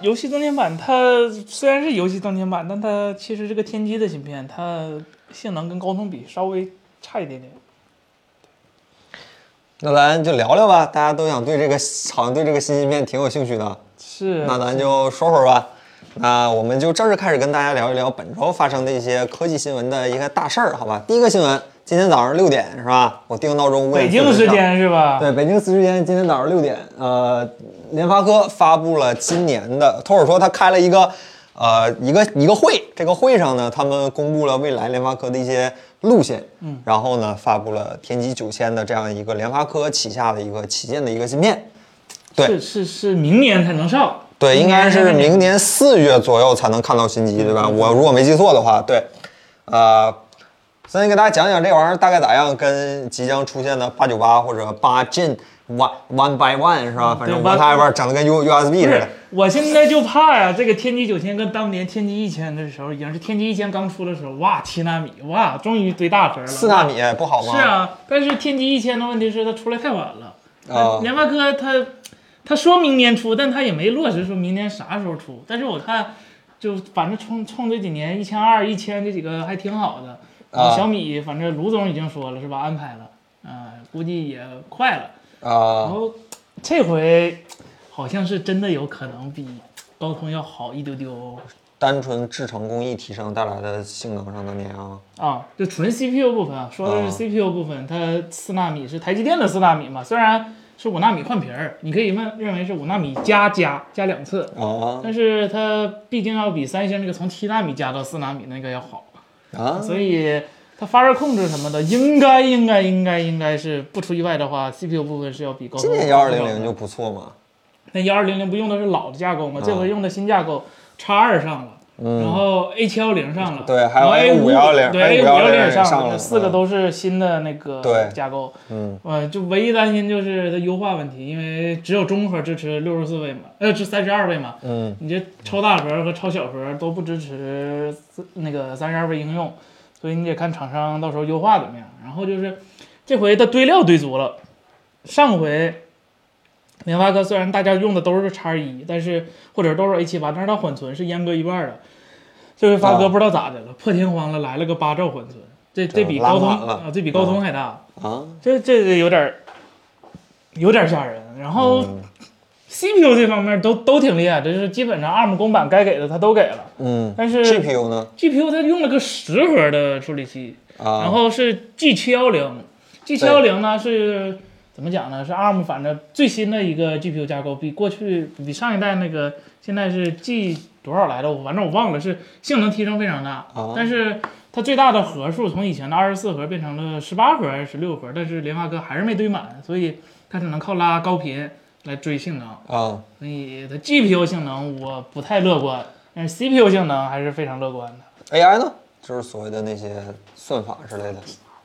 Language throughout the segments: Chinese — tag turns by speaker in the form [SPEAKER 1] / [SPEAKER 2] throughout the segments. [SPEAKER 1] 游戏增减版它虽然是游戏增减版，但它其实是个天玑的芯片，它性能跟高通比稍微差一点点。
[SPEAKER 2] 那咱就聊聊吧，大家都想对这个好像对这个新芯片挺有兴趣的，
[SPEAKER 1] 是，
[SPEAKER 2] 那咱就说会儿吧。那我们就正式开始跟大家聊一聊本周发生的一些科技新闻的一个大事儿，好吧？第一个新闻，今天早上六点是吧？我定闹钟五点
[SPEAKER 1] 北
[SPEAKER 2] 四十
[SPEAKER 1] 京时
[SPEAKER 2] 上
[SPEAKER 1] 间是吧？
[SPEAKER 2] 对，北京时间今天早上六点，呃，联发科发布了今年的，或者说他开了一个，呃，一个一个会，这个会上呢，他们公布了未来联发科的一些路线，嗯，然后呢，发布了天玑九千的这样一个联发科旗下的一个旗舰的一个芯片，对
[SPEAKER 1] 是是是明年才能上。
[SPEAKER 2] 对，应该是
[SPEAKER 1] 明年
[SPEAKER 2] 明年四月左右才能看到新机，对
[SPEAKER 1] 嗯
[SPEAKER 2] 吧？我如果没记错的话，对，呃，先给大家讲讲这玩意儿大概咋样，跟即将出现的八九八或者八 Gen One One by One 是吧？反
[SPEAKER 1] 嗯
[SPEAKER 2] 正
[SPEAKER 1] 对，one-
[SPEAKER 2] 我它玩意儿整的跟 U USB
[SPEAKER 1] 不
[SPEAKER 2] 似
[SPEAKER 1] 是
[SPEAKER 2] 的。，
[SPEAKER 1] 我现在就怕呀，这个天玑九千跟当年天玑一千的时候一样，是天玑一千刚出的时候，哇，七纳米，哇，终于堆大神了，
[SPEAKER 2] 四纳米不好吗？
[SPEAKER 1] 是啊，但是天玑一千的问题是它出来太晚了。
[SPEAKER 2] 啊
[SPEAKER 1] 那联发科它它说明年出，但它也没落实说明年啥时候出。但是我看就反正冲冲这几年一千二、一千这几个还挺好的。然后
[SPEAKER 2] 啊
[SPEAKER 1] 小米反正卢总已经说了是吧，安排了，啊、估计也快了。然
[SPEAKER 2] 啊、
[SPEAKER 1] 后这回好像是真的有可能比高通要好一丢丢哦
[SPEAKER 2] 单纯制程工艺提升带来的性能上的碾压。
[SPEAKER 1] 啊，就纯 CPU 部分啊，说的是
[SPEAKER 2] 啊
[SPEAKER 1] CPU 部分，它四纳米是台积电的四纳米嘛，虽然是五纳米换皮儿，你可以问认为是五纳米加加加两次，
[SPEAKER 2] 啊
[SPEAKER 1] 但是它毕竟要比三星那个从七纳米加到四纳米那个要好，
[SPEAKER 2] 啊！
[SPEAKER 1] 所以它发热控制什么的，应该应该应该应该是不出意外的话，CPU 部分是要比高通
[SPEAKER 2] 今年幺二零零就不错嘛。
[SPEAKER 1] 那幺二零零不用的是老的架构吗？这回用的新架构，叉二上了，然后 A 七幺零上了，
[SPEAKER 2] 对还有
[SPEAKER 1] A 五
[SPEAKER 2] A510
[SPEAKER 1] 对 A 五幺
[SPEAKER 2] A510
[SPEAKER 1] 零也
[SPEAKER 2] 上
[SPEAKER 1] 上
[SPEAKER 2] 了
[SPEAKER 1] 这四个
[SPEAKER 2] 嗯
[SPEAKER 1] 都是新的那
[SPEAKER 2] 对
[SPEAKER 1] 个架构。
[SPEAKER 2] 嗯，
[SPEAKER 1] 呃，就唯一担心就是它优化问题，因为只有中核支持六十四位嘛，呃，是三十二位嘛，
[SPEAKER 2] 嗯，
[SPEAKER 1] 你这超大核和超小核都不支持四那个三十二位应用，所以你得看厂商到时候优化怎么样。然后就是这回的堆料堆足了，上回联发科虽然大家用的都是叉一，但是或者都是 A 七八，但是它缓存是阉割一半的。这回发哥
[SPEAKER 2] 啊
[SPEAKER 1] 不知道咋的了，破天荒了来了个八兆缓存，这这比
[SPEAKER 2] 拉
[SPEAKER 1] 高通
[SPEAKER 2] 满了
[SPEAKER 1] 啊，这比高通还大。
[SPEAKER 2] 啊，
[SPEAKER 1] 这这个有点儿有点儿吓人。然后
[SPEAKER 2] 嗯
[SPEAKER 1] CPU 这方面都都挺厉害的，就是基本上 ARM 公版该给的它都给了，
[SPEAKER 2] 嗯
[SPEAKER 1] 但是
[SPEAKER 2] ，GPU 呢？
[SPEAKER 1] GPU 它用了个十核的处理器，
[SPEAKER 2] 啊，
[SPEAKER 1] 然后是 G 七幺零，G 七幺零呢是怎么讲呢？是 ARM 反正最新的一个 GPU 架构，比过去比上一代那个现在是 G 多少来的，我反正我忘了，是性能提升非常大，
[SPEAKER 2] 啊
[SPEAKER 1] 但是它最大的核数从以前的二十四核变成了十八核还是十六核，但是联发科还是没堆满，所以它只能靠拉高频来追性能，
[SPEAKER 2] 啊，
[SPEAKER 1] 所以它 GPU 性能我不太乐观，但是 CPU 性能还是非常乐观的。
[SPEAKER 2] AI 呢？就是所谓的那些算法之类的。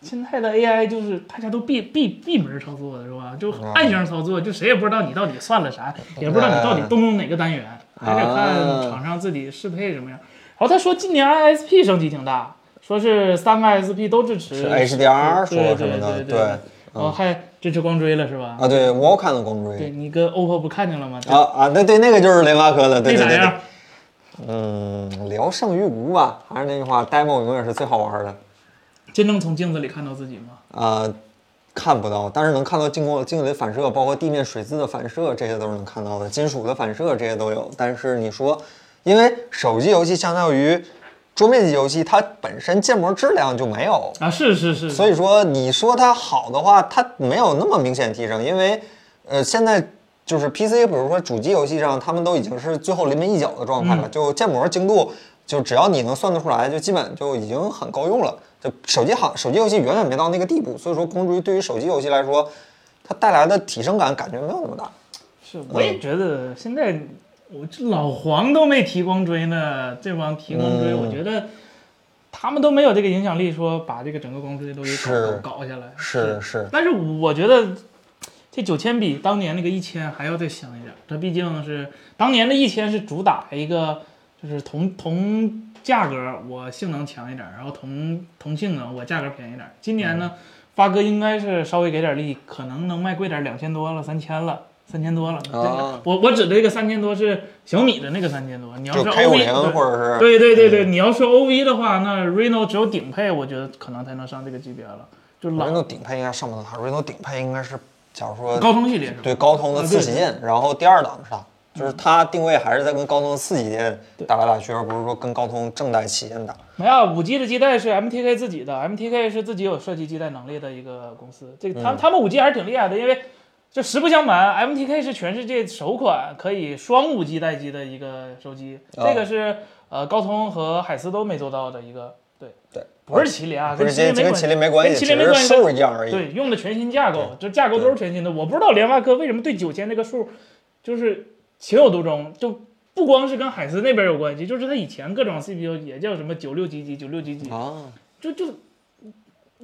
[SPEAKER 1] 现在的 AI 就是大家都闭闭闭门操作的是吧？就
[SPEAKER 2] 啊
[SPEAKER 1] 暗箱操作，就谁也不知道你到底算了啥，也不知道你到底动用哪个单元，
[SPEAKER 2] 啊
[SPEAKER 1] 还得看厂商自己适配什么样。然后他说今年 ISP 升级挺大，说是三个 ISP 都支持
[SPEAKER 2] 是 HDR
[SPEAKER 1] 嗯对
[SPEAKER 2] 说
[SPEAKER 1] 对
[SPEAKER 2] 什么的，
[SPEAKER 1] 对对
[SPEAKER 2] 对
[SPEAKER 1] 然后还支持光追了是吧？
[SPEAKER 2] 啊，对 w a l k a n 的光
[SPEAKER 1] 对
[SPEAKER 2] 追
[SPEAKER 1] 你跟 OPPO 不看见了吗？
[SPEAKER 2] 啊啊，那对那个就是联发科的，对
[SPEAKER 1] 那
[SPEAKER 2] 对
[SPEAKER 1] 啥
[SPEAKER 2] 对对
[SPEAKER 1] 样？
[SPEAKER 2] 嗯，聊胜于无吧，还是那句话，demo 永远是最好玩的
[SPEAKER 1] 真能从镜子里看到自己吗？
[SPEAKER 2] 啊，看不到，但是能看到镜光镜子里反射，包括地面水渍的反射，这些都是能看到的，金属的反射这些都有。但是你说，因为手机游戏相较于桌面级游戏，它本身建模质量就没有，
[SPEAKER 1] 啊，是是是，
[SPEAKER 2] 所以说，你说它好的话，它没有那么明显提升，因为，呃，现在就是 PC，比如说主机游戏上，他们都已经是最后临门一脚的状态了，
[SPEAKER 1] 嗯
[SPEAKER 2] 就建模精度，就只要你能算得出来，就基本就已经很够用了。就手机行手机游戏远远没到那个地步，所以说光追对于手机游戏来说，它带来的提升感感觉没有那么大。
[SPEAKER 1] 是，我也觉得现在我这老黄都没提光追呢，这帮提光追，
[SPEAKER 2] 嗯
[SPEAKER 1] 我觉得他们都没有这个影响力，说把这个整个光追都给
[SPEAKER 2] 是
[SPEAKER 1] 搞搞下来。
[SPEAKER 2] 是是，
[SPEAKER 1] 但是我觉得这九千比当年那个一千还要再香一点，它毕竟是当年的一千是主打一个就是同同价格我性能强一点，然后同同性能我价格便宜点。今年呢，发哥应该是稍微给点力，可能能卖贵点，两千多了，三千了。三千多了。真
[SPEAKER 2] 啊
[SPEAKER 1] 的，我我指这个三千多是小米的那个三千多，你要
[SPEAKER 2] 就是 K 五
[SPEAKER 1] OV
[SPEAKER 2] 零
[SPEAKER 1] 对
[SPEAKER 2] 或者是
[SPEAKER 1] 对对对对，你要说 OV 的话，那 Reno 只有顶配，我觉得可能才能上这个级别了，就老
[SPEAKER 2] Reno 顶配应该上不到它，Reno 顶配应该是假如说
[SPEAKER 1] 高通系列是吧？
[SPEAKER 2] 对高通的
[SPEAKER 1] 啊
[SPEAKER 2] 次
[SPEAKER 1] 对
[SPEAKER 2] 旗舰，然后第二档是它，就是它定位还是在跟高通的次旗舰打来打去，而不是说跟高通正代旗舰打。
[SPEAKER 1] 没有，五 G 的基带是 MTK 自己的，MTK 是自己有设计基带能力的一个公司。这个他
[SPEAKER 2] 嗯
[SPEAKER 1] 们他们五 G 还是挺厉害的，因为这实不相瞒，MTK 是全世界首款可以双五 G 待机的一个手机，
[SPEAKER 2] 哦
[SPEAKER 1] 这个是呃高通和海思都没做到的一个。对，
[SPEAKER 2] 对，
[SPEAKER 1] 不是麒麟啊，
[SPEAKER 2] 不
[SPEAKER 1] 跟
[SPEAKER 2] 是
[SPEAKER 1] 麒麟
[SPEAKER 2] 这
[SPEAKER 1] 没
[SPEAKER 2] 跟
[SPEAKER 1] 关系，
[SPEAKER 2] 麒麟没关
[SPEAKER 1] 跟
[SPEAKER 2] 系，
[SPEAKER 1] 麒
[SPEAKER 2] 只
[SPEAKER 1] 麟没
[SPEAKER 2] 是
[SPEAKER 1] 关系。
[SPEAKER 2] 数一样而已。
[SPEAKER 1] 对，用的全新架构，这架构都是全新的。我不知道联发科为什么对九千这个数就是情有独钟，就不光是跟海思那边有关系，就是它以前各种 CPU 也叫什么九六几几、九六几几，
[SPEAKER 2] 啊，
[SPEAKER 1] 就就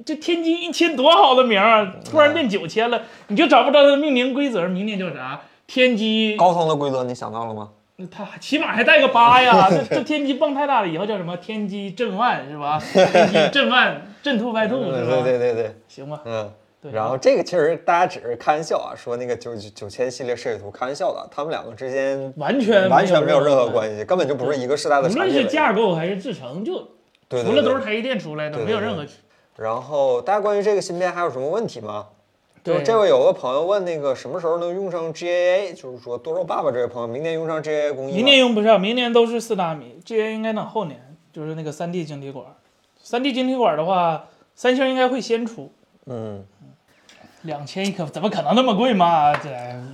[SPEAKER 1] 这天玑一千多好的名
[SPEAKER 2] 嗯
[SPEAKER 1] 儿，啊突然变九千了，你就找不着它的命名规则，明年叫啥？天玑，
[SPEAKER 2] 高通的规则你想到了吗？
[SPEAKER 1] 它起码还带个八呀，这这天玑蹦太大了，以后叫什么天玑震万是吧？天玑震万， 震兔拜兔
[SPEAKER 2] 对
[SPEAKER 1] 是
[SPEAKER 2] 对
[SPEAKER 1] 吧？
[SPEAKER 2] 对对对，
[SPEAKER 1] 行吧，
[SPEAKER 2] 嗯。
[SPEAKER 1] 对。
[SPEAKER 2] 然后这个其实大家只是开玩笑啊，说那个九九九千系列设计图开玩笑的，他们两个之间
[SPEAKER 1] 完全
[SPEAKER 2] 完全没有任何
[SPEAKER 1] 系。
[SPEAKER 2] 关系，根本就不是一个时代的
[SPEAKER 1] 无
[SPEAKER 2] 产
[SPEAKER 1] 论
[SPEAKER 2] 品
[SPEAKER 1] 是
[SPEAKER 2] 了。
[SPEAKER 1] 架构还是制程，就
[SPEAKER 2] 对
[SPEAKER 1] 除
[SPEAKER 2] 对
[SPEAKER 1] 了都
[SPEAKER 2] 对
[SPEAKER 1] 是。台积电出来的，
[SPEAKER 2] 对对
[SPEAKER 1] 没有任何区
[SPEAKER 2] 然后大家关于这个芯片还有什么问题吗？就
[SPEAKER 1] 对
[SPEAKER 2] 这位有个朋友问那个什么时候能用上 GAA，就是说多肉爸爸这位朋友明年用上 GAA 工艺吗？
[SPEAKER 1] 明年用不上，明年都是四纳米，这些应该等后年，就是那个三 D 晶体管。三 D 晶体管的话，三星应该会先出，
[SPEAKER 2] 嗯，
[SPEAKER 1] 两千一颗，怎么可能那么贵嘛？这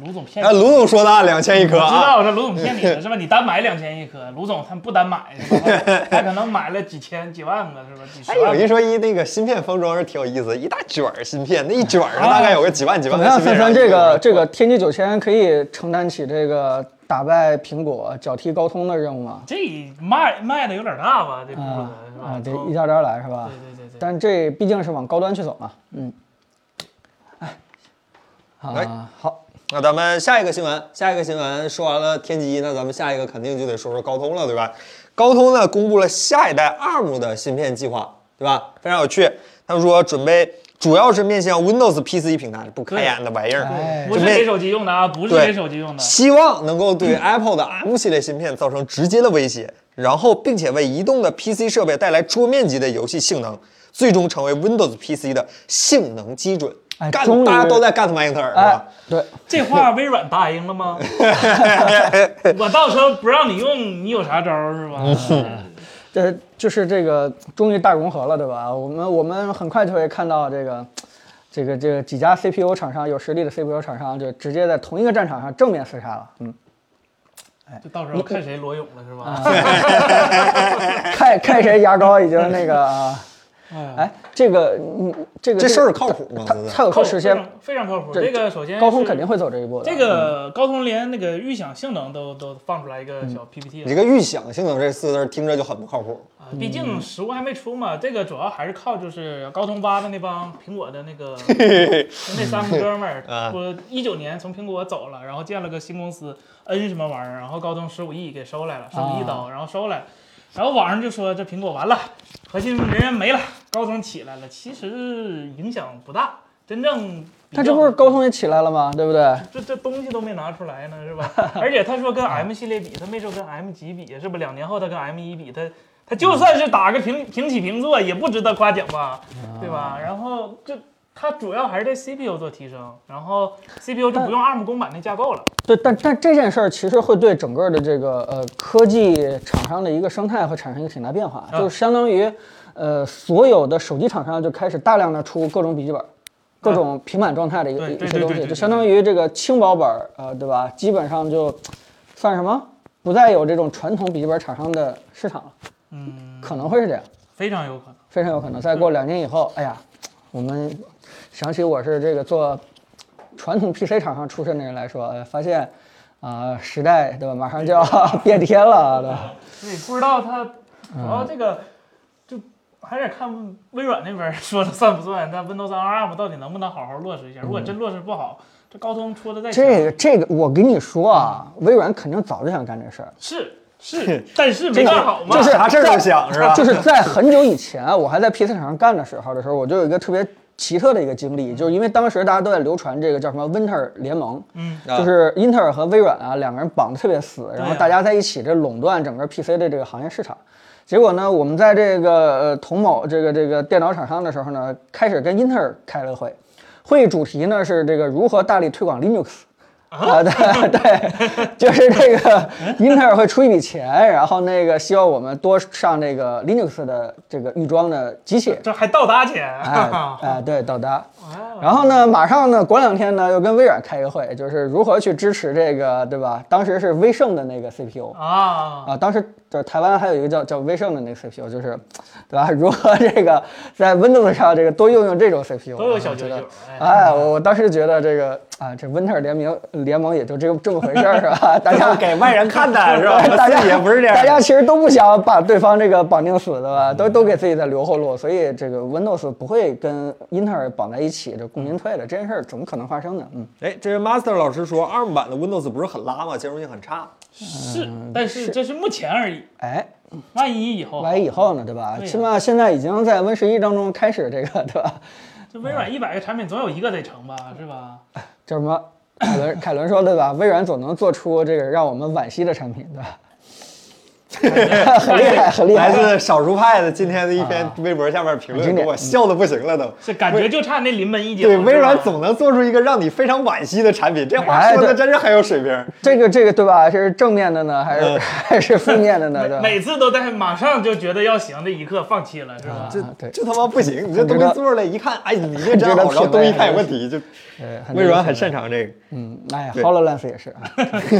[SPEAKER 1] 卢总骗
[SPEAKER 2] 哎，
[SPEAKER 1] 你，
[SPEAKER 2] 卢总说的两千一颗
[SPEAKER 1] 我知
[SPEAKER 2] 啊，
[SPEAKER 1] 道这卢总骗你的是吧？你单买两千一颗，卢总他不单买是吧？他可能买了几千、几万个是吧？几十
[SPEAKER 2] 哎，
[SPEAKER 1] 万
[SPEAKER 2] 有
[SPEAKER 1] 个。
[SPEAKER 2] 一说一，那个芯片封装是挺有意思，一大卷儿芯片，那一卷儿上大概有个几万几万
[SPEAKER 3] 怎么
[SPEAKER 2] 个
[SPEAKER 3] 样，
[SPEAKER 2] 芯片。
[SPEAKER 3] 三三这个这个天玑九千可以承担起这个打败苹果、脚踢高通的任务吗？
[SPEAKER 1] 这卖卖的有点大吧？这步
[SPEAKER 3] 啊
[SPEAKER 1] 子是吧？
[SPEAKER 3] 啊，得
[SPEAKER 1] 对
[SPEAKER 3] 一点点来是吧？
[SPEAKER 1] 嗯对对对。
[SPEAKER 3] 但这毕竟是往高端去走嘛，嗯。哎，
[SPEAKER 2] 哎
[SPEAKER 3] 啊，好，
[SPEAKER 2] 那咱们下一个新闻，下一个新闻说完了天玑，那咱们下一个肯定就得说说高通了，对吧？高通呢公布了下一代 ARM 的芯片计划，对吧？非常有趣，他们说准备主要是面向 Windows PC 平台，不开眼的玩意儿，
[SPEAKER 3] 哎
[SPEAKER 1] 不是给手机用的啊，不是
[SPEAKER 2] 对
[SPEAKER 1] 给手机
[SPEAKER 3] 嗯
[SPEAKER 1] 用的。
[SPEAKER 2] 希望能够对 Apple 的 M 系列芯片造成直接的威胁，然后并且为移动的 PC 设备带来桌面级的游戏性能，最终成为 Windows PC 的性能基准。
[SPEAKER 3] 哎
[SPEAKER 2] 干，
[SPEAKER 3] 终于
[SPEAKER 2] 大家都在干啊麦英特尔，是吧
[SPEAKER 3] 哎？，对，
[SPEAKER 1] 这话微软答应了吗？我到时候不让你用，你有啥招儿是吧？
[SPEAKER 3] 嗯这就是这个终于大融合了，对吧？我们我们很快就会看到这个，这个这个几家 CPU 厂商有实力的 CPU 厂商就直接在同一个战场上正面厮杀了，嗯，
[SPEAKER 1] 就到时候看谁裸泳了是吧？
[SPEAKER 3] 嗯 看看谁牙膏已经那个，啊
[SPEAKER 1] 哎呀
[SPEAKER 3] 哎，这个你这个
[SPEAKER 2] 这事
[SPEAKER 3] 个
[SPEAKER 2] 儿靠谱吗？
[SPEAKER 3] 它
[SPEAKER 2] 真的
[SPEAKER 3] 它有
[SPEAKER 1] 靠谱
[SPEAKER 3] 可
[SPEAKER 1] 非
[SPEAKER 3] 实现，
[SPEAKER 1] 常非常靠谱。
[SPEAKER 3] 对
[SPEAKER 1] 这个首先
[SPEAKER 3] 高通
[SPEAKER 1] 是
[SPEAKER 3] 肯定会走这一步的。
[SPEAKER 1] 这个高通连那个预想性能都都放出来一个
[SPEAKER 3] 嗯
[SPEAKER 1] 小 PPT
[SPEAKER 2] 你
[SPEAKER 1] 了
[SPEAKER 2] 这个预想性能这四个字儿听着就很不靠谱。
[SPEAKER 1] 啊，毕竟实物还没出嘛。这个主要还是靠就是高通挖的那帮苹果的那个那三个哥们儿
[SPEAKER 2] 啊，
[SPEAKER 1] 我一九年从苹果走了，然后建了个新公司 N 什么玩意儿，然后高通十五亿给收来了，十五亿刀，然后收来了，然后网上就说这苹果完了，核心人员没了，高通起来了，其实影响不大，真正比较
[SPEAKER 3] 但这不是高通也起来了吗？对不对？
[SPEAKER 1] 这这东西都没拿出来呢，是 吧？而且他说跟 M 系列比，他没说跟 M 几比，是不？两年后他跟 M 一比，他他就算是打个平平起平坐，也不值得夸奖吧，对吧？然后这它主要还是对 CPU 做提升，然后 CPU 就不用 ARM 公版那架构了，
[SPEAKER 3] 对，但但这件事儿其实会对整个的这个呃科技厂商的一个生态会产生一个挺大变化，
[SPEAKER 1] 啊
[SPEAKER 3] 就是相当于呃所有的手机厂商就开始大量的出各种笔记本儿。各种平板状态的一个
[SPEAKER 1] 啊对
[SPEAKER 3] 一
[SPEAKER 1] 对
[SPEAKER 3] 些东
[SPEAKER 1] 对对
[SPEAKER 3] 西，
[SPEAKER 1] 对
[SPEAKER 3] 就相当于这个轻薄本儿，呃，对吧？基本上就算什么不再有这种传统笔记本厂商的市场了，
[SPEAKER 1] 嗯，
[SPEAKER 3] 可能会是这样，
[SPEAKER 1] 非常有可能。
[SPEAKER 3] 非常有可能。再
[SPEAKER 2] 嗯
[SPEAKER 3] 过两年以后，哎呀，我们想起我是这个做传统 PC 厂商出身的人来说，呃，发现啊、时代对吧，马上就要 变天了，对吧？
[SPEAKER 1] 对，不知道它主要这个、就还得看微软那边儿说了算不算，但 Windows on ARM 到底能不能好好落实一下？如果真落实不好，这高通出的再强
[SPEAKER 3] 这个这个，我跟你说啊，微软肯定早就想干这事儿，
[SPEAKER 1] 是是，但是没
[SPEAKER 3] 真的
[SPEAKER 1] 干好嘛。
[SPEAKER 3] 就是
[SPEAKER 2] 啥事儿都想
[SPEAKER 3] 在
[SPEAKER 2] 是吧
[SPEAKER 3] 啊就是在很久以前，我还在 PC 厂上干的时候的时候，我就有一个特别奇特的一个经历，就是因为当时大家都在流传这个叫什么 Winter 联盟，
[SPEAKER 1] 嗯，
[SPEAKER 2] 啊
[SPEAKER 3] 就是英特尔和微软啊两个人绑得特别死，然后
[SPEAKER 1] 对啊
[SPEAKER 3] 大家在一起这垄断整个 PC 的这个行业市场。结果呢，我们在这个呃同某这个这个电脑厂商的时候呢，开始跟英特尔开了会，会议主题呢是这个如何大力推广 Linux。啊，对对，就是这个英特尔会出一笔钱，然后那个希望我们多上这个 Linux 的这个预装的机器，
[SPEAKER 1] 这还倒搭钱，
[SPEAKER 3] 哎哎，对，到达。
[SPEAKER 1] 哦
[SPEAKER 3] 然后呢，马上呢，过两天呢，又跟微软开一个会，就是如何去支持这个，对吧？当时是威盛的那个 CPU
[SPEAKER 1] 啊，
[SPEAKER 3] 啊，当时就是台湾还有一个叫叫威盛的那个 CPU，就是，对吧？如何这个在 Windows 上这个多用用这 种 CPU，
[SPEAKER 1] 都有
[SPEAKER 3] 啊
[SPEAKER 1] 小九
[SPEAKER 3] 觉得
[SPEAKER 1] 九，哎，
[SPEAKER 3] 哎，我我当时觉得这个啊，这 Winter 联名联盟也就这这么回事儿，是吧？ 大家
[SPEAKER 4] 给外人看的 是吧？
[SPEAKER 3] 哎大家
[SPEAKER 4] 自己也不是这样的，
[SPEAKER 3] 大家其实都不想把对方这个绑定死的吧，都都给自己在留后路，所以这个 Windows 不会跟英特尔绑在一起，就共进退了，这件事儿怎么可能发生呢？嗯，
[SPEAKER 2] 哎，这位 Master 老师说，ARM 版的 Windows 不是很拉吗？兼容性很差。
[SPEAKER 3] 嗯
[SPEAKER 1] 是，但是这是目前而已，
[SPEAKER 3] 哎，
[SPEAKER 1] 万一以后，
[SPEAKER 3] 万一以后呢，对吧？
[SPEAKER 1] 对呀
[SPEAKER 3] 起码现在已经在 Win 十一当中开始这个，对吧？
[SPEAKER 1] 这微软一百个产品总有一个得成吧，是 吧？
[SPEAKER 3] 叫什么？凯伦，凯伦说对吧？微软总能做出这个让我们惋惜的产品，对吧？ 很厉害，哎很厉害啊
[SPEAKER 2] 来。自少数派的今天的一篇微博下面评论，给我笑的不行了都。
[SPEAKER 1] 是感觉就差那临门一脚。
[SPEAKER 2] 对，
[SPEAKER 1] 是吧
[SPEAKER 2] 微软总能做出一个让你非常惋惜的产品，这话说的真是很有水平。
[SPEAKER 3] 这个这个对吧？是正面的呢，还是、 还是负面的呢？对吧？
[SPEAKER 1] 每次都在马上就觉得要行的一刻放弃了，是吧？
[SPEAKER 2] 这
[SPEAKER 3] 啊对
[SPEAKER 2] 这他妈不行，你这东
[SPEAKER 3] 值
[SPEAKER 2] 西
[SPEAKER 3] 得
[SPEAKER 2] 做出来一看，哎，你这真
[SPEAKER 3] 值得
[SPEAKER 2] 好，然后
[SPEAKER 3] 品味
[SPEAKER 2] 东西
[SPEAKER 3] 还
[SPEAKER 2] 看有
[SPEAKER 3] 是
[SPEAKER 2] 问题，就
[SPEAKER 3] 对
[SPEAKER 2] 微软很擅长这个。
[SPEAKER 3] 嗯，哎
[SPEAKER 2] 对
[SPEAKER 3] ，Hololens 也是啊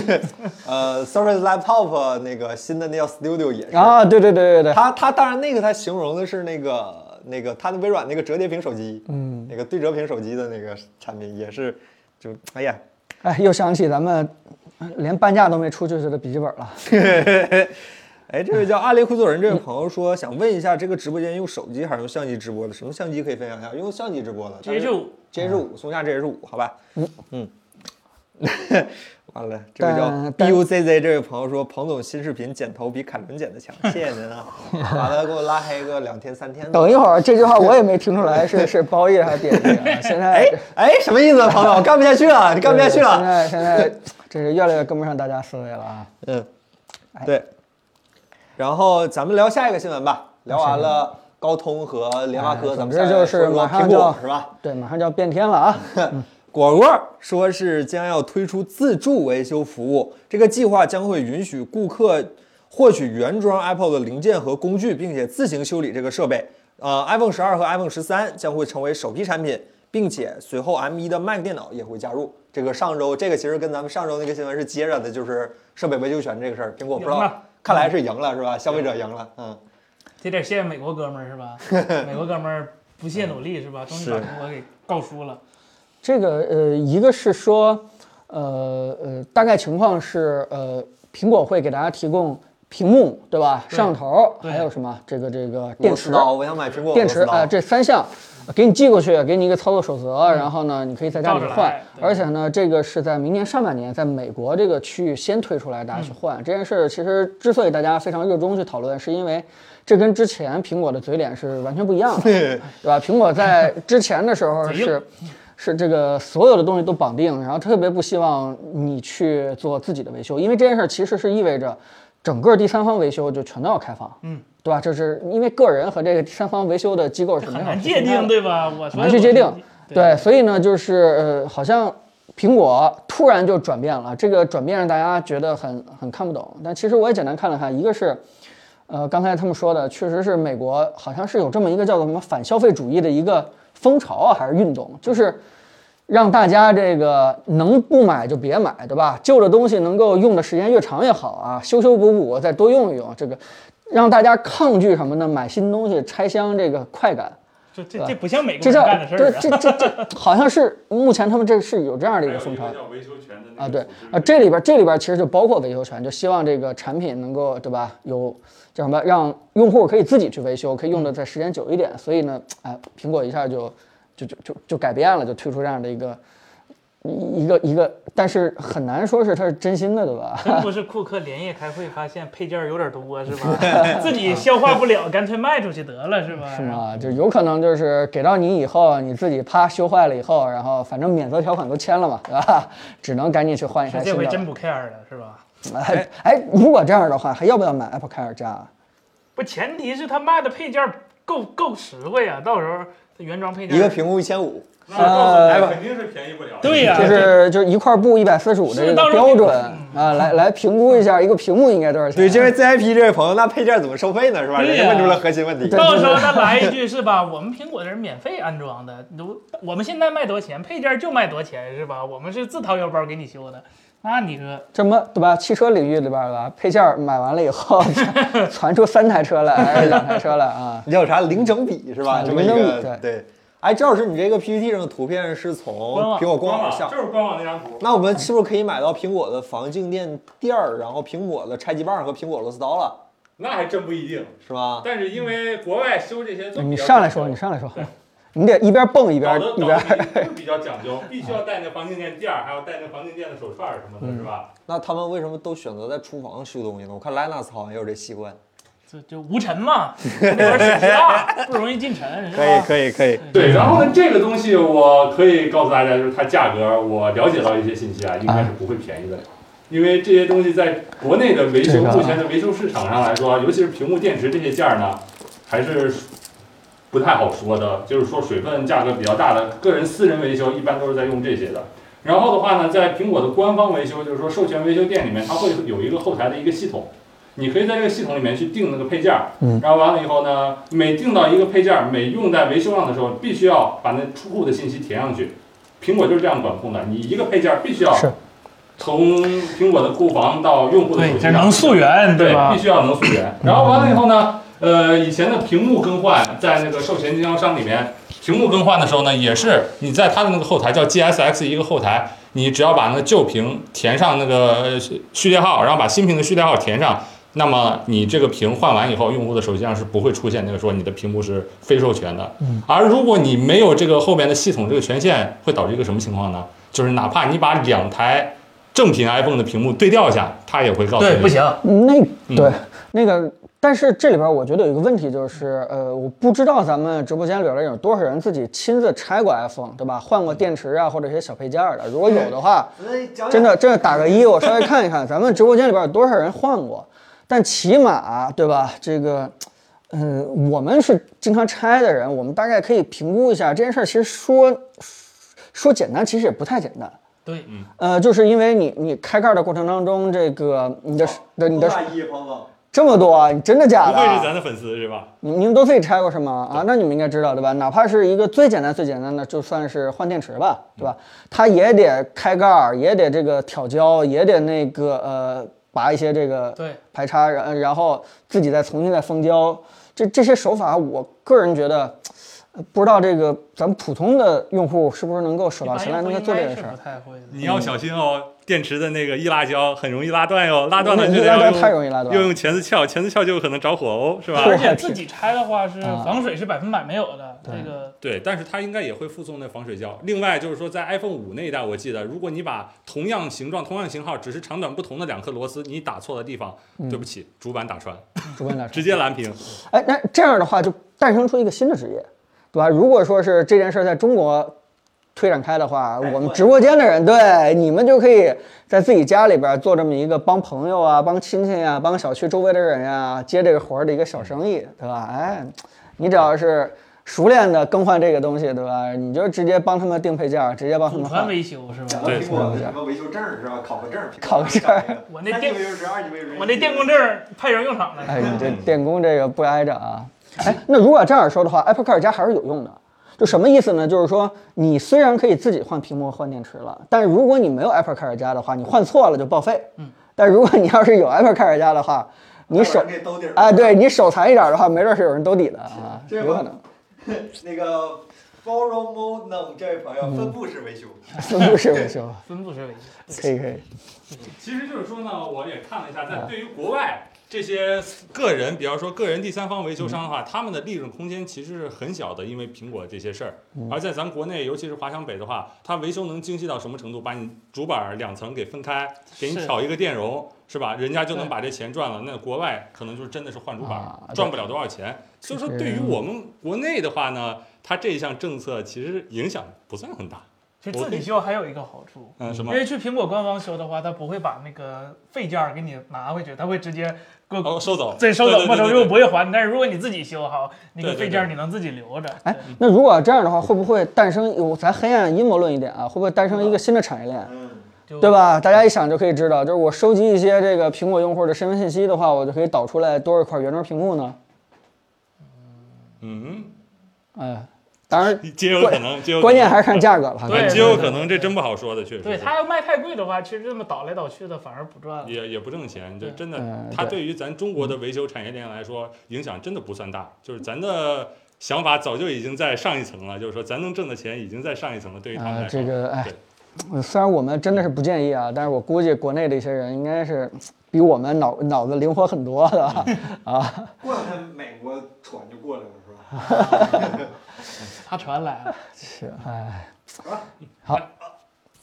[SPEAKER 2] 呃，Surface Laptop 那个新的那叫 Studio 也是，
[SPEAKER 3] 啊，对对对对对，
[SPEAKER 2] 它它当然那个它形容的是那个那个它的微软那个折叠屏手机，嗯，那个对折屏手机的那个产品也是，就哎呀，
[SPEAKER 3] 哎，又想起咱们连半价都没出去的笔记本了，
[SPEAKER 2] 哎，这位叫阿雷库佐人这位朋友说，想问一下，这个直播间用手机还是用相机直播的？什么相机可以分享一下？用相机直播的
[SPEAKER 1] GH5
[SPEAKER 2] GH 五，松下 GH 五，好吧？嗯嗯。 完了，这位
[SPEAKER 3] 但
[SPEAKER 2] 叫
[SPEAKER 3] 但
[SPEAKER 2] BUZZ 这位朋友说，彭总新视频剪头比凯伦剪的强，谢谢您 啊！完了，给我拉黑个两天三天的。
[SPEAKER 3] 等一会儿这句话我也没听出来是是褒义还是贬义啊，现在
[SPEAKER 2] 哎哎，什么意思，彭总？干不下去了，你干不下去
[SPEAKER 3] 现
[SPEAKER 2] 了。
[SPEAKER 3] 在现在这是越来越跟不上大家思维 了啊，
[SPEAKER 2] 嗯，
[SPEAKER 3] 哎
[SPEAKER 2] 对。然后咱们聊下一个新闻吧，聊完了高通和联发科，
[SPEAKER 3] 哎
[SPEAKER 2] 咱们
[SPEAKER 3] 总之就是马
[SPEAKER 2] 苹
[SPEAKER 3] 上
[SPEAKER 2] 果
[SPEAKER 3] 就是
[SPEAKER 2] 吧？
[SPEAKER 3] 对，马上就要变天了啊，
[SPEAKER 2] 果果说是将要推出自助维修服务，这个计划将会允许顾客获取原装 Apple 的零件和工具，并且自行修理这个设备。呃，iPhone 十二和 iPhone 十三将会成为首批产品，并且随后 M 1的 Mac 电脑也会加入。这个上周，这个其实跟咱们上周那个新闻是接着的，就是设备维修权这个事儿。苹果不知
[SPEAKER 1] 赢
[SPEAKER 2] 道
[SPEAKER 1] 了，
[SPEAKER 2] 看来是赢了是吧？消费者赢了，嗯。
[SPEAKER 1] 这得谢谢美国哥们儿是 吧？美国哥们儿不懈努力是吧？终于把中国给告输了。
[SPEAKER 3] 这个呃，一个是说，呃呃，大概情况是，呃，苹果会给大家提供屏幕，对吧？摄像头，
[SPEAKER 1] 对
[SPEAKER 3] 还有什么这个这个
[SPEAKER 2] 螺
[SPEAKER 3] 电
[SPEAKER 2] 丝
[SPEAKER 3] 池，
[SPEAKER 2] 刀，我想买苹果
[SPEAKER 3] 电池
[SPEAKER 2] 螺丝刀
[SPEAKER 3] 啊、呃这三项。呃给你寄过去，给你一个操作手册，然后呢，你可以在家里
[SPEAKER 1] 照着
[SPEAKER 3] 换
[SPEAKER 1] 来。对
[SPEAKER 3] 而且呢，这个是在明年上半年，在美国这个区域先推出来，大
[SPEAKER 1] 嗯
[SPEAKER 3] 家去换这件事。其实之所以大家非常热衷去讨论，是因为这跟之前苹果的嘴脸是完全不一样的，对吧？苹果在之前的时 候
[SPEAKER 1] 嘴硬
[SPEAKER 3] 是是这个所有的东西都绑定，然后特别不希望你去做自己的维修，因为这件事儿其实是意味着整个第三方维修就全都要开放，嗯，对吧？这是因为个人和这个第三方维修的机构是没
[SPEAKER 1] 很
[SPEAKER 3] 法
[SPEAKER 1] 难
[SPEAKER 3] 区
[SPEAKER 1] 界
[SPEAKER 3] 分开的
[SPEAKER 1] 定，对吧？我说
[SPEAKER 3] 难去界定。
[SPEAKER 1] 对
[SPEAKER 3] 对，所以呢，就是呃，好像苹果突然就转变了，这个转变让大家觉得很很看不懂。但其实我也简单看了看，一个是，呃，刚才他们说的，确实是美国好像是有这么一个叫做什么反消费主义的一个风潮啊，还是运动，就是。让大家这个能不买就别买，对吧？旧的东西能够用的时间越长越好啊，修修补补再多用一用，这个让大家抗拒什么呢？买新东西拆箱这个快感，
[SPEAKER 1] 这这这不像美国
[SPEAKER 3] 这
[SPEAKER 1] 人
[SPEAKER 3] 叫
[SPEAKER 1] 干的事
[SPEAKER 3] 这
[SPEAKER 1] 儿啊。
[SPEAKER 3] 这这这好像是目前他们这是有这样的一个风潮
[SPEAKER 5] 还有一个叫维修权的那个
[SPEAKER 3] 啊，对
[SPEAKER 5] 组织
[SPEAKER 3] 啊，这里边这里边其实就包括维修权，就希望这个产品能够对吧，有叫什么让用户可以自己去维修，可以用的再时间久一点，所以呢，哎，苹果一下就就就就就改变了，就推出这样的一个一个一个，但是很难说是他是真心的，对吧？
[SPEAKER 1] 真不是库克连夜开会发现配件儿有点多是吧？ 自己消化不了，干脆卖出去得了是吧？
[SPEAKER 3] 是？吗？就有可能就是给到你以后，你自己啪修坏了以后，然后反正免责条款都签了嘛，对吧？ 只能赶紧去换一台
[SPEAKER 1] 这
[SPEAKER 3] 新
[SPEAKER 1] 回
[SPEAKER 3] 的
[SPEAKER 1] 真
[SPEAKER 3] 了。
[SPEAKER 1] 不 care 了是吧？
[SPEAKER 3] 哎哎，如果这样的话，还要不要买 Apple Care 加啊？
[SPEAKER 1] 不，前提是他卖的配件儿够够实惠啊，到时候他原装配件
[SPEAKER 2] 一个
[SPEAKER 1] 儿
[SPEAKER 2] 屏幕一千五，
[SPEAKER 5] 那告诉你哎肯定是便宜不了。
[SPEAKER 1] 哎对呀、
[SPEAKER 3] 就是就是一块布一百四十五的
[SPEAKER 1] 是
[SPEAKER 3] 这个
[SPEAKER 1] 到时候
[SPEAKER 3] 标准啊，来来评估一下一个屏幕应该多少 钱？啊
[SPEAKER 2] 对，这位 CIP 这位朋友，那配件怎么收费呢？是吧？
[SPEAKER 1] 对呀
[SPEAKER 2] 人家问出了核心问题。
[SPEAKER 1] 到时候他来一句是吧？我们苹果的是免费安装的，如我们现在卖多少钱，配件就卖多少钱是吧？我们是自掏腰包给你修的，那你说
[SPEAKER 3] 这么对吧？汽车领域里边儿吧，配件儿买完了以 后，传出三台车来还是两台车 来啊？
[SPEAKER 2] 你有啥零整比是吧？
[SPEAKER 3] 啊
[SPEAKER 2] 这么一
[SPEAKER 3] 零整
[SPEAKER 2] 个
[SPEAKER 3] 比
[SPEAKER 2] 对。哎，郑老师，你这个 PPT 上的图片是从
[SPEAKER 1] 官网
[SPEAKER 2] 苹果官
[SPEAKER 5] 官
[SPEAKER 2] 网
[SPEAKER 5] 网
[SPEAKER 2] 下
[SPEAKER 5] 就，是官网那张图，
[SPEAKER 2] 那我们是不是可以买到苹果的防静电垫儿，然后苹果的拆机棒和苹果螺丝刀了，
[SPEAKER 5] 那还真不一定。
[SPEAKER 2] 是吧？
[SPEAKER 5] 但是因为国外修这些都比较
[SPEAKER 3] 嗯你上来说，你上来说，你得一边蹦一
[SPEAKER 5] 搞
[SPEAKER 3] 边
[SPEAKER 5] 得
[SPEAKER 3] 一边啊
[SPEAKER 5] 搞得比比较讲究，必须要带那防静电垫儿，还要带那防静电的手串儿什么
[SPEAKER 3] 嗯
[SPEAKER 5] 的，是吧？
[SPEAKER 2] 那他们为什么都选择在厨房修东西呢？我看 Linus 好像也有这习惯。
[SPEAKER 1] 这就无尘嘛，那边儿体积大，不容易进尘是吧？
[SPEAKER 2] 可以可以，
[SPEAKER 5] 对，然后呢，这个东西我可以告诉大家，就是它价格，我了解到一些信息啊，应该是不会便宜的，因为这些东西在国内的维
[SPEAKER 3] 这
[SPEAKER 5] 修
[SPEAKER 3] 个啊
[SPEAKER 5] 目前的维修市场上来说，尤其是屏幕、电池这些件儿呢，还是不太好说的。就是说水分价格比较大的，个人私人维修一般都是在用这些的。然后的话呢，在苹果的官方维修，就是说授权维修店里面，它会有一个后台的一个系统，你可以在这个系统里面去定那个配件儿，
[SPEAKER 3] 嗯
[SPEAKER 5] 然后完了以后呢，每定到一个配件儿，每用在维修上的时候，必须要把那出库的信息填上去。苹果就是这样管控的，你一个配件儿必须要
[SPEAKER 3] 是
[SPEAKER 5] 从苹果的库房到用户的手
[SPEAKER 1] 对，
[SPEAKER 5] 机
[SPEAKER 1] 这
[SPEAKER 5] 上，
[SPEAKER 1] 能溯源
[SPEAKER 5] 对
[SPEAKER 1] 吧嗯
[SPEAKER 5] 必？须要能溯源。然后完了以后呢，呃，以前的屏幕更换在那个授权经销商里面，屏幕更换的时候呢，也是你在它的那个后台叫 GSX 一个后台，你只要把那个旧屏填上那个呃序序列号，然后把新屏的序列号填上。那么你这个屏换完以后，用户的手机上是不会出现那个说你的屏幕是非授权的。
[SPEAKER 3] 嗯
[SPEAKER 5] 而如果你没有这个后面的系统这个权限，会导致一个什么情况呢？就是哪怕你把两台正品 iPhone 的屏幕对调一下，它也会告诉你
[SPEAKER 1] 对，不行，
[SPEAKER 3] 那
[SPEAKER 5] 嗯
[SPEAKER 3] 对那个，但是这里边我觉得有一个问题就是，呃，我不知道咱们直播间里边有多少人自己亲自拆过 iPhone，对吧？换过电池啊，或者一些小配件儿的。如果有的话，真的，这打个一，我稍微看一看，咱们直播间里边有多少人换过？但起码，对吧？这个，嗯、我们是经常拆的人，我们大概可以评估一下这件事儿。其实说说简单，其实也不太简单。
[SPEAKER 1] 对，
[SPEAKER 3] 呃，就是因为你你开盖的过程当中，这个你的的你的
[SPEAKER 2] 一朋友，
[SPEAKER 3] 这么多啊，你真的假
[SPEAKER 5] 不
[SPEAKER 3] 的
[SPEAKER 5] 愧是
[SPEAKER 3] 啊？
[SPEAKER 5] 咱的粉丝是吧？
[SPEAKER 3] 你你们都自己拆过是吗？啊，那你们应该知道对吧？哪怕是一个最简单最简单的，就算是换电池吧，
[SPEAKER 1] 嗯
[SPEAKER 3] 对吧？它也得开盖儿，也得这个挑胶，也得那个呃拔一些这个
[SPEAKER 1] 对
[SPEAKER 3] 排插，然然后自己再重新再封胶。这这些手法，我个人觉得，呃不知道这个咱们普通的用户是不是能够手
[SPEAKER 1] 一
[SPEAKER 3] 到
[SPEAKER 1] 般
[SPEAKER 3] 擒
[SPEAKER 1] 用
[SPEAKER 3] 来，
[SPEAKER 1] 户
[SPEAKER 3] 能够
[SPEAKER 1] 应
[SPEAKER 3] 做这
[SPEAKER 1] 该
[SPEAKER 3] 个
[SPEAKER 1] 是
[SPEAKER 3] 事儿
[SPEAKER 1] 不。太会
[SPEAKER 3] 嗯
[SPEAKER 1] 的。
[SPEAKER 6] 你要小心哦，电池的那个易拉胶很容易拉断哟，拉断了
[SPEAKER 3] 嗯
[SPEAKER 6] 就
[SPEAKER 3] 易
[SPEAKER 6] 得
[SPEAKER 3] 拉
[SPEAKER 6] 要
[SPEAKER 3] 胶
[SPEAKER 6] 用
[SPEAKER 3] 太容易拉断
[SPEAKER 6] 要用钳子撬，钳子撬就有可能着火哦，是吧？
[SPEAKER 1] 而
[SPEAKER 3] 对
[SPEAKER 1] 且自己拆的话是
[SPEAKER 5] 啊
[SPEAKER 1] 防水是百分百没有的，这个
[SPEAKER 6] 对，但是它应该也会附送那防水胶。另外就是说，在 iPhone 五那一代，我记得，如果你把同样形状、同样型号，只是长短不同的两颗螺丝，你打错了地方，
[SPEAKER 3] 嗯
[SPEAKER 6] 对不起，主板打穿，
[SPEAKER 3] 主播你俩说
[SPEAKER 6] 直接蓝屏。
[SPEAKER 3] 哎，那这样的话就诞生出一个新的职业，对吧？如果说是这件事儿在中国推展开的话，我们直播间的人，对你们就可以在自己家里边做这么一个帮朋友啊、帮亲戚啊、帮小区周围的人啊接这个活儿的一个小生意，对吧？哎，你只要是熟练的更换这个东西，对吧？你就直接帮他们定配件儿，直接
[SPEAKER 5] 啊
[SPEAKER 3] 帮他
[SPEAKER 1] 祖
[SPEAKER 3] 们
[SPEAKER 1] 传
[SPEAKER 3] 换。
[SPEAKER 1] 维修是吧？
[SPEAKER 6] 对
[SPEAKER 2] 苹果的什么维修证是吧？考个证，
[SPEAKER 3] 考个证
[SPEAKER 1] 我那
[SPEAKER 2] 三级
[SPEAKER 1] 电
[SPEAKER 2] 维修师二级维修师
[SPEAKER 1] 我那电工证儿派人用场了，
[SPEAKER 3] 哎，你这电工这个不挨着啊。哎，那如果这样说的话，Apple Care 加还是有用的。就什么意思呢？就是说，你虽然可以自己换屏幕、换电池了，但如果你没有 Apple Care 加的话，你换错了就报废。嗯。但如果你要是有 Apple Care 加的话，你手
[SPEAKER 2] 这兜底儿
[SPEAKER 3] 哎，对你手残一点的话，没准是有人兜底的啊，
[SPEAKER 2] 这
[SPEAKER 3] 有可能。
[SPEAKER 2] 那个 Borrow Modem 这位朋友分布式维修，
[SPEAKER 3] 四不是维修，
[SPEAKER 1] 分布式维修。
[SPEAKER 3] 可以可以。
[SPEAKER 1] 嗯
[SPEAKER 5] 其实就是说呢，我也看了一下，在对于国外这些个人，比方说个人第三方维修商的
[SPEAKER 1] 嗯
[SPEAKER 5] 话，他们的利润空间其实是很小的，因为苹果这些事儿。
[SPEAKER 1] 嗯
[SPEAKER 5] 而在咱国内，尤其是华强北的话，它维修能精细到什么程度？把你主板两层给分开，给你
[SPEAKER 1] 是
[SPEAKER 5] 挑一个电容，是吧？人家就能
[SPEAKER 1] 对
[SPEAKER 5] 把这钱赚了。那国外可能就是真的是换主板
[SPEAKER 3] 啊，
[SPEAKER 5] 赚不了多少钱。所以说，对于我们国内的话呢，它这项政策其实影响不算很大。
[SPEAKER 1] 其实自己修还有一个好处，
[SPEAKER 5] 嗯，什
[SPEAKER 1] 因
[SPEAKER 5] 么？
[SPEAKER 1] 为去苹果官方修的话，他不会把那个废件儿给你拿回去，他会直接给我
[SPEAKER 5] 哦，收走，
[SPEAKER 1] 这收
[SPEAKER 5] 对
[SPEAKER 1] 走
[SPEAKER 5] 对
[SPEAKER 1] 不
[SPEAKER 5] 对
[SPEAKER 1] 收
[SPEAKER 5] 对
[SPEAKER 1] 又
[SPEAKER 5] 对
[SPEAKER 1] 不会还你。但是如果你自己修好，那个
[SPEAKER 5] 对对
[SPEAKER 1] 废件儿你能自己留着。
[SPEAKER 3] 哎
[SPEAKER 1] 对，
[SPEAKER 3] 那如果这样的话，会不会诞生有咱黑暗阴谋论一点啊？会不会诞生一个新的产业链？
[SPEAKER 2] 嗯
[SPEAKER 1] 就
[SPEAKER 3] 对吧？大家一想就可以知道，就是我收集一些这个苹果用户的身份信息的话，我就可以导出来多少块原装屏幕呢？
[SPEAKER 5] 嗯，
[SPEAKER 3] 哎，当然，
[SPEAKER 5] 皆有可能，皆有可能
[SPEAKER 3] 关键还是看价格了。
[SPEAKER 1] 对
[SPEAKER 5] 极有可能，这真不好说的，确实。
[SPEAKER 1] 对他要卖太贵的话，其实这么倒来倒去的反而不赚了。
[SPEAKER 5] 也也不挣钱，就
[SPEAKER 1] 对
[SPEAKER 5] 真的
[SPEAKER 3] 嗯，
[SPEAKER 5] 它
[SPEAKER 3] 对嗯
[SPEAKER 5] 对于咱中国的维修产业链来说，影响真的不算大。就是咱的想法早就已经在上一层了，就是说咱能挣的钱已经在上一层了，对于他们
[SPEAKER 3] 啊
[SPEAKER 5] 来，说
[SPEAKER 3] 这。个哎
[SPEAKER 5] 对，
[SPEAKER 3] 嗯虽然我们真的是不建议啊，但是我估计国内的一些人应该是比我们脑脑子灵活很多的啊。
[SPEAKER 7] 过两天美国船就过来了，是吧？
[SPEAKER 1] 他传来了，
[SPEAKER 3] 是，哎，好，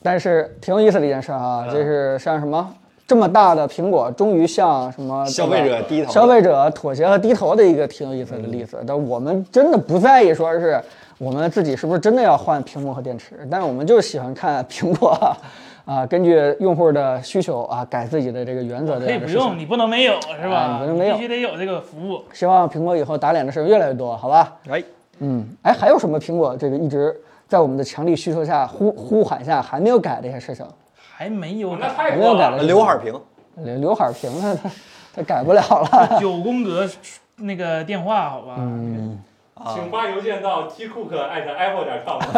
[SPEAKER 3] 但是挺有意思的一件事儿啊，就是像什么这么大的苹果，终于向什么
[SPEAKER 2] 消费者低头，
[SPEAKER 3] 消费者妥协和低头的一个挺有意思的例子。但我们真的不在意，说是我们自己是不是真的要换屏幕和电池，但是我们就喜欢看苹果啊、 根据用户的需求啊改自己的这个原则
[SPEAKER 1] 啊
[SPEAKER 3] 这
[SPEAKER 1] 可以
[SPEAKER 3] 样的
[SPEAKER 1] 不
[SPEAKER 3] 事情
[SPEAKER 1] 用，。你不能没有是吧？
[SPEAKER 3] 哎你不能没有
[SPEAKER 1] 必须得有这个服务。
[SPEAKER 3] 希望苹果以后打脸的事儿越来越多，好吧？
[SPEAKER 2] 哎，
[SPEAKER 3] 嗯，哎，还有什么苹果这个一直在我们的强力需求下呼呼喊下还没有改的一些事情？
[SPEAKER 1] 还没有
[SPEAKER 5] 那
[SPEAKER 1] 改，
[SPEAKER 5] 太
[SPEAKER 3] 还没有
[SPEAKER 5] 多
[SPEAKER 3] 改
[SPEAKER 5] 了，
[SPEAKER 3] 的
[SPEAKER 2] 哎刘海屏，
[SPEAKER 3] 刘刘海屏它 它它改不了了。
[SPEAKER 1] 九宫格那个电话好吧？
[SPEAKER 3] 嗯，
[SPEAKER 2] 啊
[SPEAKER 1] 啊
[SPEAKER 5] 请发邮件到 tcook at apple 点 com，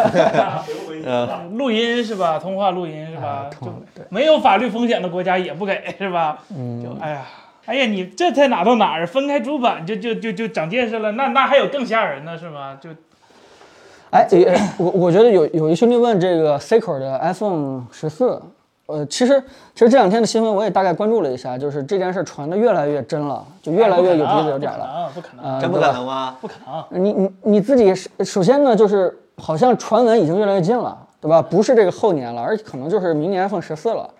[SPEAKER 5] 回复一 下。
[SPEAKER 1] 录音是吧？通话录音是吧？
[SPEAKER 3] 啊通
[SPEAKER 1] 就
[SPEAKER 3] 话对嗯
[SPEAKER 1] 没有法律风险的国家也不给是吧？就哎呀，哎呀，你这才哪到哪儿？分开主板就就就就长见识了，那那还有更吓人的是吧？就
[SPEAKER 3] 哎，也 我我觉得有有一兄弟问这个 C 口的 iPhone 十四，呃，其实其实这两天的新闻我也大概关注了一下，就是这件事传的越来越真了，就越
[SPEAKER 1] 哎
[SPEAKER 3] 来越有鼻子有点了。
[SPEAKER 1] 了，啊不可能，
[SPEAKER 3] 呃，
[SPEAKER 2] 真不
[SPEAKER 3] 对吧
[SPEAKER 2] 可能吗？
[SPEAKER 1] 不可能，啊
[SPEAKER 3] 你你你自己是首先呢，就是好像传闻已经越来越近了，对吧？不是这个后年了，而可能就是明年 iPhone 十四了。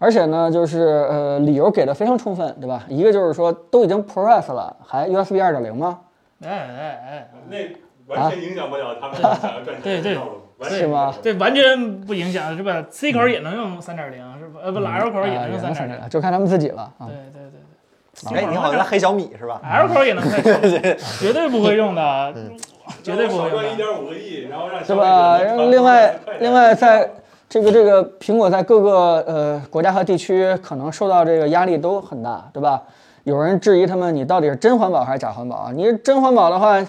[SPEAKER 3] 而且呢，就是呃，理由给的非常充分，对吧？一个就是说都已经 ProRes 了，还 USB 二点零吗？
[SPEAKER 1] 哎哎
[SPEAKER 5] 那完全影响不了他们想要赚
[SPEAKER 1] 啊
[SPEAKER 5] 钱的道路，完全
[SPEAKER 3] 是吗
[SPEAKER 1] 哎，？这完全不影响是吧？C 口也能用三点零是吧？呃不，L 口也能用
[SPEAKER 3] 嗯啊也能
[SPEAKER 1] 三点
[SPEAKER 3] 三点
[SPEAKER 1] 零，
[SPEAKER 3] 零，就看他们自己了啊
[SPEAKER 1] 对。对对对。
[SPEAKER 2] 哎，你好像黑小米是吧？
[SPEAKER 1] L 口也能 开始，绝对嗯不会用的，绝对不会
[SPEAKER 5] 少赚一
[SPEAKER 1] 用的。
[SPEAKER 5] 点五个亿，然后让
[SPEAKER 3] 对吧？然后另外，另外在这个这个苹果在各个呃国家和地区可能受到这个压力都很大，对吧？有人质疑他们，你到底是真环保还是假环保啊？你是真环保的话，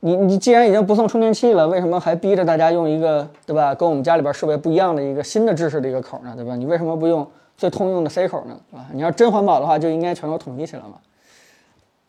[SPEAKER 3] 你你既然已经不送充电器了，为什么还逼着大家用一个对吧，跟我们家里边设备不一样的一个新的制式的一个口呢？对吧？你为什么不用最通用的 C 口呢？对吧？你要真环保的话，就应该全都统一起来嘛，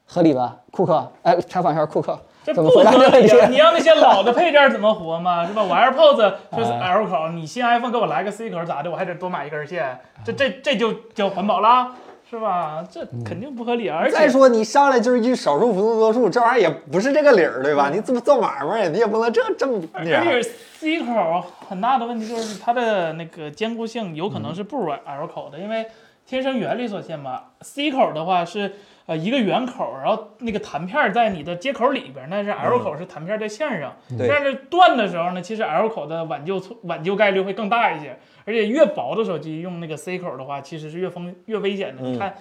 [SPEAKER 3] 合理吧？库克，哎，采访一下库克
[SPEAKER 1] 这
[SPEAKER 3] 怎
[SPEAKER 1] 不
[SPEAKER 3] 么回答这个哎
[SPEAKER 1] 合
[SPEAKER 3] 问
[SPEAKER 1] 理
[SPEAKER 3] 题？
[SPEAKER 1] 啊！你让那些老的配件儿怎么活嘛，是吧？我 AirPods 就是 L 口，你新 iPhone 给我来个 C 口咋的？我还得多买一根线，这这这就叫环保啦，是吧？这
[SPEAKER 3] 嗯
[SPEAKER 1] 肯定不合理啊，而
[SPEAKER 2] 再
[SPEAKER 1] 且
[SPEAKER 2] 说你上来就是一句少数服从多数，这玩意儿也不是这个理儿，对吧？你怎么做买卖，你也不能这这么
[SPEAKER 1] 而
[SPEAKER 2] 那啥。
[SPEAKER 1] 且 C 口很大的问题就是它的那个坚固性有
[SPEAKER 2] 嗯
[SPEAKER 1] 可能是不如 L 口的，因为天生原理所限嘛。C 口的话是呃一个圆口，然后那个弹片儿在你的接口里边儿，但是 L 口是弹片儿在线上。
[SPEAKER 2] 嗯对
[SPEAKER 1] 但是断的时候呢，其实 L 口的挽救错挽救概率会更大一些，而且越薄的手机用那个 C 口的话，其实是越风越危险的。
[SPEAKER 2] 嗯
[SPEAKER 1] 你看。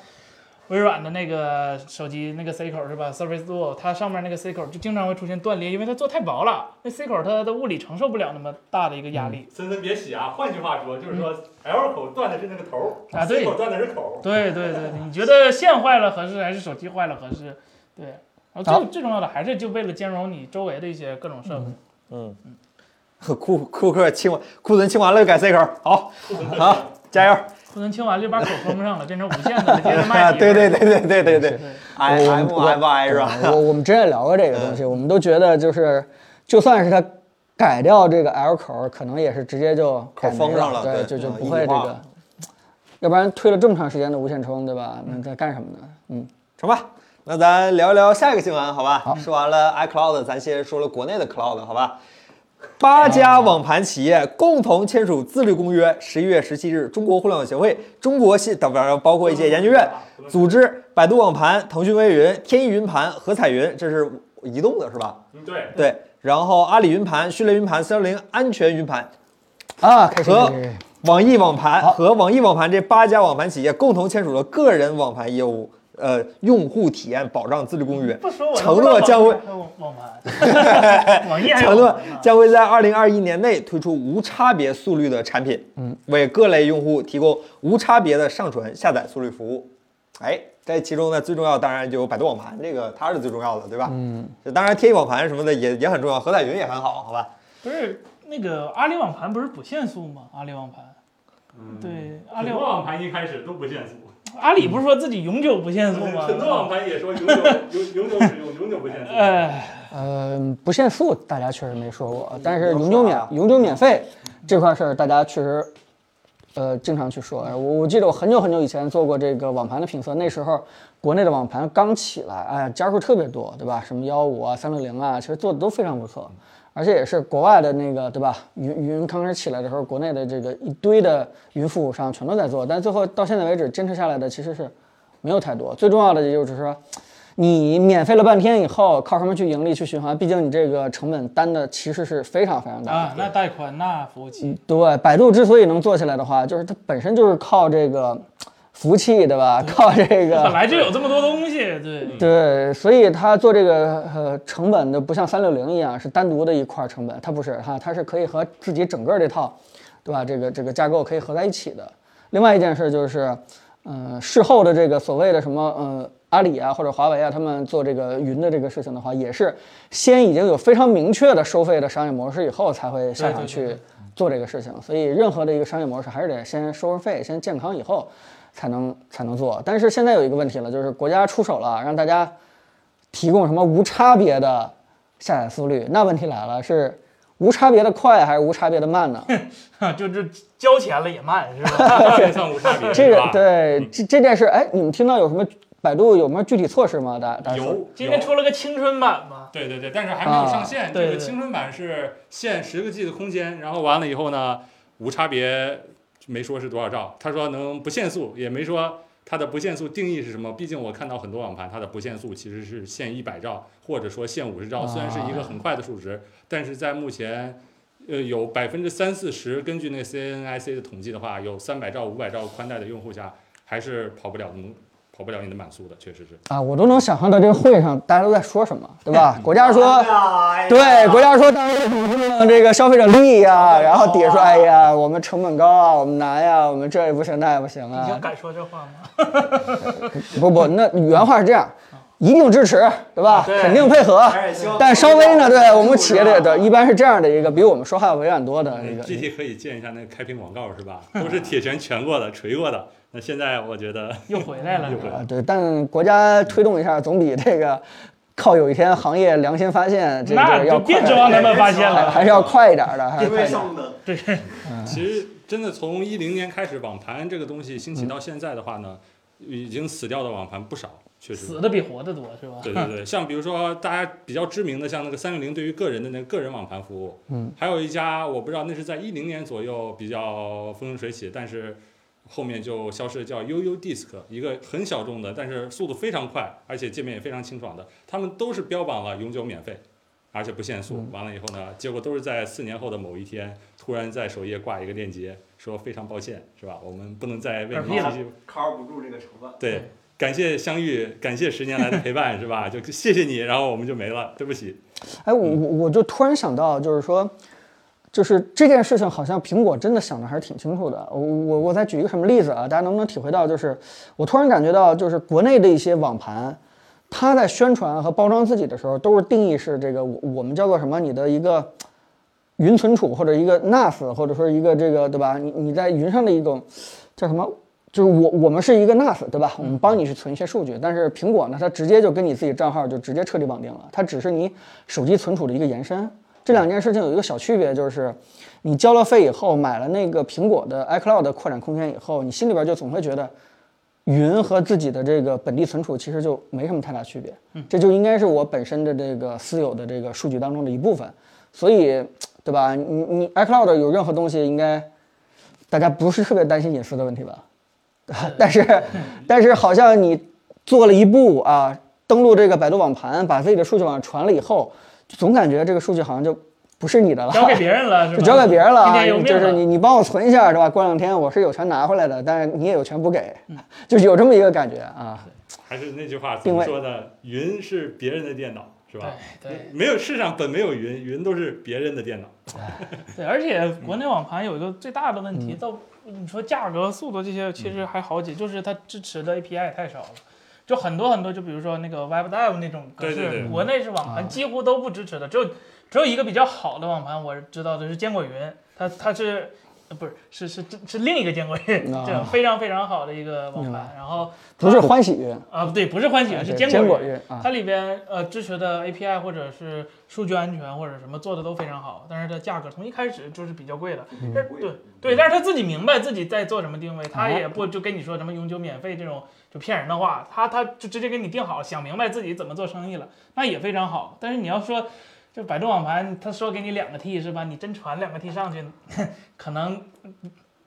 [SPEAKER 1] 微软的那个手机那个 C 口是吧？Surface Duo，它上面那个 C 口就经常会出现断裂，因为它做太薄了，那 C 口它的物理承受不了那么大的一个压力。
[SPEAKER 5] 森森别洗啊！换句话说，就是说 L 口断的是那个头
[SPEAKER 1] 啊对
[SPEAKER 5] ，C 口断的是
[SPEAKER 2] 嗯
[SPEAKER 5] 口。
[SPEAKER 1] 对对对，你觉得线坏了合适还是手机坏了合适？对，然后
[SPEAKER 3] 好
[SPEAKER 1] 最最重要的还是就为了兼容你周围的一些各种设
[SPEAKER 2] 嗯
[SPEAKER 1] 备。
[SPEAKER 2] 库库克清完库存清完了就改 C 口，好，好，加 油！
[SPEAKER 1] 库存清完就把口封上了，变成无线 的了，接着卖你。
[SPEAKER 2] 对对对对对对对
[SPEAKER 1] 对
[SPEAKER 2] ，I
[SPEAKER 3] 我
[SPEAKER 2] 哎 M M I 是吧？
[SPEAKER 3] 对嗯我我们之前也聊过这个
[SPEAKER 2] 嗯
[SPEAKER 3] 东西，我们都觉得就是，就算是它改掉这个 L 口儿，可能也是直接就改
[SPEAKER 2] 口封
[SPEAKER 3] 没
[SPEAKER 2] 上了
[SPEAKER 3] 对，
[SPEAKER 2] 对
[SPEAKER 3] 就就
[SPEAKER 2] 嗯
[SPEAKER 3] 不
[SPEAKER 2] 一体
[SPEAKER 3] 会这
[SPEAKER 2] 化
[SPEAKER 3] 个，要不然推了这么长时间的无线充，对吧？那在干什么呢？嗯，
[SPEAKER 2] 成吧。那咱聊一聊下一个新闻，好吧？
[SPEAKER 3] 好
[SPEAKER 2] 说完了 iCloud，咱先说了国内的 Cloud，好吧？八家网盘企业共同签署自律公约。十一月十七日，中国互联网协会、中国系等等，包括一些研究院
[SPEAKER 3] 嗯
[SPEAKER 2] 组织，百度网盘、腾讯微云、天翼云盘、和彩云，这是移动的是吧？
[SPEAKER 5] 嗯，对，
[SPEAKER 2] 对。然后阿里云盘、迅雷云盘、三六零安全云盘
[SPEAKER 3] 啊，开始
[SPEAKER 2] 和网易网盘
[SPEAKER 3] 好
[SPEAKER 2] 和网易网盘这八家网盘企业共同签署了个人网盘业务呃用户体验保障自律公约
[SPEAKER 1] 不，说我
[SPEAKER 2] 承诺将会
[SPEAKER 1] 网盘， 网易还有
[SPEAKER 2] 承
[SPEAKER 1] 网
[SPEAKER 2] 诺
[SPEAKER 1] 盘呢
[SPEAKER 2] 将会在二零二一年内推出无差别速率的产品，嗯，为各类用户提供无差别的上传、下载速率服务。哎，在其中呢，最重要当然就有百度网盘，这个它是最重要的，对吧？嗯，当然天翼网盘什么的也也很重要，何彩云也很好，好吧？
[SPEAKER 1] 不是那个阿里网盘不是不限速吗？阿里网盘，对，阿
[SPEAKER 5] 很
[SPEAKER 1] 里
[SPEAKER 5] 多网盘一开始都不限速，
[SPEAKER 1] 阿里不是说自己永久不限速吗？
[SPEAKER 5] 很多网盘也说永久永永久使用，永久不限 速。
[SPEAKER 1] 哎，
[SPEAKER 3] 呃，不限速大家确实没说过，但是
[SPEAKER 2] 不
[SPEAKER 3] 永
[SPEAKER 2] 说
[SPEAKER 3] 久
[SPEAKER 2] 啊
[SPEAKER 3] 免永久免费这块事儿，大家确实呃经常去说。我我记得我很久很久以前做过这个网盘的评测，那时候国内的网盘刚起来，哎，家数特别多，对吧？什么幺五啊、三六零啊，其实做的都非常不错，而且也是国外的那个，对吧？云云刚开始起来的时候，国内的这个一堆的云服务商全都在做，但最后到现在为止坚持下来的其实是没有太多。最重要的就是说。你免费了半天以后，靠什么去盈利去循环？毕竟你这个成本担的其实是非常非常大的。
[SPEAKER 1] 啊，那带宽，那服务器，
[SPEAKER 3] 对，百度之所以能做起来的话，就是它本身就是靠这个服务器，对吧？靠这
[SPEAKER 1] 本
[SPEAKER 3] 个，
[SPEAKER 1] 来就有这么多东西，对，
[SPEAKER 3] 对，所以它做这个呃成本的不像三六零一样是单独的一块成本，它不是哈，它是可以和自己整个这套，对吧？这个这个架构可以合在一起的。另外一件事就是，嗯，事后的这个所谓的什么，呃，阿里啊或者华为啊，他们做这个云的这个事情的话，也是先已经有非常明确的收费的商业模式以后，才会下场去做这个事情。所以，任何的一个商业模式还是得先收上费，先健康以后才能才能做。但是现在有一个问题了，就是国家出手了，让大家提供什么无差别的下载速率，那问题来了，是无差别的快还是无差别的 慢呢？嗯
[SPEAKER 1] 就这交钱了也慢是 吧？
[SPEAKER 5] 线上无差别，
[SPEAKER 3] 这
[SPEAKER 5] 是
[SPEAKER 3] 个
[SPEAKER 5] 吧嗯
[SPEAKER 3] 对这这件事，哎，你们听到有什么百度有没有具体措施吗？大大家说
[SPEAKER 5] 有
[SPEAKER 1] 今天
[SPEAKER 5] 有
[SPEAKER 1] 出了个青春版嘛，
[SPEAKER 5] 对对对，但是还没有上线。
[SPEAKER 1] 啊
[SPEAKER 5] 这
[SPEAKER 1] 对
[SPEAKER 5] 个
[SPEAKER 1] 对
[SPEAKER 5] 青春版是限十个 G 的空间，然后完了以后呢，无差别没说是多少兆，他说能不限速，也没说它的不限速定义是什么。毕竟我看到很多网盘，它的不限速其实是限一百兆，或者说限五十兆，虽然是
[SPEAKER 1] 啊
[SPEAKER 5] 一个很快的数值，但是在目前。呃，有百分之三四十，根据那个 CNIC 的统计的话，有三百兆、五百兆宽带的用户下，还是跑不了那么跑不了你的满速的，确实是。
[SPEAKER 3] 啊，我都能想象到这个会上大家都在说什么，对 吧？国家
[SPEAKER 5] 啊
[SPEAKER 3] 说。
[SPEAKER 2] 哎呀
[SPEAKER 3] 对，国家说当然怎么样这个消费者利益啊，然后底下说，哎呀，我们成本高啊，我们难呀，我们这也不行，那也不行
[SPEAKER 1] 你就
[SPEAKER 3] 啊。
[SPEAKER 1] 敢说这话 吗？
[SPEAKER 3] 不不，
[SPEAKER 2] 嗯
[SPEAKER 3] 那原话是这样，一定支持，对吧？
[SPEAKER 1] 对
[SPEAKER 3] 肯定配合
[SPEAKER 2] 还是希望，
[SPEAKER 3] 但稍微呢，对我们企业
[SPEAKER 2] 就是
[SPEAKER 3] 的
[SPEAKER 2] 啊
[SPEAKER 3] 对，一般是这样的一个，比我们说话委婉多的一个。
[SPEAKER 5] G T 可以见一下那个开屏广告是吧？都是铁拳拳过的、锤过的。那现在我觉得
[SPEAKER 1] 又回来了，
[SPEAKER 5] 又回来
[SPEAKER 3] 啊，对，但国家推动一下，总比这个靠有一天行业良心发现，这个这
[SPEAKER 1] 那
[SPEAKER 3] 个
[SPEAKER 1] 就
[SPEAKER 3] 要
[SPEAKER 1] 别
[SPEAKER 3] 快
[SPEAKER 1] 指望他们发现
[SPEAKER 3] 还
[SPEAKER 1] 了。
[SPEAKER 3] 还是要快一点的，还是
[SPEAKER 7] 定
[SPEAKER 3] 快
[SPEAKER 7] 位
[SPEAKER 3] 一点。
[SPEAKER 7] 上的，
[SPEAKER 5] 其实真的从一零年开始，网盘这个东西兴
[SPEAKER 3] 嗯
[SPEAKER 5] 起到现在的话呢，已经死掉的网盘不少，确实。
[SPEAKER 1] 死的比活的多是 吧？
[SPEAKER 5] 对对对，像比如说大家比较知名的，像那个三六零对于个人的那个个人网盘服务，
[SPEAKER 3] 嗯，
[SPEAKER 5] 还有一家我不知道那是在一零年左右比较风生水起，但是后面就消失了，叫 UU Disk，一个很小众的，但是速度非常快，而且界面也非常清爽的，他们都是标榜了永久免费，而且不限速。完了以后呢，结果都是在四年后的某一天，突然在首页挂一个链接，说非常抱歉，是吧？我们不能再为你
[SPEAKER 1] 嗝屁了
[SPEAKER 5] 继续
[SPEAKER 7] 扛不住这个成本。
[SPEAKER 5] 对，感谢相遇，感谢十年来的陪 伴，是吧？就谢谢你，然后我们就没了，对不起。
[SPEAKER 3] 哎，我我我就突然想到，就是说，就是这件事情，好像苹果真的想的还是挺清楚的。我我我再举一个什么例子啊？大家能不能体会到？就是我突然感觉到，就是国内的一些网盘，它在宣传和包装自己的时候，都是定义是这个我我们叫做什么？你的一个云存储或者一个 NAS，或者说一个这个对吧？你你在云上的一种叫什么？就是我我们是一个 NAS 对吧？我们帮你去存一些数据，但是苹果呢，它直接就跟你自己账号就直接彻底绑定了，它只是你手机存储的一个延伸。这两件事情有一个小区别，就是你交了费以后买了那个苹果的 iCloud 的扩展空间以后，你心里边就总会觉得云和自己的这个本地存储其实就没什么太大区别，
[SPEAKER 1] 嗯
[SPEAKER 3] 这就应该是我本身的这个私有的这个数据当中的一部分，所以对吧？你你 iCloud 有任何东西，应该大家不是特别担心隐私的问题吧？ 但是
[SPEAKER 1] 嗯
[SPEAKER 3] 但是好像你做了一步啊，登录这个百度网盘，把自己的数据往上传了以后，总感觉这个数据好像就不是你的了，
[SPEAKER 1] 交给别人了是吧？
[SPEAKER 3] 就交给别人了
[SPEAKER 1] 听
[SPEAKER 3] 啊
[SPEAKER 1] 天由，命
[SPEAKER 3] 就是
[SPEAKER 1] 了
[SPEAKER 3] 你你帮我存一下是吧？过两天我是有权拿回来的，但是你也有权不给，
[SPEAKER 1] 嗯
[SPEAKER 3] 就是有这么一个感觉啊。
[SPEAKER 5] 还是那句话怎
[SPEAKER 3] 定
[SPEAKER 5] 么
[SPEAKER 3] 位
[SPEAKER 5] 说呢？云是别人的电脑，是吧？
[SPEAKER 1] 对对
[SPEAKER 5] 没有世上本没有云，云都是别人的电脑。
[SPEAKER 1] 对，而且
[SPEAKER 3] 嗯
[SPEAKER 1] 国内网盘有一个最大的问题，到嗯你说价格、速度这些其
[SPEAKER 3] 嗯
[SPEAKER 1] 实还好解，就是它支持的 API 太少了。就很多很多，就比如说那个 WebDAV 那种格式，
[SPEAKER 5] 对对对
[SPEAKER 1] 国内是
[SPEAKER 3] 啊
[SPEAKER 1] 网盘几乎都不支持的，只有只有一个比较好的网盘，我知道的是坚果云，它它是呃不是是是是是另一个坚果云，
[SPEAKER 3] 啊
[SPEAKER 1] 这样非常非常好的一个网
[SPEAKER 3] 明
[SPEAKER 1] 盘。然后
[SPEAKER 3] 不是欢喜云，
[SPEAKER 1] 啊不对，不是欢喜
[SPEAKER 3] 哎
[SPEAKER 1] 云，是
[SPEAKER 3] 对
[SPEAKER 1] 坚
[SPEAKER 3] 果
[SPEAKER 1] 云。
[SPEAKER 3] 云啊。
[SPEAKER 1] 它里边呃支持的 API 或者是数据安全或者什么做的都非常好，但是它价格从一开始就是比较贵的。但是对对，但是他自己明白自己在做什么定位，他也不就跟你说什么永久免费这种就骗人的话，他他就直接给你定好，想明白自己怎么做生意了，那也非常好。但是你要说。就百度网盘，他说给你两个 T 是吧？你真传两个 T 上去， 可能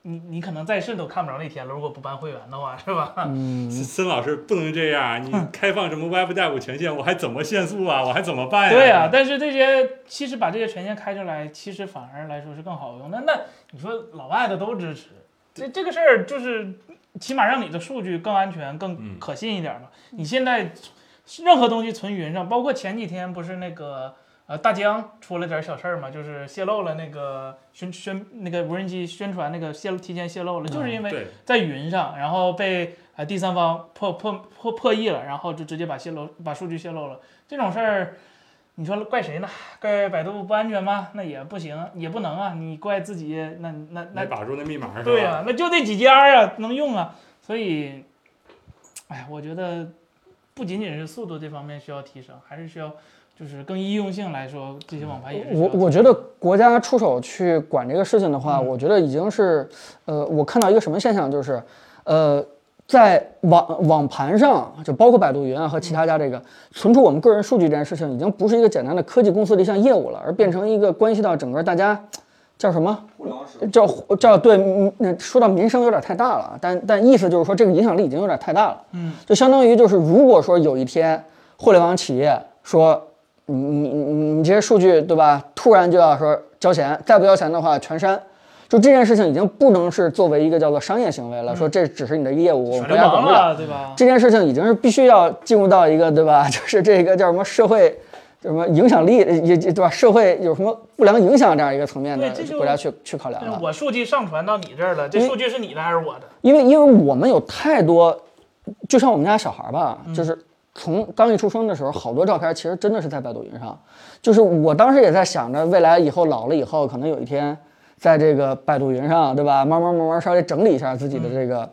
[SPEAKER 1] 你你可能在世都看不着那天了。如果不办会员的话，是
[SPEAKER 3] 啊
[SPEAKER 1] 吧？
[SPEAKER 5] 森森老师不能这样，你开放什么 WebDAV 权限，我还怎么限速啊？我还怎么办呀？
[SPEAKER 1] 对啊，但是这些其实把这些权限开出来，其实反而来说是更好用。那那你说老外的都支持，这这个事儿就是起码让你的数据更安全、更
[SPEAKER 5] 嗯
[SPEAKER 1] 可信一点吧。你现在任何东西存云上，包括前几天不是那个呃大疆出了点小事儿嘛，就是泄露了那个宣宣那个无人机宣传那个泄露提前泄露了，就是因为
[SPEAKER 5] 对，
[SPEAKER 1] 在云上，然后被呃第三方破破破破译了，然后就直接把泄露把数据泄露了。这种事儿，你说怪谁呢？怪百度不安全吗？那也不行，也不能啊。你怪自己，那那
[SPEAKER 5] 没
[SPEAKER 1] 那
[SPEAKER 5] 把住那密码是吧？
[SPEAKER 1] 对啊呀、那就那几家啊，能用啊。所以，哎，我觉得不仅仅是速度这方面需要提升，还是需要就是更易用性来说，哎这嗯些网盘也是需要
[SPEAKER 3] 我我觉得国家出手去管这个事情的话，我觉得已经是，呃，我看到一个什么现象就是，呃，在网网盘上，就包括百度云啊和其他家这个存储我们个人数据这件事情，已经不是一个简单的科技公司的一项业务了，而变成一个关系到整个大家叫什么？
[SPEAKER 7] 互联网使
[SPEAKER 3] 叫叫对，嗯那说到民生有点太大了，啊但但意思就是说这个影响力已经有点太大了。
[SPEAKER 1] 嗯，
[SPEAKER 3] 就相当于就是如果说有一天互联网企业说你你你你这些数据对吧，突然就要说交钱，再不交钱的话全删。就这件事情已经不能是作为一个叫做商业行为了，
[SPEAKER 1] 嗯
[SPEAKER 3] 说这只是你的业务，我
[SPEAKER 1] 耍
[SPEAKER 3] 国
[SPEAKER 1] 流
[SPEAKER 3] 家
[SPEAKER 1] 氓
[SPEAKER 3] 管不了。
[SPEAKER 1] 了，对吧？
[SPEAKER 3] 这件事情已经是必须要进入到一个对吧， 就是这个叫什么社会。什么影响力也也对吧？社会有什么不良影响这样一个层面的
[SPEAKER 1] 对这就
[SPEAKER 3] 国家去去考量
[SPEAKER 1] 对
[SPEAKER 3] 了。
[SPEAKER 1] 我数据上传到你这儿了，这
[SPEAKER 3] 因为
[SPEAKER 1] 数据是你的还是我的？
[SPEAKER 3] 因为因为我们有太多，就像我们家小孩儿吧，就是从刚一出生的时候，好多照片其实真的是在百度云上。就是我当时也在想着，未来以后老了以后，可能有一天在这个百度云上，对吧？慢慢慢慢稍微整理一下自己
[SPEAKER 1] 嗯
[SPEAKER 3] 的这个。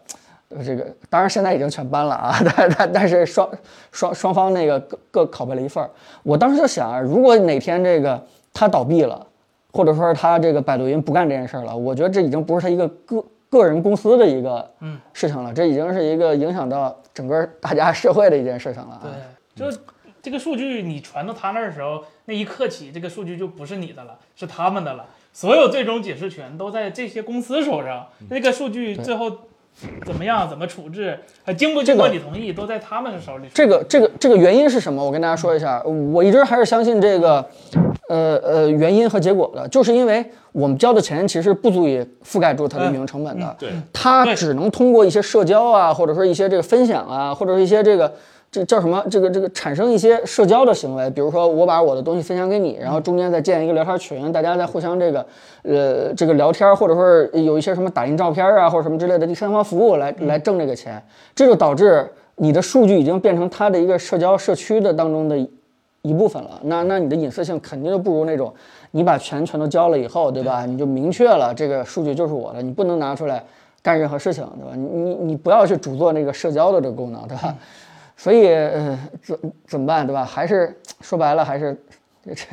[SPEAKER 3] 呃这个当然现在已经全搬了啊， 但但但是双双双方那个各各拷贝了一份儿。我当时就想啊，如果哪天这个它倒闭了，或者说他这个百度云不干这件事儿了，我觉得这已经不是他一个个个人公司的一个
[SPEAKER 1] 嗯
[SPEAKER 3] 事情了，这已经是一个影响到整个大家社会的一件事情了啊。
[SPEAKER 1] 对，就这个数据你传到他那儿的时候，那一刻起，这个数据就不是你的了，是他们的了。所有最终解释权都在这些公司手上，那个数据最后怎么样、怎么处置，还经不经过
[SPEAKER 3] 这
[SPEAKER 1] 你同意，都在他们手里。
[SPEAKER 3] 这个这个这个原因是什么？我跟大家说一下，我一直还是相信这个，呃呃原因和结果的，就是因为我们交的钱其实不足以覆盖住它的运营成本的，
[SPEAKER 5] 对，
[SPEAKER 3] 它
[SPEAKER 1] 对
[SPEAKER 3] 只能通过一些社交啊，或者说一些这个分享啊，或者说一些这个这叫什么这个这个产生一些社交的行为，比如说我把我的东西分享给你，然后中间再建一个聊天群，大家再互相这个呃这个聊天，或者说是有一些什么打印照片啊或者什么之类的第三方服务来来挣这个钱，这就导致你的数据已经变成它的一个社交社区的当中的一部分了。那那你的隐私性肯定就不如那种你把权全都交了以后，对吧？你就明确了这个数据就是我的，你不能拿出来干任何事情，对吧？你你你不要去主做那个社交的这个功能，对吧？所以呃，怎怎么办，对吧？还是说白了，还是这这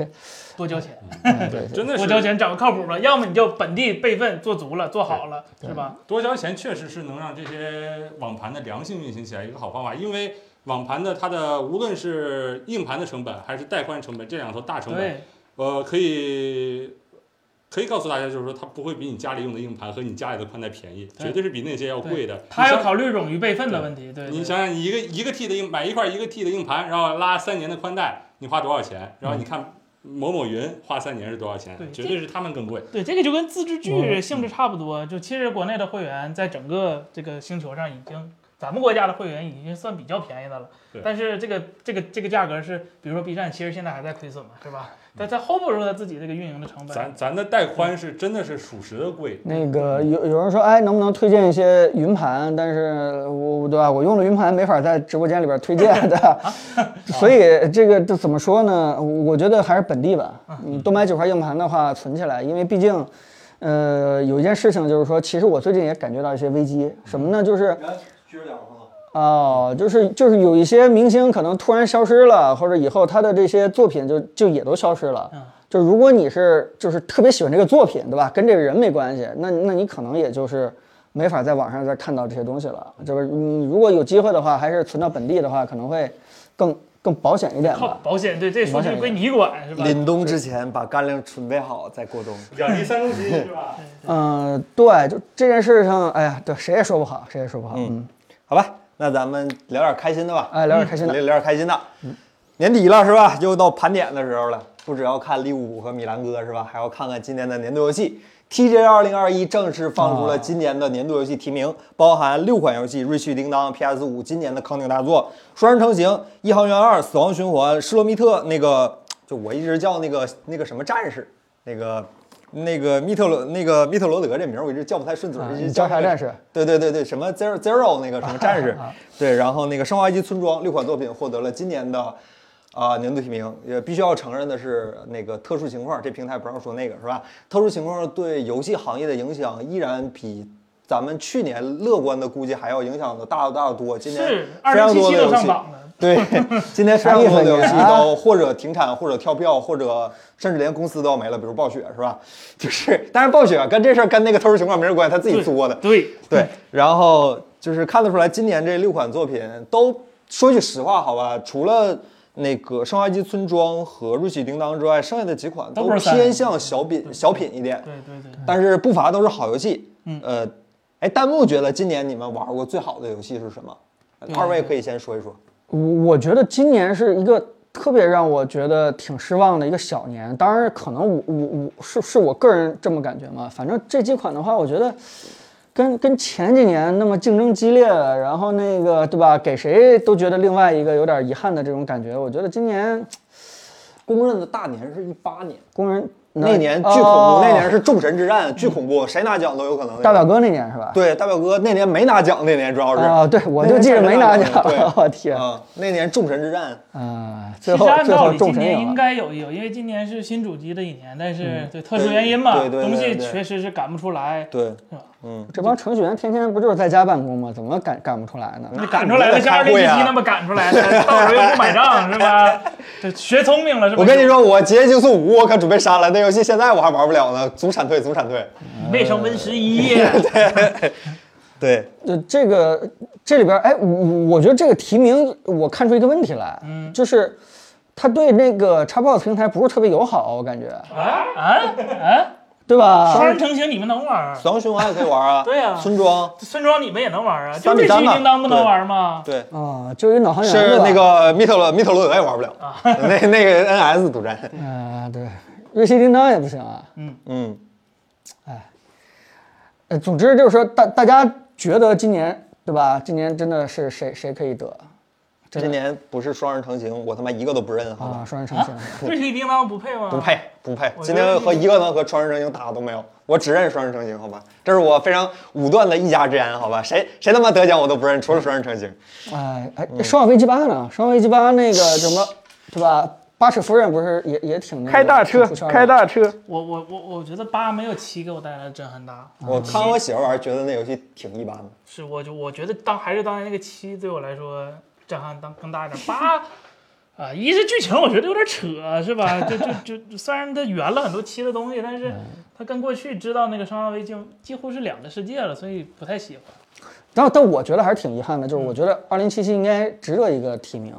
[SPEAKER 1] 多交钱，
[SPEAKER 3] 嗯对对
[SPEAKER 5] 真的
[SPEAKER 1] 多交
[SPEAKER 5] 是
[SPEAKER 1] 钱找个靠谱的，要么你就本地备份做足了，做好了，是吧？
[SPEAKER 5] 多交钱，确实是能让这些网盘的良性运行起来一个好方法，因为网盘的它的无论是硬盘的成本还是带宽成本，这两头大成本，
[SPEAKER 1] 对，
[SPEAKER 5] 呃，可以可以告诉大家，就是说它不会比你家里用的硬盘和你家里的宽带便宜，
[SPEAKER 1] 对
[SPEAKER 5] 绝对是比那些要贵的。
[SPEAKER 1] 他
[SPEAKER 5] 你
[SPEAKER 1] 要
[SPEAKER 5] 想
[SPEAKER 1] 考虑冗余备份的问题，对，
[SPEAKER 5] 你
[SPEAKER 1] 对
[SPEAKER 5] 想想，你一个一个 T 的硬买一块一个 T 的硬盘，然后拉三年的宽带，你花多少钱？然后你看某某云花三年是多少钱
[SPEAKER 1] 嗯对？
[SPEAKER 5] 绝对是他们更贵。
[SPEAKER 1] 对，这个就跟自制
[SPEAKER 2] 嗯
[SPEAKER 1] 剧性质差不多。就其实国内的会员在整个这个星球上已经，咱们国家的会员已经算比较便宜的了
[SPEAKER 5] 对。
[SPEAKER 1] 但是这个这个这个价格是，比如说 B 站，其实现在还在亏损嘛，是吧？
[SPEAKER 2] 嗯
[SPEAKER 1] 但它 hold 不住它自己这个运营的成本。
[SPEAKER 5] 咱咱的带宽是真的是属实的贵，
[SPEAKER 1] 嗯
[SPEAKER 3] 那个有有人说，哎，能不能推荐一些云盘？但是我对吧，我用了云盘没法在直播间里边推荐的，所以这个这怎么说呢？我觉得还是本地吧。你多买几块硬盘的话，存起来，因为毕竟，呃，有一件事情就是说，其实我最近也感觉到一些危机，什么呢？就是
[SPEAKER 7] 来撅着点儿哈。
[SPEAKER 3] 哦，就是就是有一些明星可能突然消失了，或者以后他的这些作品就就也都消失了。就如果你是就是特别喜欢这个作品，对吧？跟这个人没关系，那那你可能也就是没法在网上再看到这些东西了。就是你如果有机会的话，还是存到本地的话，可能会更更保险一点
[SPEAKER 1] 靠
[SPEAKER 3] 吧。
[SPEAKER 1] 保险，对，这数据归你管是吧？
[SPEAKER 2] 凛冬之前把干粮准备好再过冬。
[SPEAKER 5] 两 G 三公斤是 吧？
[SPEAKER 3] 嗯、对，就这件事情，哎呀，对，谁也说不好，谁也说不好。嗯，
[SPEAKER 2] 好吧，那咱们聊点开心的吧。
[SPEAKER 3] 哎，聊点开心的
[SPEAKER 2] 聊。聊点开心的。年底了是吧？又到盘点的时候了，不只要看利物浦和米兰哥是吧？还要看看今年的年度游戏。TJ 二零二一正式放
[SPEAKER 3] 啊
[SPEAKER 2] 出了今年的年度游戏提名，包含六款游戏：《瑞趣叮当》、PS 五今年的康定大作、《双人成行》、《一航员二》、《死亡循环》、《施罗密特》那个，就我一直叫那个那个什么战士，那个那个密特罗那个密特罗德这名儿我一直叫不太顺嘴
[SPEAKER 3] 啊，
[SPEAKER 2] 一直
[SPEAKER 3] 你叫啥
[SPEAKER 2] 那个
[SPEAKER 3] 战士？啊
[SPEAKER 2] 对对对对，什么 Zero Zero 那个什么战士，对，然后那个《生化危机：村庄》六款作品获得了今年的啊、年度提名。也必须要承认的是，那个特殊情况，这平台不让说那个是吧？特殊情况对游戏行业的影响依然比咱们去年乐观的估计还要影响的大得大得多。今年
[SPEAKER 1] 是
[SPEAKER 2] 非
[SPEAKER 1] 二
[SPEAKER 2] 常
[SPEAKER 1] 十七
[SPEAKER 2] 多
[SPEAKER 1] 期
[SPEAKER 2] 的游
[SPEAKER 1] 都
[SPEAKER 2] 戏
[SPEAKER 1] 上榜了，
[SPEAKER 2] 对， 今天非常多的游戏
[SPEAKER 3] 啥意思啊
[SPEAKER 2] 都或者停产，或者跳票，或者甚至连公司都要没了，比如暴雪是吧？就是，但是暴雪啊跟这事儿跟那个特殊情况没人关系，他自己作的。
[SPEAKER 1] 对，
[SPEAKER 2] 对，然后就是看得出来，今年这六款作品都说句实话，好吧，除了那个《生化危机村庄》和《瑞奇叮当》之外，剩下的几款
[SPEAKER 1] 都
[SPEAKER 2] 都
[SPEAKER 1] 不是三
[SPEAKER 2] 偏向小品小品一点，
[SPEAKER 1] 对对对。
[SPEAKER 2] 但是不乏都是好游戏。
[SPEAKER 1] 嗯
[SPEAKER 2] 呃，哎，弹幕觉得今年你们玩过最好的游戏是什么？二位可以先说一说。
[SPEAKER 3] 我我觉得今年是一个特别让我觉得挺失望的一个小年，当然可能我我我是是我个人这么感觉嘛，反正这几款的话，我觉得跟跟前几年那么竞争激烈，然后那个对吧，给谁都觉得另外一个有点遗憾的这种感觉，我觉得今年
[SPEAKER 2] 公认的大年是一八年，
[SPEAKER 3] 工人
[SPEAKER 2] 那年巨恐怖，
[SPEAKER 3] 哦
[SPEAKER 2] 那年是众神之战，巨恐怖，谁拿奖都有可能。
[SPEAKER 3] 大表哥那年是吧？
[SPEAKER 2] 对大表哥那年没拿奖，那年主要是
[SPEAKER 3] 啊，对，我就记着没拿奖
[SPEAKER 2] 对
[SPEAKER 3] 了，我天啊、
[SPEAKER 2] 啊，那年众神之战，
[SPEAKER 3] 最
[SPEAKER 1] 其
[SPEAKER 3] 后
[SPEAKER 1] 实按
[SPEAKER 3] 最
[SPEAKER 1] 道
[SPEAKER 3] 后
[SPEAKER 1] 理
[SPEAKER 3] 众
[SPEAKER 1] 今
[SPEAKER 3] 神
[SPEAKER 1] 年
[SPEAKER 3] 赢
[SPEAKER 1] 应
[SPEAKER 3] 了。
[SPEAKER 1] 该有有，因为今年是新主机的一年，但是对特殊原因嘛，
[SPEAKER 2] 嗯对对对
[SPEAKER 1] 东西
[SPEAKER 2] 对
[SPEAKER 1] 确实是赶不出来。
[SPEAKER 2] 对，
[SPEAKER 3] 这帮程序员天天不就是在家办公吗？怎么赶赶不出来呢？
[SPEAKER 1] 那 赶出来了，像二零一七那么赶出来的，到时候又不买账是 吧？这学聪明了是吧？
[SPEAKER 2] 我跟你，说，我《结界竞速五》我可准备删了，那游戏现在我还玩不了呢，总闪退，总闪退。
[SPEAKER 1] 没升 Win 十一，
[SPEAKER 2] 对，
[SPEAKER 3] 就呃这个这里边儿，哎，我我觉得这个提名我看出一个问题来，嗯，就是他对那个 Xbox 平台不是特别友好，我感觉，
[SPEAKER 1] 啊啊啊！
[SPEAKER 3] 对
[SPEAKER 1] 双
[SPEAKER 3] 吧？
[SPEAKER 1] 人成行你们能玩儿？
[SPEAKER 2] 死亡循环也可以玩啊。
[SPEAKER 1] 对啊
[SPEAKER 2] 村庄，
[SPEAKER 1] 村庄你们也能玩啊？就
[SPEAKER 2] 三比
[SPEAKER 1] 这
[SPEAKER 2] 三
[SPEAKER 1] 期
[SPEAKER 2] 嘛
[SPEAKER 1] 叮当不能玩吗？
[SPEAKER 2] 对，
[SPEAKER 3] 啊，就一脑航员
[SPEAKER 2] 是
[SPEAKER 3] 对吧
[SPEAKER 2] 那，个密特罗密特罗德也玩不了，
[SPEAKER 1] 啊
[SPEAKER 2] 那那个 NS 独 占。
[SPEAKER 3] 啊，对，瑞奇叮当也不行啊。
[SPEAKER 2] 嗯，
[SPEAKER 3] 呃，总之就是说，大大家觉得今年对吧？今年真的是谁谁可以得真的
[SPEAKER 2] 今年不是双人成行，我他妈一个都不认，好吧？
[SPEAKER 3] 啊？双人成行，
[SPEAKER 1] 瑞奇叮当不配吗？
[SPEAKER 2] 不。配，不配！
[SPEAKER 1] 我觉
[SPEAKER 2] 今
[SPEAKER 1] 得
[SPEAKER 2] 天和一个能和双人成行打的都没有，我只认双人成行，好吧？这是我非常武断的一家之言，好吧？谁谁他妈得奖我都不认，除了双人成
[SPEAKER 1] 啊
[SPEAKER 2] 行。
[SPEAKER 3] 哎哎，
[SPEAKER 2] 嗯
[SPEAKER 3] 生化危机八呢？生化危机八那个什么，对吧？八尺夫人不是也也挺那个挺出圈的
[SPEAKER 2] 大车。
[SPEAKER 1] 我我我我觉得八没有七给我带来的震撼大，
[SPEAKER 2] 我看我媳妇玩，觉得那游戏挺一般的。
[SPEAKER 1] 是我就我觉得当还是当年那个七对我来说震撼当更大一点。八啊、一是剧情我觉得有点扯，是吧？就就就就虽然它圆了很多期的东西，但
[SPEAKER 3] 嗯
[SPEAKER 1] 是它跟过去知道那个《生化危机》几乎是两个世界了，所以不太喜欢。
[SPEAKER 3] 但但我觉得还是挺遗憾的，就是我觉得二零七七应该值得一个提名，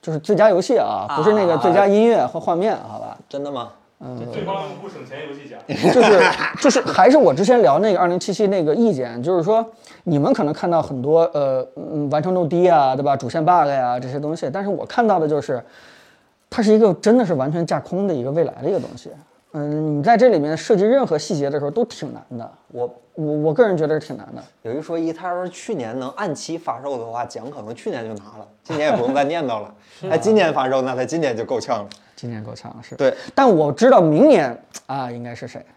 [SPEAKER 3] 就是最佳游戏啊，不是那个最佳音乐和画面，好吧？
[SPEAKER 2] 真的吗？
[SPEAKER 3] 嗯
[SPEAKER 5] 最帮用户省钱游 戏奖，
[SPEAKER 3] 就是就是还是我之前聊那个二零七七那个意见，就是说你们可能看到很多呃嗯完成度低啊，对吧？主线 bug 呀、这些东西，但是我看到的就是它是一个真的是完全架空的一个未来的一个东西。嗯，你在这里面设计任何细节的时候都挺难的，
[SPEAKER 2] 我
[SPEAKER 3] 我我个人觉得是挺难的。
[SPEAKER 2] 有一说一，他要是去年能按期发售的话，奖可能去年就拿了，今年也不用再念叨了。哎，今年发售，那他今年就够呛了。
[SPEAKER 3] 今年够呛了，是。
[SPEAKER 2] 对，
[SPEAKER 3] 但我知道明年啊应该是谁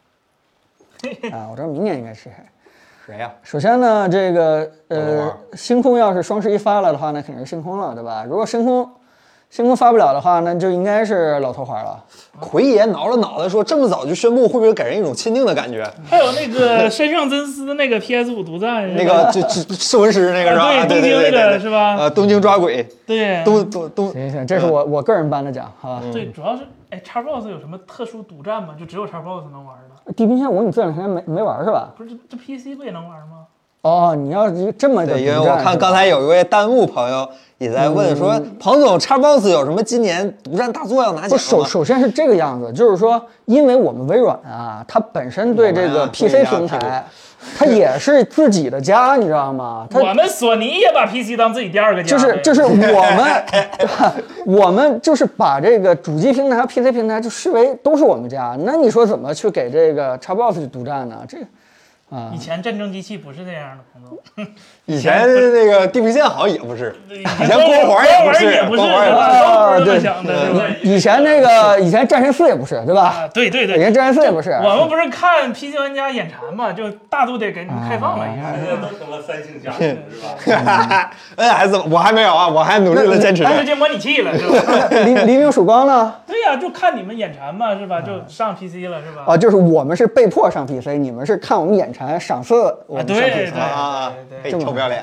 [SPEAKER 3] 啊，我知道明年应该是谁。
[SPEAKER 2] 谁呀、
[SPEAKER 3] 首先呢，这个
[SPEAKER 2] 我玩
[SPEAKER 3] 呃
[SPEAKER 2] 儿，
[SPEAKER 3] 星空要是双十一发了的话，那肯定是星空了，对吧？如果星空星空发不了的话，那就应该是老头环了。
[SPEAKER 2] 奎爷挠了挠袋说：“这么早就宣布，会不会给人一种亲定的感觉？
[SPEAKER 1] 还有那个山上真司那个 PS 5独占，是吧
[SPEAKER 2] 那个就就摄魂师那个是吧？
[SPEAKER 1] 啊对
[SPEAKER 2] 对对
[SPEAKER 1] 东京那个
[SPEAKER 2] 对对，
[SPEAKER 1] 是吧
[SPEAKER 2] 呃，东京抓鬼，
[SPEAKER 1] 对
[SPEAKER 2] 东东东，
[SPEAKER 3] 行行，这是我我个人颁的奖，好吧？
[SPEAKER 2] 嗯
[SPEAKER 1] 对，主要是哎，Xbox 有什么特殊独占吗？就只有 Xbox 能玩的？
[SPEAKER 3] 地平线五你这两天没没玩是吧？
[SPEAKER 1] 不是这这 PC 不也能玩吗？
[SPEAKER 3] 哦，你要是这么个
[SPEAKER 2] 对，因为
[SPEAKER 3] 独占
[SPEAKER 2] 我看刚才有一位弹幕朋友也在问说，彭总 Xbox 有什么今年独占大作要拿
[SPEAKER 3] 不
[SPEAKER 2] 奖
[SPEAKER 3] 首
[SPEAKER 2] 吗？
[SPEAKER 3] 首先是这个样子，就是说，因为我们微软啊，它本身对这
[SPEAKER 2] 我
[SPEAKER 3] 个
[SPEAKER 2] 们啊
[SPEAKER 3] PC
[SPEAKER 2] 对
[SPEAKER 3] 平
[SPEAKER 2] 呀
[SPEAKER 3] 台，它也是自己的家，你知道吗？它
[SPEAKER 1] 我们索尼也把 PC 当自己第二个家，
[SPEAKER 3] 就是就是我们， 我们就是把这个主机平台、和 PC 平台就视为都是我们家。那你说怎么去给这个 Xbox 去独占呢？这个
[SPEAKER 1] 以前战争机器不是这样的，朋友。
[SPEAKER 2] 以前那个地平线好像也不是，
[SPEAKER 1] 以
[SPEAKER 2] 以前光环也不是
[SPEAKER 1] 也不是，
[SPEAKER 2] 光环也
[SPEAKER 1] 是
[SPEAKER 2] 不
[SPEAKER 3] 是
[SPEAKER 1] 吧？都不是这
[SPEAKER 3] 对嗯
[SPEAKER 1] 么想的，是吧？
[SPEAKER 3] 以前那个以前战神四也不是，对吧？
[SPEAKER 1] 啊，对对
[SPEAKER 3] 以
[SPEAKER 1] 对，
[SPEAKER 3] 前战神四也不是。啊
[SPEAKER 1] 我们不是看 PC 玩家眼馋嘛，就大度得给你们开放了一下。
[SPEAKER 5] 现在都成了三星家庭 是吧？
[SPEAKER 2] NS 哎我还没有啊，我还努力的坚持。
[SPEAKER 1] 但是这模拟器了，是吧？
[SPEAKER 3] 黎黎明曙光呢？
[SPEAKER 1] 对呀、就看你们眼馋嘛，是吧？就上 PC 了，是吧？
[SPEAKER 3] 啊，就是我们是被迫上 PC，你们是看我们眼馋赏赐
[SPEAKER 1] 啊，
[SPEAKER 3] 我们
[SPEAKER 1] 对
[SPEAKER 3] 上
[SPEAKER 1] 对
[SPEAKER 3] PC。
[SPEAKER 2] 啊
[SPEAKER 1] 对，
[SPEAKER 2] 哎，
[SPEAKER 1] 对
[SPEAKER 2] 臭不要脸！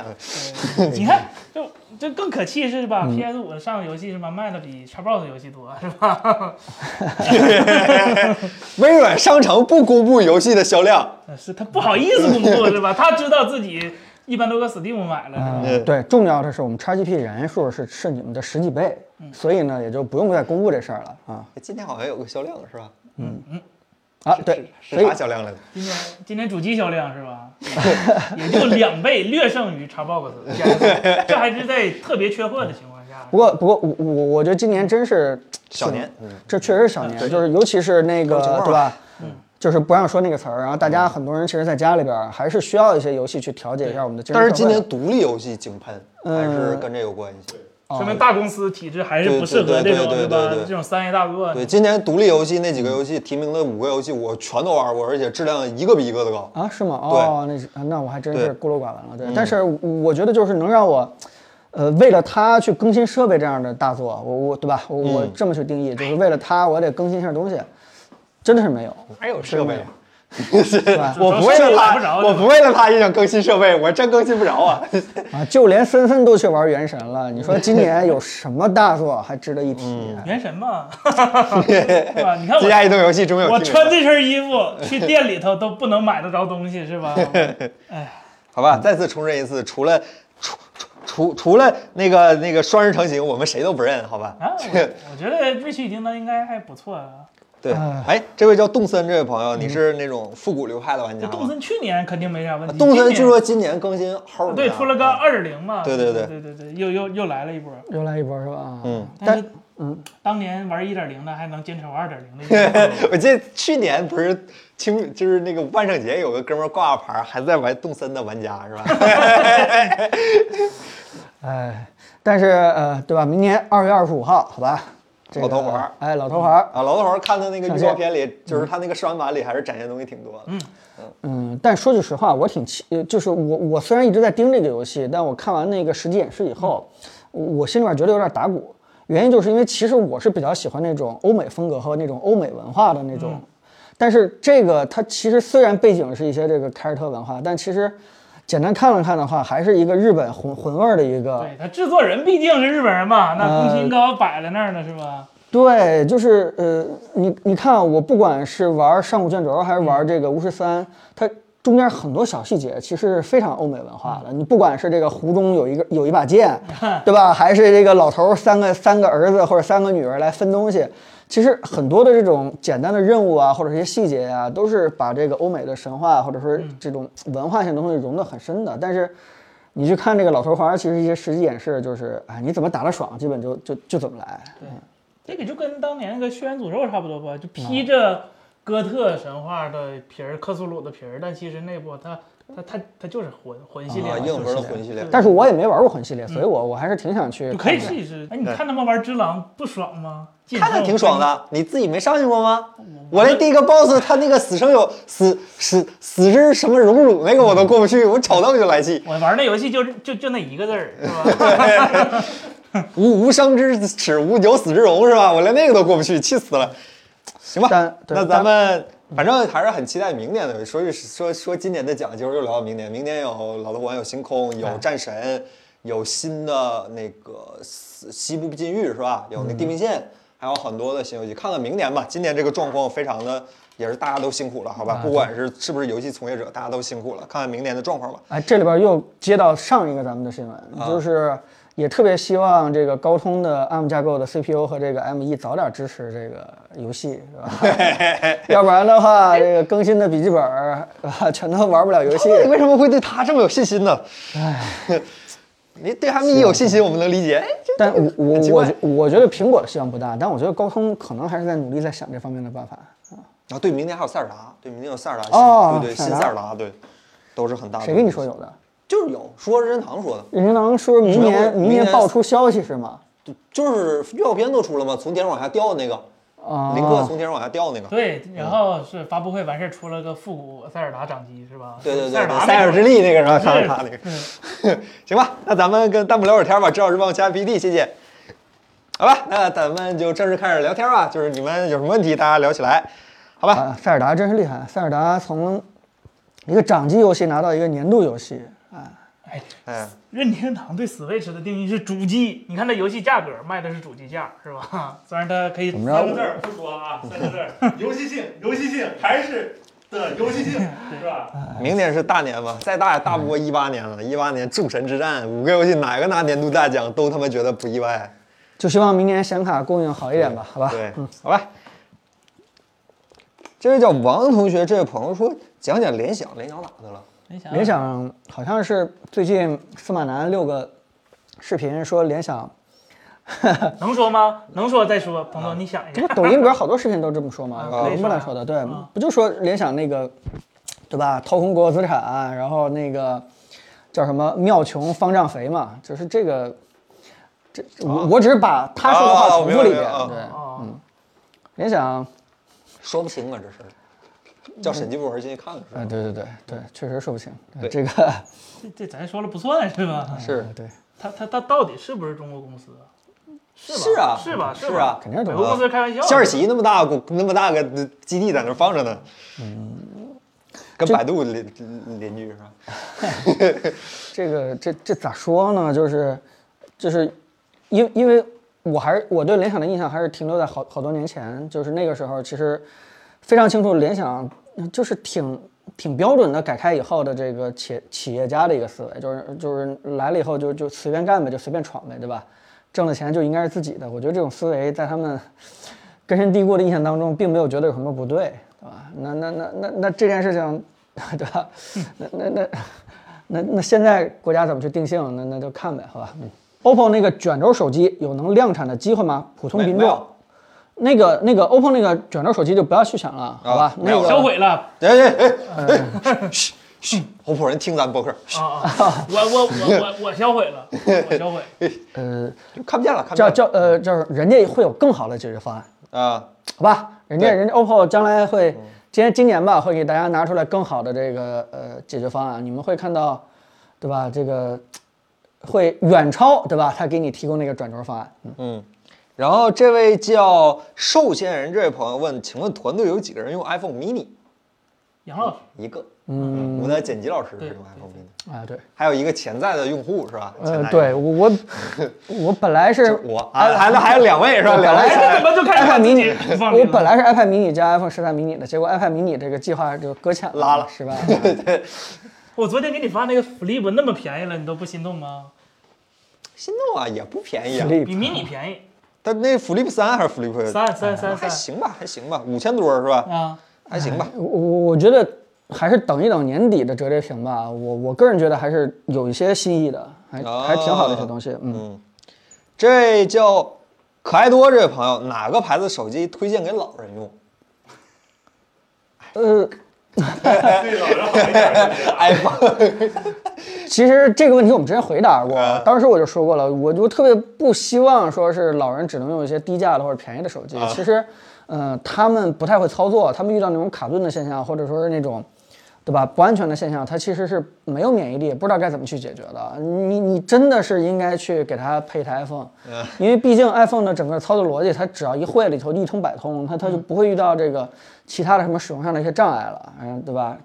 [SPEAKER 1] 对，你看，就就更可气是吧？PS 五上的游戏是吧，卖的比 Xbox 游戏多是吧？
[SPEAKER 2] 微软商城不公布游戏的销量，
[SPEAKER 1] 呃是他不好意思公布是吧？他知道自己一般都搁 Steam 买了，是吧？
[SPEAKER 3] 嗯对，重要的是我们 XGP 人数是是你们的十几倍，所以呢也就不用再公布这事儿了啊
[SPEAKER 2] 哎今天好像有个销量是吧？
[SPEAKER 3] 啊对，
[SPEAKER 2] 是
[SPEAKER 3] 所以
[SPEAKER 2] 啥销量来着？
[SPEAKER 1] 今年今年主机销量是 吧？也就两倍，略胜于 Xbox，PS4 这还是在特别缺货的情况下。
[SPEAKER 3] 不过不过我我我觉得今年真是
[SPEAKER 2] 小年，嗯，
[SPEAKER 3] 这确实是小年，就是尤其是那个
[SPEAKER 2] 各种情况嗯
[SPEAKER 3] 对吧？就是不让说那个词儿，然后大家很多人其实在家里边儿还是需要一些游戏去调节一下我们的精神
[SPEAKER 2] 但
[SPEAKER 3] 社
[SPEAKER 2] 是今
[SPEAKER 3] 会。
[SPEAKER 2] 年独立游戏井喷，还是
[SPEAKER 3] 嗯
[SPEAKER 2] 跟这有关系。
[SPEAKER 1] 说明大公司体制还是不适合
[SPEAKER 2] 哦对对
[SPEAKER 1] 这种
[SPEAKER 2] 对对
[SPEAKER 1] 吧
[SPEAKER 2] 对对？
[SPEAKER 1] 这种三 A 大作，
[SPEAKER 2] 对，今年独立游戏那几个游戏提名的五个游戏，我全都玩过，而且质量一个比一个的高。
[SPEAKER 3] 啊是吗？
[SPEAKER 2] 对
[SPEAKER 3] 哦，那是啊那我还真是
[SPEAKER 2] 对嗯
[SPEAKER 3] 孤陋寡闻了。对，但是我觉得就是能让我。呃，为了它去更新设备这样的大作，我我对吧？我我
[SPEAKER 2] 嗯
[SPEAKER 3] 这么去定义，就是为了它，我得更新一下东西，真的是没有。
[SPEAKER 2] 哪有设备啊？
[SPEAKER 3] 吧
[SPEAKER 2] 啊我不为了
[SPEAKER 1] 买不着
[SPEAKER 2] 它，
[SPEAKER 1] 是吧
[SPEAKER 2] 我不为了它也想更新设备，我真更新不着啊。
[SPEAKER 3] 啊，就连森森都去玩原神了，你说今年有什么大作还值得一提？
[SPEAKER 2] 嗯
[SPEAKER 1] 原神嘛， 是吧？你看
[SPEAKER 2] 这
[SPEAKER 1] 我
[SPEAKER 2] 家移动游戏终于有
[SPEAKER 1] 我
[SPEAKER 2] 提名
[SPEAKER 1] 穿
[SPEAKER 2] 了
[SPEAKER 1] 这身衣服去店里头都不能买得着东西是 吧？
[SPEAKER 2] 好
[SPEAKER 1] 嗯
[SPEAKER 2] 吧，再次重申一次，除了除除除除了那个那个双人成行，我们谁都不认，好吧？
[SPEAKER 1] 啊，我我觉得瑞奇与叮当应该还不错啊。嗯
[SPEAKER 2] 对，哎，这位叫动森这位朋友，你是那种复古流派的玩家吗？
[SPEAKER 1] 动森去年肯定没啥问题，
[SPEAKER 2] 动森
[SPEAKER 1] 今
[SPEAKER 2] 据
[SPEAKER 1] 年
[SPEAKER 2] 说今年更新齁
[SPEAKER 1] 对出了
[SPEAKER 2] 嗯
[SPEAKER 1] 个二点零嘛，
[SPEAKER 2] 对对
[SPEAKER 1] 对
[SPEAKER 2] 对
[SPEAKER 1] 对对对，又又又来了一波。
[SPEAKER 3] 又来一波是吧？啊
[SPEAKER 2] 嗯，
[SPEAKER 1] 但
[SPEAKER 3] 但
[SPEAKER 1] 是，嗯，当年玩一点零的还能坚持玩二点零 的，
[SPEAKER 2] 我记得去年不是清，就是那个万圣节有个哥们儿挂个牌儿，还在玩动森的玩家是吧？
[SPEAKER 3] 哎，但是呃，对吧？明年二月二十五号，好吧？这个、
[SPEAKER 2] 老头环儿
[SPEAKER 3] 哎，老头环儿，
[SPEAKER 2] 啊，老头儿看他那个
[SPEAKER 3] 上
[SPEAKER 2] 预
[SPEAKER 3] 线
[SPEAKER 2] 告片里，
[SPEAKER 1] 嗯
[SPEAKER 2] 就是他那个试玩版里还是展现东西挺多的。嗯，
[SPEAKER 3] 嗯，但说句实话，我挺期，呃就是我我虽然一直在盯这个游戏，但我看完那个实际演示以后，我
[SPEAKER 2] 嗯
[SPEAKER 3] 我心里面觉得有点打鼓。原因就是因为其实我是比较喜欢那种欧美风格和那种欧美文化的那
[SPEAKER 2] 嗯
[SPEAKER 3] 种，但是这个它其实虽然背景是一些这个凯尔特文化，但其实简单看了看的话，还是一个日本混混味儿的一个。
[SPEAKER 1] 对他制作人毕竟是日本人嘛，那
[SPEAKER 3] 呃
[SPEAKER 1] 工薪高摆在那儿呢是吧？
[SPEAKER 3] 对，就是呃，你你看啊，我不管是玩上古卷轴还是玩这个巫师三，它中间很多小细节其实是非常欧美文化的。你不管是这个湖中有一个有一把剑，对吧？还是这个老头儿三个三个儿子或者三个女儿来分东西，其实很多的这种简单的任务啊，或者是一些细节啊，都是把这个欧美的神话或者说这种文化性的东西融得很深的。但是你去看这个老头儿环，其实一些实际演示就是，哎，你怎么打得爽，基本就就就怎么来。
[SPEAKER 1] 这个就跟当年那个《血缘诅咒》差不多吧，就披着哥特神话的皮儿、克苏鲁的皮儿，但其实内部它它它它就是魂魂系列
[SPEAKER 2] 啊，
[SPEAKER 1] 嘛，
[SPEAKER 2] 硬核的魂系列。
[SPEAKER 3] 但是我也没玩过魂系列，所以我我还是挺想去
[SPEAKER 1] 就可以
[SPEAKER 3] 看
[SPEAKER 1] 试
[SPEAKER 3] 看
[SPEAKER 1] 一试。哎，你看他们玩只狼不爽吗？
[SPEAKER 2] 看着挺爽。的，你自己没上去过吗？我连第一个 boss 他那个死生有死死死之什么荣辱那个我都过不去，我瞅到我就来气。
[SPEAKER 1] 我玩那游戏就是就就那一个字儿，是吧？
[SPEAKER 2] 无无生之耻，无有死之荣是吧？我连那个都过不去，气死了。行吧
[SPEAKER 3] 但，对
[SPEAKER 2] 那咱
[SPEAKER 3] 但
[SPEAKER 2] 们反正还是很期待明年的。说句说说今年的奖，就是又聊到明年，明年有老头环，有星空，
[SPEAKER 3] 哎
[SPEAKER 2] 有战神，有新的那个西西部禁域是吧？有那地
[SPEAKER 3] 嗯
[SPEAKER 2] 平线，还有很多的新游戏。看看明年吧，今年这个状况非常的。也是大家都辛苦了，好
[SPEAKER 3] 哎
[SPEAKER 2] 吧？不管是是不是游戏从业者，大家都辛苦了。看看明年的状况吧。
[SPEAKER 3] 哎，这里边又接到上一个咱们的新闻，就是也特别希望这个高通的 ARM 架构的 CPU 和这个 M1 早点支持这个游戏，是吧？要不然的话，这个更新的笔记本儿啊， 全都玩不了游 戏。
[SPEAKER 2] 你为什么会对他这么有信心呢？哎， 你对他们一有信心，我们能理解。哎，这
[SPEAKER 3] 但我我
[SPEAKER 2] 奇
[SPEAKER 3] 我
[SPEAKER 2] 怪
[SPEAKER 3] 觉我觉得苹果的希望不大，但我觉得高通可能还是在努力在想这方面的办法。
[SPEAKER 2] 啊，对，明天还有塞尔达，对，明天有塞尔达新，
[SPEAKER 3] 哦
[SPEAKER 2] 对对，
[SPEAKER 3] 塞
[SPEAKER 2] 新
[SPEAKER 3] 尔达
[SPEAKER 2] 塞尔达，对，都是很大的。
[SPEAKER 3] 谁跟你说？有的？
[SPEAKER 2] 就是有，说任天堂说的，
[SPEAKER 3] 任天堂说明
[SPEAKER 2] 主要
[SPEAKER 3] 年
[SPEAKER 2] 是
[SPEAKER 3] 明
[SPEAKER 2] 明
[SPEAKER 3] 年
[SPEAKER 2] 年
[SPEAKER 3] 爆出消息是吗？
[SPEAKER 2] 就就是预告片都出了吗？从天上往下掉的那个，
[SPEAKER 3] 啊，
[SPEAKER 2] 林克从天上往下掉的那个，
[SPEAKER 1] 对，然后是发布会完事儿出了个复古塞尔达掌机是吧？
[SPEAKER 2] 对对
[SPEAKER 1] 塞
[SPEAKER 2] 对
[SPEAKER 1] 尔
[SPEAKER 2] 对，
[SPEAKER 1] 达
[SPEAKER 2] 塞尔之力那个是嗯吧？看
[SPEAKER 1] 是
[SPEAKER 2] 看他 那个，行吧，那咱们跟弹幕聊会儿天吧，知道之棒加 PD，谢谢。好吧，那咱们就正式开始聊天吧，就是你们有什么问题，大家聊起来，好吧？
[SPEAKER 3] 啊，塞尔达真是厉害！塞尔达从一个掌机游戏拿到一个年度游戏，啊
[SPEAKER 2] 哎，
[SPEAKER 1] 任天堂对 Switch 的定义是主机，你看这游戏价格卖的是主机价是吧？ 虽然它可以
[SPEAKER 3] 怎么
[SPEAKER 5] 三个
[SPEAKER 3] 着？
[SPEAKER 5] 字儿不说啊，三个字儿，游戏性，游戏性还是的游戏性，是吧？
[SPEAKER 2] 明年是大年嘛，再大也大不过一八年了。一八年众神之战五个游戏哪个拿年度大奖都他妈觉得不意外。
[SPEAKER 3] 就希望明年显卡供应好一点吧，好吧？
[SPEAKER 2] 对，好吧。这位叫王同学，这位朋友说讲讲联想，联想咋的了？
[SPEAKER 3] 联想好像是最近司马南六个视频说联想，
[SPEAKER 1] 能说吗？能说再说，彭总你想一
[SPEAKER 3] 这
[SPEAKER 1] 下。
[SPEAKER 3] 不抖音不是好多视频都这么说吗？
[SPEAKER 1] 啊
[SPEAKER 3] 我们乱说的，对，
[SPEAKER 2] 啊
[SPEAKER 3] 不就说联想那个，对吧？掏空国有资产，然后那个叫什么“庙穷方丈肥”嘛，就是这个。这我我只是把他说的话
[SPEAKER 2] 啊
[SPEAKER 3] 重
[SPEAKER 2] 我明
[SPEAKER 3] 复
[SPEAKER 2] 白
[SPEAKER 3] 了一
[SPEAKER 2] 明白
[SPEAKER 3] 遍。
[SPEAKER 2] 啊
[SPEAKER 3] 对，
[SPEAKER 1] 哦，
[SPEAKER 3] 嗯联想
[SPEAKER 2] 说不清啊，这是叫审计部门进去看看是吧
[SPEAKER 3] 啊，对对对对，确实说不清。
[SPEAKER 2] 对
[SPEAKER 3] 这个
[SPEAKER 1] 这这咱说了不算是吧？
[SPEAKER 2] 是
[SPEAKER 3] 对，
[SPEAKER 1] 他他他到底是不是中国公司？啊是吧？
[SPEAKER 2] 是啊
[SPEAKER 1] 是吧？
[SPEAKER 2] 是
[SPEAKER 1] 吧
[SPEAKER 2] 啊
[SPEAKER 3] 肯定是
[SPEAKER 1] 美
[SPEAKER 3] 中
[SPEAKER 1] 国
[SPEAKER 3] 国
[SPEAKER 1] 公司开玩笑。
[SPEAKER 2] 夏尔奇那么大个那么大个基地在那儿放着呢，跟百度邻邻居是吧？
[SPEAKER 3] 这个这这咋说呢？就是就是，因因为我还是我对联想的印象还是停留在好好多年前，就是那个时候其实非常清楚，联想就是挺挺标准的改开以后的这个企企业家的一个思维，就是就是来了以后就就随便干呗，就随便闯呗，对吧？挣的钱就应该是自己的。我觉得这种思维在他们 根深蒂固的印象当中，并没有觉得有什么不对，对吧？那那那那那这件事情， 对吧？那那那那那现在国家怎么去定性？那那就看呗，好吧。嗯 OPPO 那个卷轴手机有能量产的机会吗？普通
[SPEAKER 2] 没
[SPEAKER 3] 民
[SPEAKER 2] 没有
[SPEAKER 3] 众，那个那个 OPPO 那个卷轴手机就不要去想了，好吧？
[SPEAKER 2] 啊没有
[SPEAKER 3] 那个
[SPEAKER 1] 销毁了
[SPEAKER 2] 哎哎哎哎，嘘嘘，红普人听咱播客，
[SPEAKER 1] 啊！啊我我我我我销毁了，我销毁。
[SPEAKER 3] 呃，
[SPEAKER 2] 看不见了，看不见
[SPEAKER 3] 叫
[SPEAKER 2] 了
[SPEAKER 3] 叫呃，就是人家会有更好的解决方案，
[SPEAKER 2] 啊。
[SPEAKER 3] 好吧？人家
[SPEAKER 2] 对嗯
[SPEAKER 3] 人家 OPPO 将来会，今年今年吧，会给大家拿出来更好的这个呃解决方案，你们会看到，对吧？这个会远超对吧？他给你提供那个转轴方案，嗯，
[SPEAKER 2] 然后这位叫寿仙人这位朋友问，请问团队有几个人用 iPhone mini？
[SPEAKER 1] 杨老师，
[SPEAKER 2] 一个，
[SPEAKER 3] 嗯，
[SPEAKER 2] 我们的剪辑老师
[SPEAKER 1] 对
[SPEAKER 2] 是用 iPhone mini，
[SPEAKER 3] 啊，对，
[SPEAKER 2] 还有一个潜在的用户是吧？潜
[SPEAKER 3] 呃，
[SPEAKER 2] 在
[SPEAKER 3] 对
[SPEAKER 2] 用户，
[SPEAKER 3] 我我 我本来是
[SPEAKER 2] 就我还还还有两位是吧？
[SPEAKER 3] 本
[SPEAKER 2] 两位
[SPEAKER 3] 来
[SPEAKER 2] 才
[SPEAKER 3] 是
[SPEAKER 1] 怎么就开始
[SPEAKER 3] iPad
[SPEAKER 1] 看自
[SPEAKER 3] mini，
[SPEAKER 1] 己放
[SPEAKER 3] 哎我
[SPEAKER 1] 里了
[SPEAKER 3] 本来是 iPad mini 加 iPhone 十三 mini 的，结果 iPad mini 这个计划就搁浅
[SPEAKER 2] 拉了
[SPEAKER 3] 失败了。
[SPEAKER 1] 我昨天给你发那个 Flip 那么便宜了，你都不心动吗？
[SPEAKER 2] 心动啊，也不便宜 啊。
[SPEAKER 1] 比 mini 便宜，
[SPEAKER 2] 但那 Flip 三还是 Flip
[SPEAKER 1] 三三三
[SPEAKER 2] 还
[SPEAKER 1] 三
[SPEAKER 2] 行吧，还行吧，五千多是吧？
[SPEAKER 1] 啊！
[SPEAKER 2] 还行吧。
[SPEAKER 3] 我我我觉得还是等一等年底的折叠屏吧。我我个人觉得还是有一些新意的，还还挺好的一些东西。嗯，
[SPEAKER 2] 嗯，这叫可爱多这位朋友，哪个牌子手机推荐给老人用
[SPEAKER 3] 呃，
[SPEAKER 5] 对老人好一点儿。
[SPEAKER 2] ？iPhone
[SPEAKER 3] 其实这个问题我们之前回答过
[SPEAKER 2] 啊，
[SPEAKER 3] 当时我就说过了，我就特别不希望说是老人只能用一些低价的或者便宜的手机。其实，嗯、他们不太会操作，他们遇到那种卡顿的现象，或者说是那种。对吧？不安全的现象，它其实是没有免疫力，不知道该怎么去解决的。你你真的是应该去给它配一台 iPhone，因为毕竟 iPhone 的整个操作逻辑，它只要一会里头一通百通，它它就不会遇到这个其他的什么使用上的一些障碍了，嗯，对吧？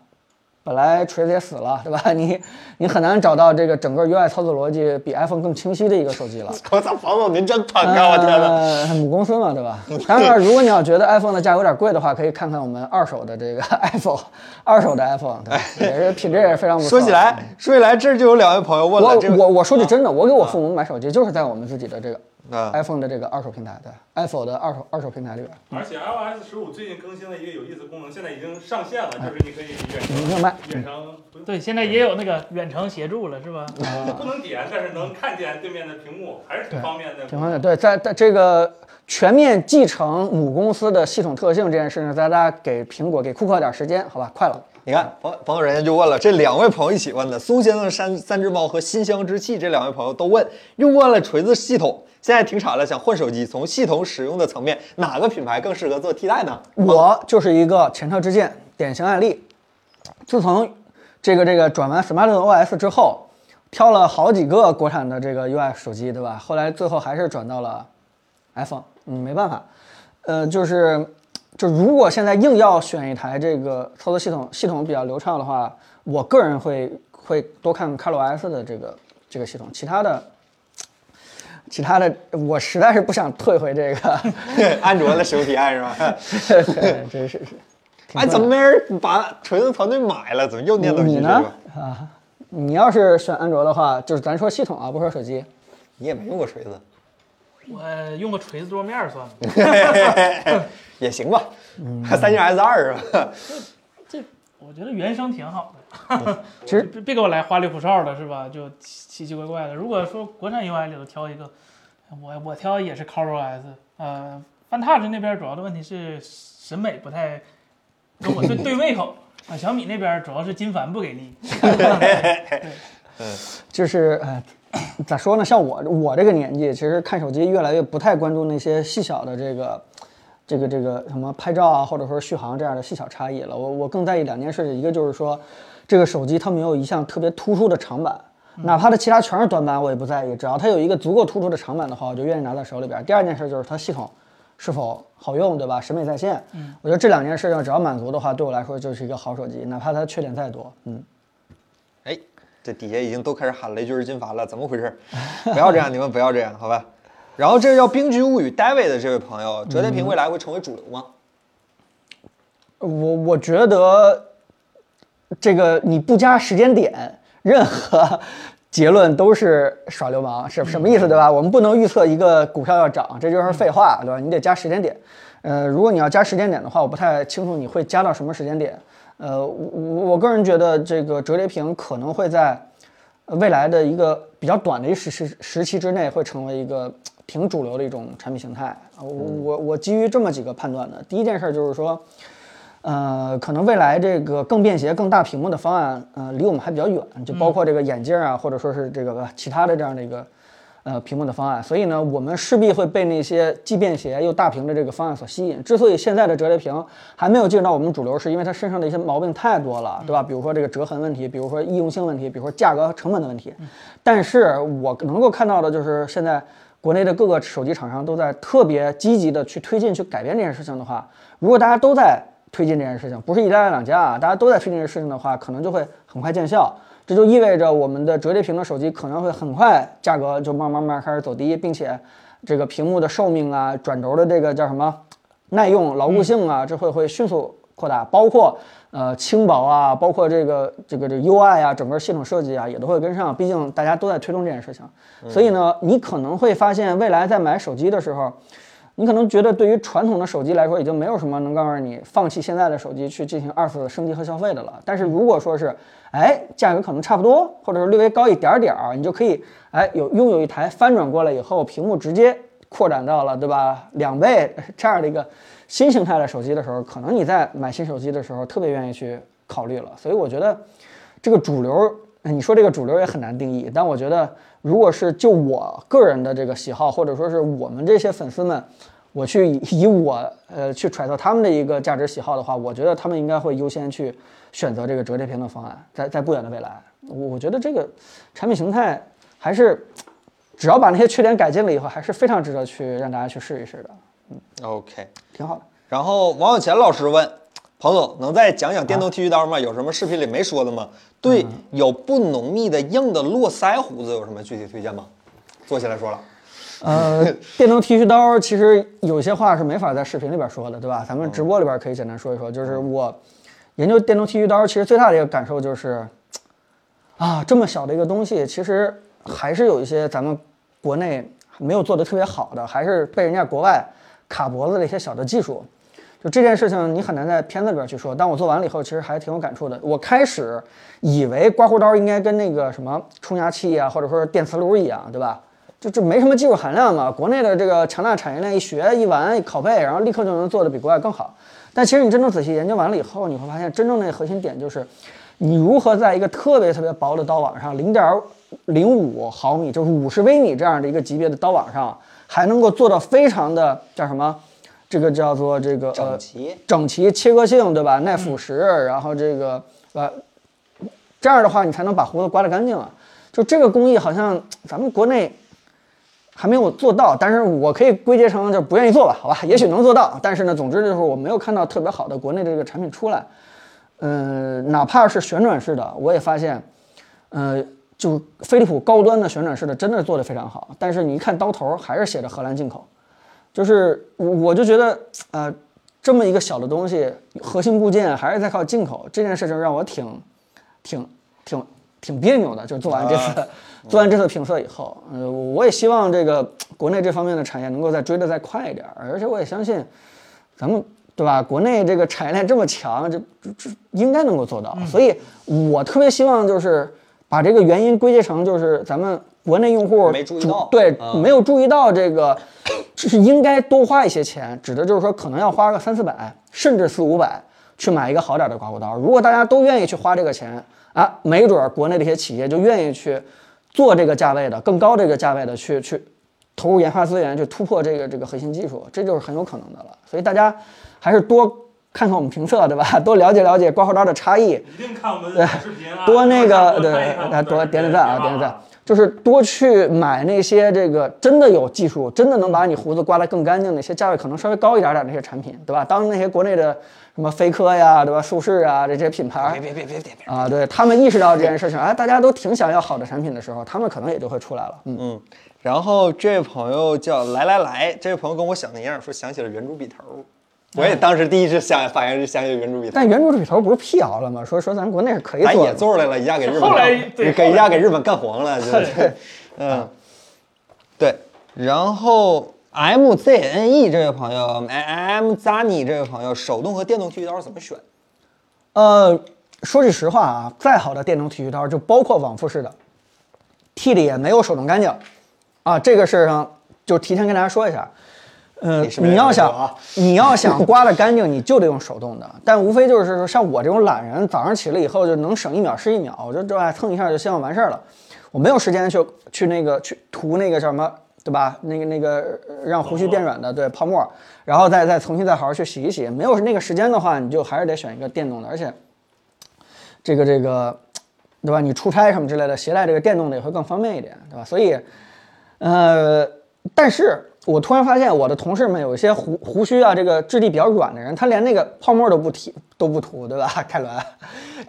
[SPEAKER 3] 本来锤子也死了，对吧？ 你你很难找到这个整个 UI 操作逻辑比 iPhone 更清晰的一个手机了。
[SPEAKER 2] 我操，房总您真捧 啊！我天哪！
[SPEAKER 3] 呃，母公司嘛，对吧？当然，如果你要觉得 iPhone 的价格有点贵的话，可以看看我们二手的这个 iPhone，二手的 iPhone，对吧 也是品质也是非常不呃错。
[SPEAKER 2] 说起，来，说起来，这就有两位朋友问了，这
[SPEAKER 3] 我
[SPEAKER 2] 个
[SPEAKER 3] 我我说句真的，我给我父母买手机就是在我们自己的这个
[SPEAKER 2] 啊
[SPEAKER 3] iPhone 的这个二手平台，对 iPhone 的二手二手平台里边，
[SPEAKER 5] 而且 iOS 十五最近更新了一个有意思的功能，现在已经上线了，
[SPEAKER 3] 嗯
[SPEAKER 5] 就是你可以远
[SPEAKER 3] 你
[SPEAKER 5] 程
[SPEAKER 3] 明白？
[SPEAKER 5] 远程不用
[SPEAKER 1] 对，现在也有那个远程协助了，是吧？
[SPEAKER 3] 嗯
[SPEAKER 5] 不能点，但是能看见对面的屏幕，还是挺方便的。
[SPEAKER 3] 挺方便。对，在在这个全面继承母公司的系统特性这件事情，大家给苹果给库克点时间，好吧？快了。
[SPEAKER 2] 你看，朋朋友人家就问了，这两位朋友一起问的，苏先生三三只猫和新乡之气这两位朋友都问，用惯了锤子系统，现在停产了，想换手机，从系统使用的层面，哪个品牌更适合做替代 呢？
[SPEAKER 3] 我就是一个前车之鉴，典型案例。自从这个这个转完 Smart OS 之后，挑了好几个国产的这个 UI 手机，对吧？后来最后还是转到了 iPhone，嗯，没办法。呃，就是就如果现在硬要选一台这个操作系统系统比较流畅的话，我个人会会多看 ColorOS 的这个这个系统，其他的。其他的，我实在是不想退回这个，
[SPEAKER 2] 安卓的使用体验是吧？
[SPEAKER 3] 真是是。
[SPEAKER 2] 哎，怎么没人把锤子团队买了？怎么又念叨一
[SPEAKER 3] 你
[SPEAKER 2] 句这
[SPEAKER 3] 呢
[SPEAKER 2] 个？？
[SPEAKER 3] 啊，你要是选安卓的话，就是咱说系统啊，不说手机。
[SPEAKER 2] 你也没用过锤子，
[SPEAKER 1] 我用个锤子桌面算吗？
[SPEAKER 2] 也行吧？
[SPEAKER 3] 嗯
[SPEAKER 2] 三星 S 二是吧？
[SPEAKER 1] 这我觉得原声挺好的。
[SPEAKER 3] 其实
[SPEAKER 1] 别别给我来花里胡哨的，是吧？就奇奇怪怪的。如果说国产 UI 里头挑一个，我我挑也是 ColorOS。呃，FunTouch 那边主要的问题是审美不太跟我对对胃口。啊，小米那边主要是金帆不给力，
[SPEAKER 3] 就是哎，咋说呢？像我我这个年纪，其实看手机越来越不太关注那些细小的这个。这个这个什么拍照啊，或者说续航这样的细小差异了。我我更在意两件事情，一个就是说，这个手机它没有一项特别突出的长板，哪怕它其他全是短板，我也不在意，只要它有一个足够突出的长板的话，我就愿意拿在手里边。第二件事就是它系统是否好用，对吧？审美在线，我觉得这两件事情只要满足的话，对我来说就是一个好手机，哪怕它缺点再多，嗯。
[SPEAKER 2] 哎，这底下已经都开始喊雷军是金凡了，怎么回事？不要这 样，你们不要这样，好吧？然后这个叫《冰菊物语》David 的这位朋友，折叠屏未来会成为主流吗？
[SPEAKER 3] 我我觉得，这个你不加时间点，任何结论都是耍流氓，是什么意思，对吧？我们不能预测一个股票要涨，这就是废话，对吧？你得加时间点。呃，如果你要加时间点的话，我不太清楚你会加到什么时间点。呃，我我我个人觉得这个折叠屏可能会在呃未来的一个比较短的一时时时期之内，会成为一个挺主流的一种产品形态。啊我我我基于这么几个判断的，第一件事就是说。呃，可能未来这个更便携、更大屏幕的方案，呃，离我们还比较远，就包括这个眼镜啊，或者说是这个其他的这样的一个呃屏幕的方案。所以呢，我们势必会被那些既便携又大屏的这个方案所吸引。之所以现在的折叠屏还没有进入到我们主流，是因为它身上的一些毛病太多了，对吧？比如说这个折痕问题，比如说易用性问题，比如说价格和成本的问题。但是我能够看到的就是现在。国内的各个手机厂商都在特别积极的去推进、去改变这件事情的话，如果大家都在推进这件事情，不是一家两家啊，大家都在推进这件事情的话，可能就会很快见效。这就意味着我们的折叠屏的手机可能会很快价格就慢慢慢慢开始走低，并且这个屏幕的寿命啊、转轴的这个叫什么耐用、牢固性啊，这会会迅速扩大，包括呃轻薄啊，包括这个这个这个 UI 啊，整个系统设计啊也都会跟上，毕竟大家都在推动这件事情。所以呢，你可能会发现未来在买手机的时候。你可能觉得对于传统的手机来说，已经没有什么能告诉你放弃现在的手机去进行二次的升级和消费的了。但是如果说是，哎，价格可能差不多，或者是略微高一点点儿，你就可以，哎，有拥有一台翻转过来以后，屏幕直接扩展到了，对吧？两倍这样的一个新形态的手机的时候，可能你在买新手机的时候特别愿意去考虑了。所以我觉得，这个主流，哎你说这个主流也很难定义，但我觉得，如果是就我个人的这个喜好，或者说是我们这些粉丝们，我去以以我呃去揣测他们的一个价值喜好的话，我觉得他们应该会优先去选择这个折叠屏的方案，在在不远的未来，我我觉得这个产品形态还是，只要把那些缺点改进了以后，还是非常值得去让大家去试一试的，
[SPEAKER 2] OK，
[SPEAKER 3] 挺好的。
[SPEAKER 2] 然后王小钱老师问，彭总能再讲讲电动剃须刀吗？有什么视频里没说的吗？对，有不浓密的硬的络腮胡子有什么具体推荐吗？坐起来说了，
[SPEAKER 3] 呃，电动剃须刀其实有些话是没法在视频里边说的，对吧？咱们直播里边可以简单说一说。就是我研究电动剃须刀，其实最大的一个感受就是，啊，这么小的一个东西，其实还是有一些咱们国内没有做的特别好的，还是被人家国外卡脖子的一些小的技术。就这件事情，你很难在片子里边去说。但我做完了以后，其实还挺有感触的。我开始以为刮胡刀应该跟那个什么冲牙器啊，或者说是电磁炉一样，对吧？就这没什么技术含量嘛。国内的这个强大产业链一学一玩一拷贝，然后立刻就能做得比国外更好。但其实你真正仔细研究完了以后，你会发现真正的核心点就是，你如何在一个特别特别薄的刀网上，零点零五毫米，就是五十微米这样的一个级别的刀网上，还能够做到非常的叫什么？这个叫做这个呃
[SPEAKER 2] 整齐
[SPEAKER 3] 整齐、切割性，对吧？耐腐蚀，然后这个呃，这样的话你才能把胡子刮得干净啊。就这个工艺好像咱们国内还没有做到，但是我可以归结成就不愿意做吧，好吧，也许能做到，但是呢，总之就是我没有看到特别好的国内的这个产品出来。嗯、哪怕是旋转式的，我也发现，呃，就飞利浦高端的旋转式的真的做得非常好，但是你一看刀头还是写着荷兰进口。就是我我就觉得，呃，这么一个小的东西，核心部件还是在靠进口，这件事情让我挺、挺、挺、挺别扭的。就是做完这次、做完这次评测以后，呃，我也希望这个国内这方面的产业能够再追得再快一点儿，而且我也相信，咱们对吧？国内这个产业链这么强，这这这应该能够做
[SPEAKER 2] 嗯
[SPEAKER 3] 到。所以我特别希望就是把这个原因归结成就是咱们国内用户
[SPEAKER 2] 没注意
[SPEAKER 3] 主
[SPEAKER 2] 到嗯
[SPEAKER 3] 对，没有注意到这个，就是应该多花一些钱，指的就是说可能要花个三四百，甚至四五百去买一个好点的刮胡刀。如果大家都愿意去花这个钱啊，没准儿国内的一些企业就愿意去做这个价位的更高这个价位的去去投入研发资源去突破这个这个核心技术，这就是很有可能的了。所以大家还是多看看我们评测，对吧？ 多了解了解刮胡刀的差异，
[SPEAKER 5] 一定看我们的视频啊，
[SPEAKER 3] 多那个对，
[SPEAKER 5] 多看一看
[SPEAKER 3] 大家多点点赞啊，点点赞
[SPEAKER 5] 啊。
[SPEAKER 3] 就是多去买那些这个真的有技术，真的能把你胡子刮得更干净的一些价位可能稍微高一点点的那些产品，对吧？当那些国内的什么飞科呀，对吧？术士啊，这些品牌，
[SPEAKER 2] 别别别别别别，
[SPEAKER 3] 啊，对他们意识到这件事情，哎，大家都挺想要好的产品的时候，他们可能也就会出来了。嗯，
[SPEAKER 2] 嗯。然后这位朋友叫来来来，这位朋友跟我想的一样，说想起了圆珠笔头，我也当时第一是想反应是想起圆珠笔头
[SPEAKER 3] 但，圆珠笔头不是辟谣了吗？说说咱国内是可以
[SPEAKER 2] 咱
[SPEAKER 3] 做
[SPEAKER 2] 哎也
[SPEAKER 3] 的，
[SPEAKER 2] 做出来了，一下给日本
[SPEAKER 1] 后来
[SPEAKER 2] 干
[SPEAKER 1] 对
[SPEAKER 2] 给一下给日本干黄了，就是
[SPEAKER 1] 对
[SPEAKER 2] 嗯，对，然后 M Z N E 这位朋友，M Zani 这位朋友，手动和电动剃须刀怎么选？
[SPEAKER 3] 呃，说句实话啊，再好的电动剃须刀，就包括往复式的，剃的也没有手动干净啊。这个事儿上就提前跟大家说一下。呃，
[SPEAKER 2] 你是不是
[SPEAKER 3] 你要想
[SPEAKER 2] 也没有啊
[SPEAKER 3] 你要想刮的干净，你就得用手动的。但无非就是说，像我这种懒人，早上起来以后就能省一秒是一秒，我就这哎蹭一下就希望完事儿了。我没有时间去去那个去涂那个叫什么，对吧？那个那个呃让胡须变软的对泡沫，然后再再重新再好好去洗一洗。没有那个时间的话，你就还是得选一个电动的，而且这个这个，对吧？你出差什么之类的，携带这个电动的也会更方便一点，对吧？所以，呃，但是我突然发现我的同事们有一些胡胡须啊，这个质地比较软的人，他连那个泡沫都不提都不涂，对吧？ 凯伦，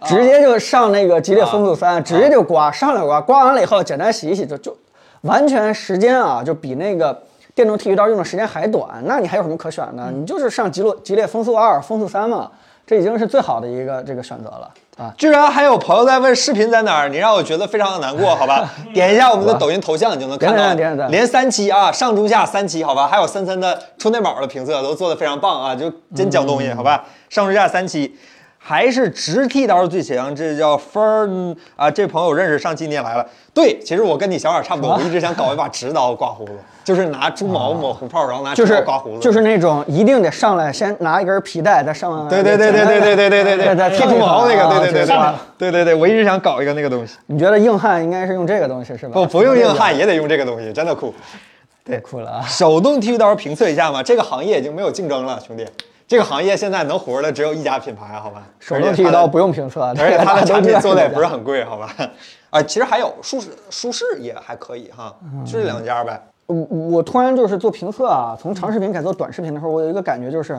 [SPEAKER 3] 直接就上那个《极烈风速三》直接就刮，上来刮，刮完了以后简单洗一洗就就，完全时间啊，就比那个电动剃须刀用的时间还短，那你还有什么可选的？你就是上极《极极烈风速二》《风速三》嘛，这已经是最好的一个这个选择了啊。
[SPEAKER 2] 居然还有朋友在问视频在哪儿，你让我觉得非常的难过，好吧？点一下我们的抖音头像，你就能看到
[SPEAKER 3] 点点点点点
[SPEAKER 2] 连三期啊，上中下三期，好吧？还有森森的充电宝的评测都做的非常棒啊，就真讲东西，好吧？上中下三期。还是直剃刀最强，这叫分儿嗯啊！这朋友认识，上期你也来了。对，其实我跟你想法差不多，我一直想搞一把直刀刮胡子，就是拿猪毛抹胡泡，然后拿
[SPEAKER 3] 就
[SPEAKER 2] 直刀
[SPEAKER 3] 是
[SPEAKER 2] 啊刮胡子，
[SPEAKER 3] 就是那种一定得上来先拿一根皮带，再上来
[SPEAKER 2] 对对对对对对对对对对，
[SPEAKER 3] 再
[SPEAKER 2] 剃
[SPEAKER 3] 烫一
[SPEAKER 2] 猪毛那
[SPEAKER 3] 烫
[SPEAKER 2] 个，
[SPEAKER 3] 啊
[SPEAKER 2] 对对对
[SPEAKER 3] 就是
[SPEAKER 2] 对对对对，我一直想搞一个那个东西。
[SPEAKER 3] 你觉得硬汉应该是用这个东西是吧？
[SPEAKER 2] 不不用硬汉也得用这个东西，真的酷。
[SPEAKER 3] 太酷了啊！
[SPEAKER 2] 手动剃须刀评测一下嘛，这个行业已经没有竞争了，兄弟。这个行业现在能活的只有一家品牌，好吧？
[SPEAKER 3] 手动剃须刀不用评测，
[SPEAKER 2] 而且它的，而且它 的
[SPEAKER 3] 这
[SPEAKER 2] 产
[SPEAKER 3] 个大家都知
[SPEAKER 2] 品
[SPEAKER 3] 道
[SPEAKER 2] 做的也不是很贵，好吧？ 啊，其实还有舒适，舒适也还可以哈，
[SPEAKER 3] 嗯
[SPEAKER 2] 就这两家呗。
[SPEAKER 3] 我我突然就是做评测啊，从长视频改做短视频的时候，我有一个感觉就是，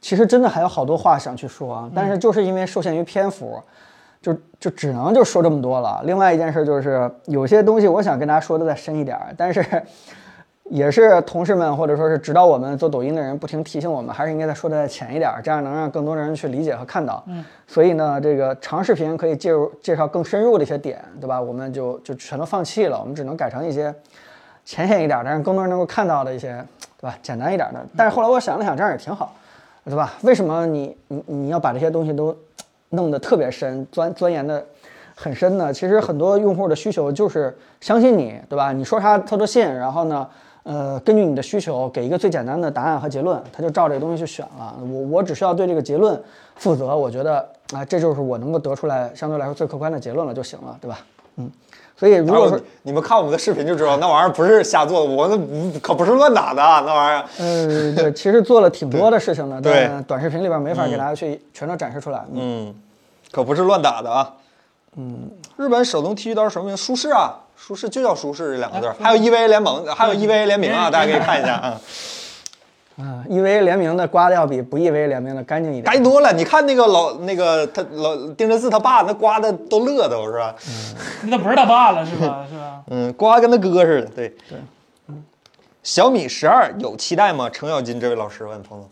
[SPEAKER 3] 其实真的还有好多话想去说啊，但是就是因为受限于篇幅，就就只能就说这么多了。另外一件事就是，有些东西我想跟大家说的再深一点儿，但是也是同事们或者说是指导我们做抖音的人不停提醒我们，还是应该再说的再浅一点儿，这样能让更多的人去理解和看到。嗯，所以呢，这个长视频可以介入介绍更深入的一些点，对吧？我们就就全都放弃了，我们只能改成一些。浅显一点儿的，让更多人能够看到的一些，对吧？简单一点儿的。但是后来我想了想，这样也挺好，对吧？为什么你你你要把这些东西都弄得特别深，钻钻研的很深呢？其实很多用户的需求就是相信你，对吧？你说啥他都信，然后呢，呃，根据你的需求给一个最简单的答案和结论，他就照这个东西去选了。我我只需要对这个结论负责，我觉得啊、这就是我能够得出来相对来说最客观的结论了就行了，对吧？嗯，所以如
[SPEAKER 2] 然
[SPEAKER 3] 果
[SPEAKER 2] 后
[SPEAKER 3] 说
[SPEAKER 2] 你你们看我们的视频就知道，那玩意儿不是瞎做的，我那不可不是乱打的啊，那玩意儿。
[SPEAKER 3] 呃，对，其实做了挺多的事情的，
[SPEAKER 2] 对
[SPEAKER 3] 但短视频里边没法给大家去全都展示出来。嗯，
[SPEAKER 2] 嗯，可不是乱打的啊。嗯，日本手动剃须刀什么名？舒适啊，舒适就叫舒适这两个
[SPEAKER 3] 哎
[SPEAKER 2] 字儿。还有 EVA 联盟，还有 EVA 联名啊，大家可以看一下啊。
[SPEAKER 3] 啊，EVA 联名的刮的要比不 EVA 联名的干净一点。
[SPEAKER 2] 该多了，你看那个老那个他老丁真寺他爸那刮的都乐都是吧？
[SPEAKER 1] 那不是他爸了是吧？是吧？
[SPEAKER 2] 嗯，刮跟他哥似的，对对。小米十二有期待吗？程咬金这位老师问彭总，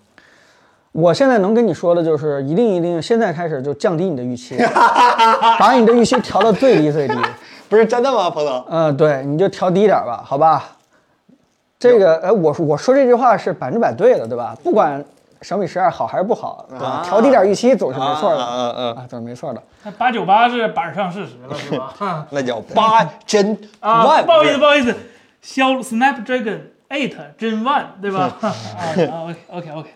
[SPEAKER 3] 我现在能跟你说的就是，一定一定，现在开始就降低你的 预期，把你的预期调到最低最低。
[SPEAKER 2] 不是真的吗？彭总，
[SPEAKER 3] 嗯，对，你就调低一点吧，好吧？这个，哎，我我说这句话是百分之百对的，对吧？不管小米十二好还是不好，对吧？调低点预期总是没错的，
[SPEAKER 2] 啊啊啊
[SPEAKER 3] 啊，总是没错的。
[SPEAKER 1] 那八九八是板上事实了是吧？
[SPEAKER 3] 啊
[SPEAKER 2] 那叫八真
[SPEAKER 1] 啊，
[SPEAKER 2] 万，
[SPEAKER 1] 不好意思，不好意思，骁 Snapdragon Eight 真 One 对吧？啊啊，OK OK OK，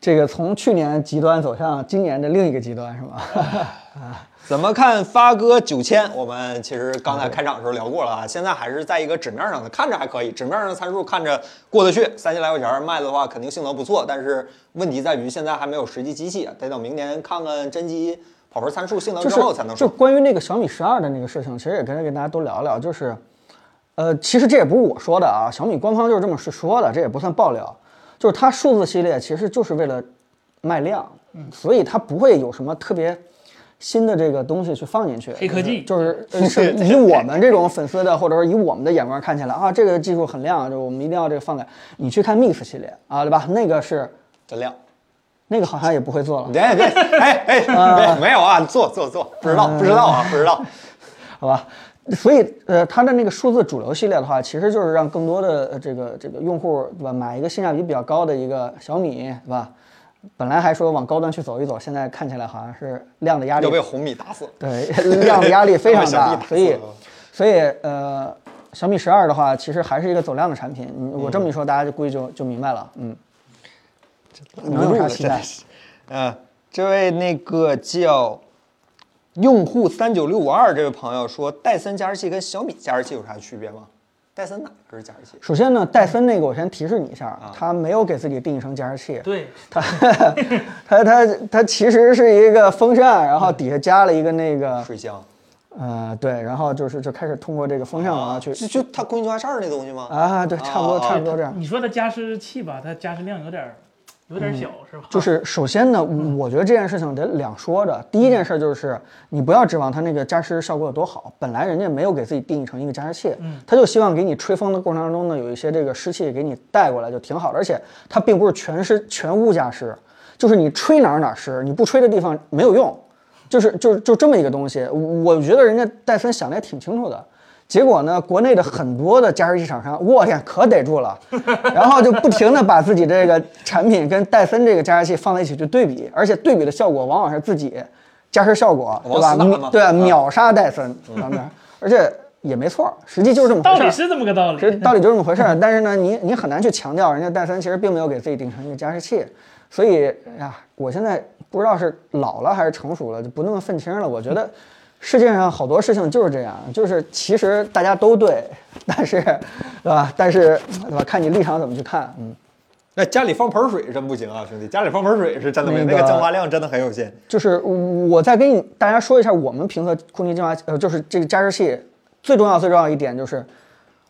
[SPEAKER 3] 这个从去年极端走向今年的另一个极端，是吧？
[SPEAKER 2] 怎么看发哥九千？我们其实刚才开场的时候聊过了啊，现在还是在一个纸面上的，看着还可以，纸面上的参数看着过得去，三千来块钱卖的话肯定性能不错，但是问题在于现在还没有实际机器，得等明年看看真机跑分参数性能
[SPEAKER 3] 就
[SPEAKER 2] 之
[SPEAKER 3] 是
[SPEAKER 2] 后才能
[SPEAKER 3] 就
[SPEAKER 2] 说。
[SPEAKER 3] 关于那个小米十二的那个事情，其实也跟跟大家都聊聊，就是，呃，其实这也不是我说的啊，小米官方就是这么是说的，这也不算爆料，就是它数字系列其实就是为了卖量，所以它不会有什么特别。新的这个东西去放进去，
[SPEAKER 1] 黑科技
[SPEAKER 3] 就是呃是以我们这种粉丝的，或者说以我们的眼光看起来啊，这个技术很亮，就我们一定要这个放在你去看 Mix 系列啊，对吧？那个是
[SPEAKER 2] 真亮，
[SPEAKER 3] 那个好像也不会做了，
[SPEAKER 2] 别 别，哎哎，别 没有啊，坐坐坐，
[SPEAKER 3] 嗯
[SPEAKER 2] 不知道不知道啊，不知道。
[SPEAKER 3] 好吧？所以，呃，它的那个数字主流系列的话，其实就是让更多的、呃这个这个用户，对吧，买一个性价比比较高的一个小米，对吧？本来还说往高端去走一走，现在看起来好像是量的压力
[SPEAKER 2] 要被红米打死。
[SPEAKER 3] 对，量的压力非常
[SPEAKER 2] 小米
[SPEAKER 3] 大
[SPEAKER 2] 打，
[SPEAKER 3] 所以
[SPEAKER 2] 死了，
[SPEAKER 3] 所以呃，小米十二的话，其实还是一个走量的产品。嗯我这么一说，大家就估计就就明白了，嗯。能有啥期待？
[SPEAKER 2] 嗯，这位那个叫用户三九六五二这位朋友说，戴森加湿器跟小米加湿器有啥区别吗？戴森哪个是加湿器？
[SPEAKER 3] 首先呢，戴森那个我先提示你一下，
[SPEAKER 2] 啊
[SPEAKER 3] 它没有给自己定义成加湿器，
[SPEAKER 1] 对，
[SPEAKER 3] 它它它它其实是一个风扇，然后底下加了一个那个
[SPEAKER 2] 水箱。
[SPEAKER 3] 呃，对，然后就是就开始通过这个风扇网去
[SPEAKER 2] 啊就就它工具化扇儿那东西吗？
[SPEAKER 3] 啊，对，差不多
[SPEAKER 2] 啊
[SPEAKER 3] 差不多这样。
[SPEAKER 1] 你说它加湿器吧，它加湿量有点儿有
[SPEAKER 2] 嗯
[SPEAKER 1] 点儿小，是吧？
[SPEAKER 3] 就是首先呢，我觉得这件事情得两说着。第一件事就是，你不要指望它那个加湿效果有多好，本来人家没有给自己定义成一个加湿器，他就希望给你吹风的过程当中呢，有一些这个湿气给你带过来就挺好的。而且它并不是全湿全屋加湿，就是你吹哪儿哪儿湿，你不吹的地方没有用，就是就是就这么一个东西。我我觉得人家戴森想的也挺清楚的。结果呢，国内的很多的加湿器厂商，我天，可逮住了，然后就不停的把自己这个产品跟戴森这个加湿器放在一起去对比，而且对比的效果往往是自己加湿效果，对
[SPEAKER 2] 往
[SPEAKER 3] 吧？
[SPEAKER 2] 死打嘛
[SPEAKER 3] 秒对啊，
[SPEAKER 2] 嗯
[SPEAKER 3] 秒杀戴森，咱们，而且也没错，实际就是这么回
[SPEAKER 1] 道
[SPEAKER 3] 事
[SPEAKER 1] 理
[SPEAKER 3] 儿。
[SPEAKER 1] 是这么个道理。
[SPEAKER 3] 这道理就这么回事儿。但是呢，你你很难去强调人家戴森其实并没有给自己定成一个加湿器，所以哎呀，我现在不知道是老了还是成熟了，就不那么愤青了。我觉得世界上好多事情就是这样，就是其实大家都对，但是对吧？但是对吧？看你立场怎么去看，嗯。
[SPEAKER 2] 那家里放盆水真不行啊，兄弟，家里放盆水是真的没，那
[SPEAKER 3] 那个
[SPEAKER 2] 个蒸发量真的很有限。
[SPEAKER 3] 就是我再跟你大家说一下，我们评测空气净化，呃，就是这个加湿器最重要最重要一点就是，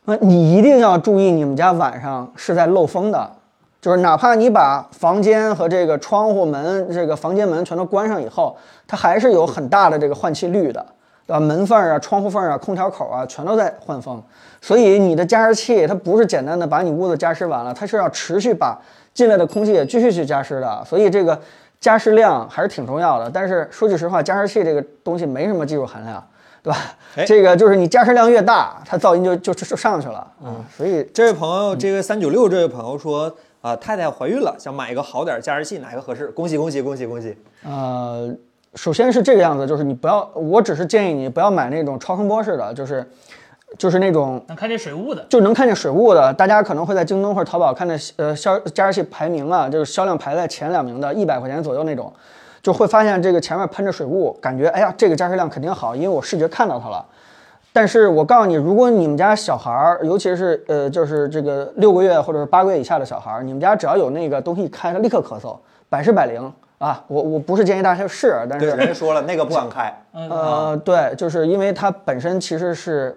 [SPEAKER 3] 呃，你一定要注意你们家晚上是在漏风的，就是哪怕你把房间和这个窗户门、这个房间门全都关上以后，它还是有很大的这个换气率的，对吧？门缝儿啊、窗户缝儿啊、空调口啊，全都在换风，所以你的加湿器它不是简单的把你屋子加湿完了，它是要持续把进来的空气也继续去加湿的，所以这个加湿量还是挺重要的。但是说句实话，加湿器这个东西没什么技术含量，对吧？
[SPEAKER 2] 哎
[SPEAKER 3] 这个就是你加湿量越大，它噪音就就就就上去了啊、嗯所以
[SPEAKER 2] 这位朋友，这个三九六这位朋友说，啊，太太怀孕了，想买一个好点儿加湿器，哪个合适？恭喜恭喜恭喜恭喜！
[SPEAKER 3] 呃，首先是这个样子，就是你不要，我只是建议你不要买那种超声波式的，就是就是那种
[SPEAKER 1] 能看见水雾的，
[SPEAKER 3] 就能看见水雾的，大家可能会在京东或者淘宝看见呃销加湿器排名啊，就是销量排在前两名的，一百块钱左右那种，就会发现这个前面喷着水雾，感觉哎呀这个加湿量肯定好，因为我视觉看到它了。但是我告诉你，如果你们家小孩儿，尤其是呃，就是这个六个月或者是八个月以下的小孩儿，你们家只要有那个东西一开，他立刻咳嗽，百试百灵啊！我我不是建议大家试，但
[SPEAKER 2] 对，
[SPEAKER 3] 是
[SPEAKER 2] 人家说了，那个不敢开。
[SPEAKER 1] 嗯
[SPEAKER 3] 呃，对，就是因为它本身其实是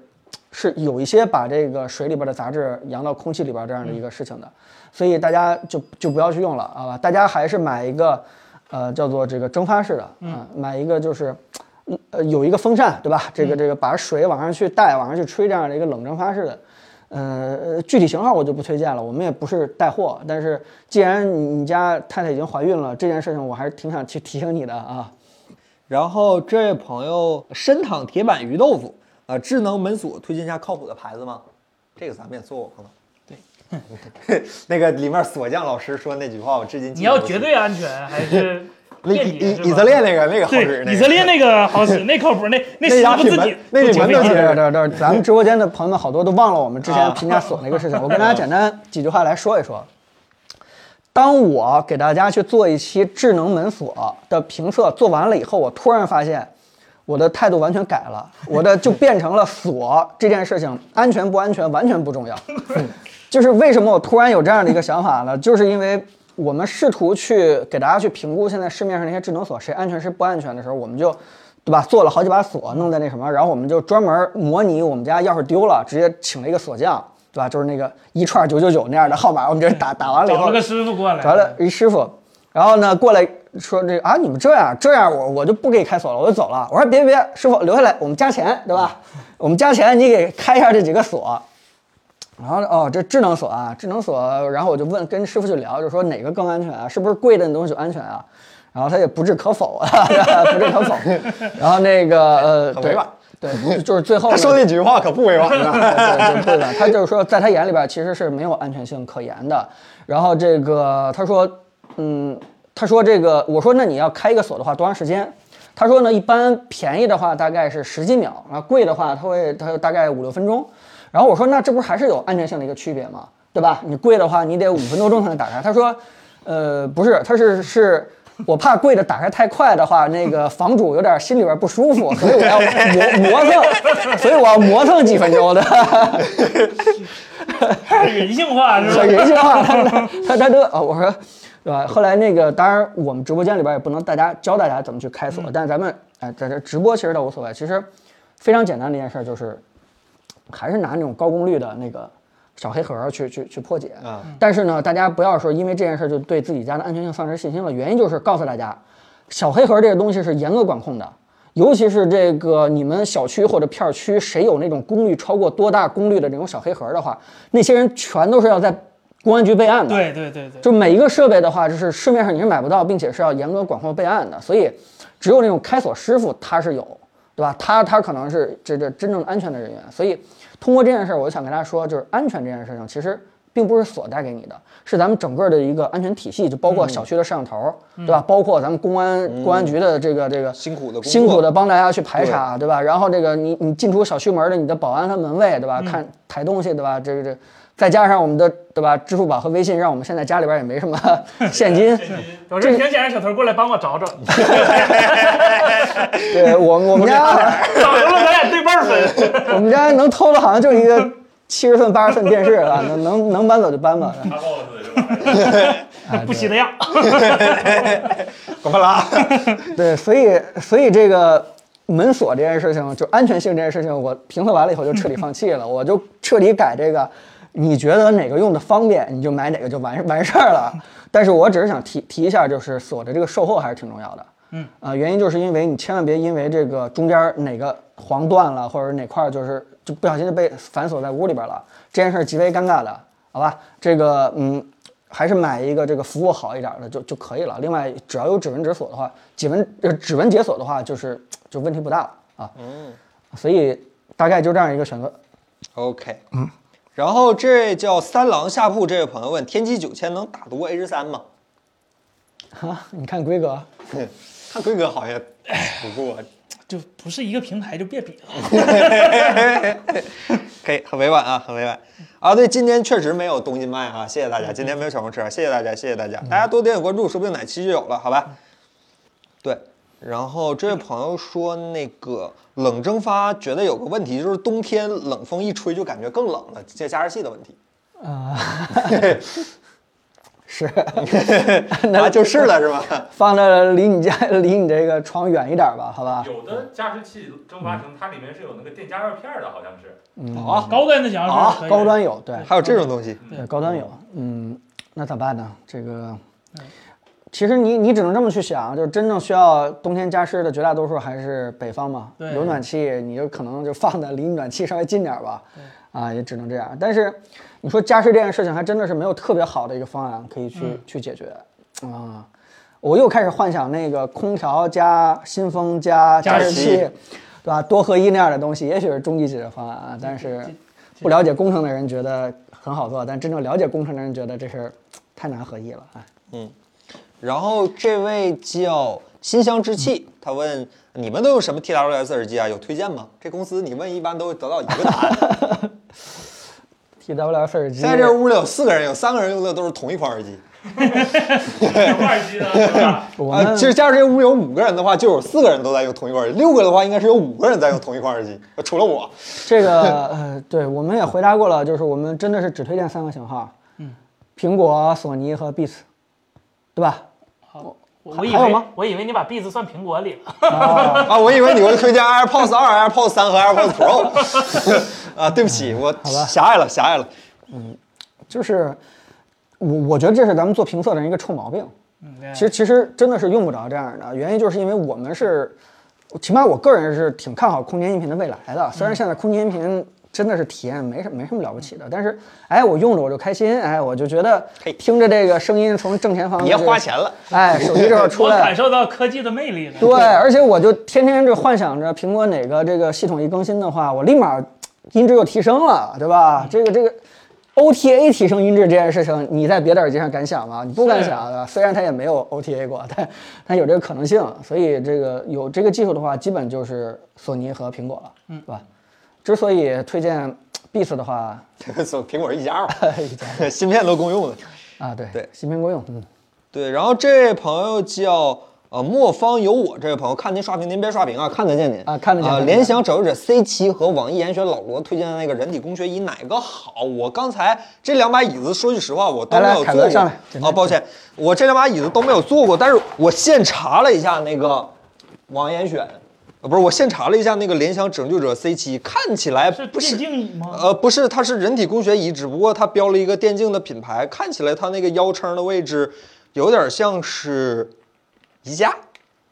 [SPEAKER 3] 是有一些把这个水里边的杂质扬到空气里边这样的一个事情的，所以大家就就不要去用了啊！大家还是买一个，呃，叫做这个蒸发式的啊、买一个就是。呃，有一个风扇，对吧？这个这个把水往上去带，往上去吹，这样的一个冷蒸发式的，呃，具体型号我就不推荐了，我们也不是带货。但是既然你你家太太已经怀孕了，这件事情我还是挺想去提醒你的啊。
[SPEAKER 2] 然后这位朋友深躺铁板鱼豆腐，啊，智能门锁推荐一下靠谱的牌子吗？这个咱们也做过，可能。对， 那个里面锁匠老师说那句话，我至今记得
[SPEAKER 1] 你要
[SPEAKER 2] 不
[SPEAKER 1] 绝
[SPEAKER 2] 记
[SPEAKER 1] 对安全还是
[SPEAKER 2] 那
[SPEAKER 1] 便
[SPEAKER 2] 以
[SPEAKER 1] 捷是吧
[SPEAKER 2] 以以色列那个那个好使，
[SPEAKER 1] 对，以
[SPEAKER 2] 那
[SPEAKER 1] 色
[SPEAKER 2] 个
[SPEAKER 1] 列那个好使，那靠谱， 那那
[SPEAKER 2] 那
[SPEAKER 1] 师
[SPEAKER 2] 俩
[SPEAKER 1] 傅
[SPEAKER 2] 品
[SPEAKER 1] 自
[SPEAKER 2] 牌
[SPEAKER 1] 己
[SPEAKER 2] 那
[SPEAKER 1] 自
[SPEAKER 2] 里
[SPEAKER 1] 己
[SPEAKER 2] 面
[SPEAKER 1] 没
[SPEAKER 2] 都
[SPEAKER 1] 劲
[SPEAKER 2] 写
[SPEAKER 1] 儿
[SPEAKER 2] 着
[SPEAKER 3] 对对对，咱们直播间的朋友们好多都忘了我们之前评价锁那个事情，我跟大家简单几句话来说一说。当我给大家去做一期智能门锁的评测，做完了以后，我突然发现我的态度完全改了，我的就变成了锁这件事情安全不安全完全 不重要。就是为什么我突然有这样的一个想法呢？就是因为我们试图去给大家去评估现在市面上那些智能锁谁安全谁不安全的时候，我们就，对吧？做了好几把锁弄在那什么，然后我们就专门模拟我们家钥匙丢了，直接请了一个锁匠，对吧？就是那个一串九九九那样的号码，我们直接打打完了以
[SPEAKER 1] 找
[SPEAKER 3] 后
[SPEAKER 1] 了，个师傅过来，
[SPEAKER 3] 找了一师傅，然后呢过来说这个啊，你们这样这样我我就不给你开锁了，我就走了。我说别别，师傅留下来，我们加钱，对吧？
[SPEAKER 1] 嗯
[SPEAKER 3] 我们加钱，你给开一下这几个锁。然后哦，这智能锁啊，智能锁，然后我就问跟师傅去聊，就说哪个更安全啊？是不是贵的那东西就安全啊？然后他也不置可否啊， 不置 可否。然后那个呃，
[SPEAKER 2] 很
[SPEAKER 3] 对
[SPEAKER 2] 委婉
[SPEAKER 3] 对，就就是最后
[SPEAKER 2] 他
[SPEAKER 3] 呢
[SPEAKER 2] 说那句话可不委婉了。
[SPEAKER 3] 对对对的，他就是说，在他眼里边其实是没有安全性可言的。然后这个他说，嗯，他说这个，我说那你要开一个锁的话，多长时间？他说呢，一般便宜的话大概是十几秒，然后贵的话，他会他大概五六分钟。然后我说那这不是还是有安全性的一个区别吗？对吧？你贵的话，你得五分多钟才能打开。他说，呃，不是，他是是。我怕贵的打开太快的话，那个房主有点心里边不舒服，所以我要磨磨蹭，所以我要磨蹭几分钟的。
[SPEAKER 1] 很人性化是吧
[SPEAKER 3] 很？人性化，他他他他都啊，我说，对吧？后来那个，当然我们直播间里边也不能大家教大家怎么去开锁，但是咱们哎，在这直播其实倒无所谓。其实非常简单的一件事儿就是，还是拿那种高功率的那个小黑盒儿去去去破解。
[SPEAKER 2] 啊
[SPEAKER 3] 但是呢，大家不要说因为这件事儿就对自己家的安全性丧失信心了。原因就是告诉大家，小黑盒儿这个东西是严格管控的，尤其是这个你们小区或者片儿区谁有那种功率超过多大功率的这种小黑盒儿的话，那些人全都是要在公安局备案的。
[SPEAKER 1] 对对对对，
[SPEAKER 3] 就每一个设备的话，就是市面上你是买不到，并且是要严格管控备案的，所以只有那种开锁师傅他是有，对吧？他他可能是这这真正的安全的人员，所以通过这件事儿，我就想跟大家说，就是安全这件事情其实。并不是锁带给你的，是咱们整个的一个安全体系，就包括小区的摄像头，对吧？包括咱们公安、公安局的这个这个
[SPEAKER 2] 辛苦的工作
[SPEAKER 3] 辛苦的帮大家去排查，对吧？然后这个你你进出小区门的你的保安和门卫，对吧？
[SPEAKER 2] 嗯
[SPEAKER 3] 看抬东西，对吧？这个这个再加上我们的对吧？支付宝和微信，让我们现在家里边也没 什么现金。
[SPEAKER 1] 有事请捡个小偷过来帮我找 找，
[SPEAKER 3] 对我们我 们家
[SPEAKER 1] 找着了咱俩对半儿分。
[SPEAKER 3] 我们家能偷的好像就一个七十寸八十寸电视啊，能能能搬走就搬吧。
[SPEAKER 5] 他 boss 的这玩意 儿
[SPEAKER 1] 不稀得样，
[SPEAKER 2] 滚吧啦！
[SPEAKER 3] 对，所以所以这个门锁这件事情，就安全性这件事情，我评测完了以后就彻底放弃了，我就彻底改这个，你觉得哪个用的方便，你就买哪个就完完事儿了。但是我只是想提提一下，就是锁的这个售后还是挺重要的。嗯，啊，原因就是因为你千万别因为这个中间哪个黄断了，或者哪块儿就是就不小心就被反锁在屋里边了，这件事儿极为尴尬的，好吧？这个，嗯，还是买一个这个服务好一点的就就可以了。另外，只要有指纹解锁的话，指纹呃指纹解锁的话，就是就问题不大了啊。嗯，所以大概就这样一个选择。
[SPEAKER 2] OK，嗯，然后这叫三郎下铺这位朋友问：天玑九千能打得过 H 三吗？
[SPEAKER 3] 啊，你看规格，
[SPEAKER 2] 看规格好像不过，
[SPEAKER 1] 就不是一个平台就别比
[SPEAKER 3] 嗯
[SPEAKER 1] 了。
[SPEAKER 2] 可以很委婉啊，很委婉啊。对，今天确实没有东西卖啊，谢谢大家，今天没有小红车，谢谢大家，谢谢大家，大家多点点关注，说不定哪期就有了，好吧？对，然后这位朋友说，那个冷蒸发觉得有个问题，就是冬天冷风一吹就感觉更冷了，这加热器的问题。
[SPEAKER 3] 是
[SPEAKER 2] 啊，就是了，是吧？
[SPEAKER 3] 放的离你家 离你这个床远一点吧，好吧？
[SPEAKER 5] 有的加湿器蒸发成它里面是有那个电加热片儿的，好像 是。
[SPEAKER 2] 啊，
[SPEAKER 1] 高端的想要是可以的
[SPEAKER 3] 高端有，对，
[SPEAKER 2] 还有这种东西，
[SPEAKER 3] 对，呃高端有，嗯，那咋办呢？这个，其实你你只能这么去想，就是真正需要冬天加湿的绝大多数还是北方嘛，
[SPEAKER 1] 对
[SPEAKER 3] 有暖气，你就可能就放的离暖气稍微近点儿吧，啊，也只能这样。但是你说加湿这件事情，还真的是没有特别好的一个方案可以去、
[SPEAKER 2] 嗯
[SPEAKER 3] 去解决啊。我又开始幻想那个空调加新风加
[SPEAKER 1] 加
[SPEAKER 3] 加
[SPEAKER 2] 湿
[SPEAKER 3] 湿器，对吧？多合一那样的东西，也许是终极解决方案啊。但是不了解工程的人觉得很好做，但真正了解工程的人觉得这事儿太难合一了。哎，
[SPEAKER 2] 然后这位叫新乡之气，他问你们都用什么 TWS 耳机啊？有推荐吗？这公司你问一般都会得到一个答案。
[SPEAKER 3] TWS 耳机
[SPEAKER 2] 现在这屋里有四个人，有三个人用的都是同一款耳机。
[SPEAKER 5] 什么耳机呢？是 吧
[SPEAKER 3] 我
[SPEAKER 2] 啊，
[SPEAKER 3] 们
[SPEAKER 2] 其实加上这屋有五个人的话，就有四个人都在用同一款耳机，六个的话应该是有五个人在用同一款耳机，除了我。
[SPEAKER 3] 这个呃，对，我们也回答过了，就是我们真的是只推荐三个型号，嗯，苹果、索尼和 Beats，对吧？
[SPEAKER 1] 我以
[SPEAKER 3] 还有
[SPEAKER 1] 为
[SPEAKER 3] 吗
[SPEAKER 1] 我以为你把币子算苹果里 了，
[SPEAKER 2] 啊，我以为你会推荐 AirPods 二、AirPods 三和 AirPods Pro。啊， 对不起，我狭隘了，狭隘了。
[SPEAKER 3] 就是我我觉得这是咱们做评测的人一个臭毛病，
[SPEAKER 1] 对
[SPEAKER 2] 嗯
[SPEAKER 3] 其
[SPEAKER 2] 啊
[SPEAKER 3] 实其实真的是用不着这样的，原因就是因为我们是，起码我个人是挺看好空间音频的未来的。
[SPEAKER 2] 嗯
[SPEAKER 3] 虽然现在空间音频真的是体验没什没什么了不起的，但是哎，我用着我就开心，哎，我就觉得
[SPEAKER 2] 嘿
[SPEAKER 3] 听着这个声音从正前方的
[SPEAKER 2] 别
[SPEAKER 3] 这个
[SPEAKER 2] 花钱了，
[SPEAKER 3] 哎，手机这会儿出
[SPEAKER 1] 我
[SPEAKER 3] 来
[SPEAKER 1] 感，受到科技的魅力了。
[SPEAKER 3] 对，而且我就天天就幻想着苹果哪个这个系统一更新的话，我立马音质又提升了，对吧？这个这个 OTA 提升音质这件事情，你在别的耳机上敢想吗？你不敢想的。虽然它也没有 OTA 过，但但有这个可能性。所以这个有这个技术的话，基本就是索尼和苹果了，嗯，对吧？之所以推荐 Beats 的话，
[SPEAKER 2] 走苹果一家吧， 芯片都共用的。
[SPEAKER 3] 啊，对
[SPEAKER 2] 对
[SPEAKER 3] 新品公用，嗯，
[SPEAKER 2] 对，然后这位朋友叫呃莫方有我，这位朋友看您刷屏，您别刷屏啊，看得见您
[SPEAKER 3] 啊看得见
[SPEAKER 2] 啊、
[SPEAKER 3] 看得见
[SPEAKER 2] 联想拯救者 C 七和网易严选老罗推荐的那个人体工学椅哪个好？我刚才这两把椅子，说句实话，我都没
[SPEAKER 3] 来来
[SPEAKER 2] 有
[SPEAKER 3] 凯
[SPEAKER 2] 坐
[SPEAKER 3] 文
[SPEAKER 2] 过。
[SPEAKER 3] 上来简单
[SPEAKER 2] 啊，抱歉，我这两把椅子都没有坐过，但是我现查了一下那个网易严选，呃不是，我现查了一下那个联想拯救者 C 7看起来
[SPEAKER 1] 是
[SPEAKER 2] 不
[SPEAKER 1] 电
[SPEAKER 2] 是
[SPEAKER 1] 竞椅吗？
[SPEAKER 2] 呃，不是，它是人体工学椅，只不过它标了一个电竞的品牌，看起来它那个腰撑的位置有点像是宜家，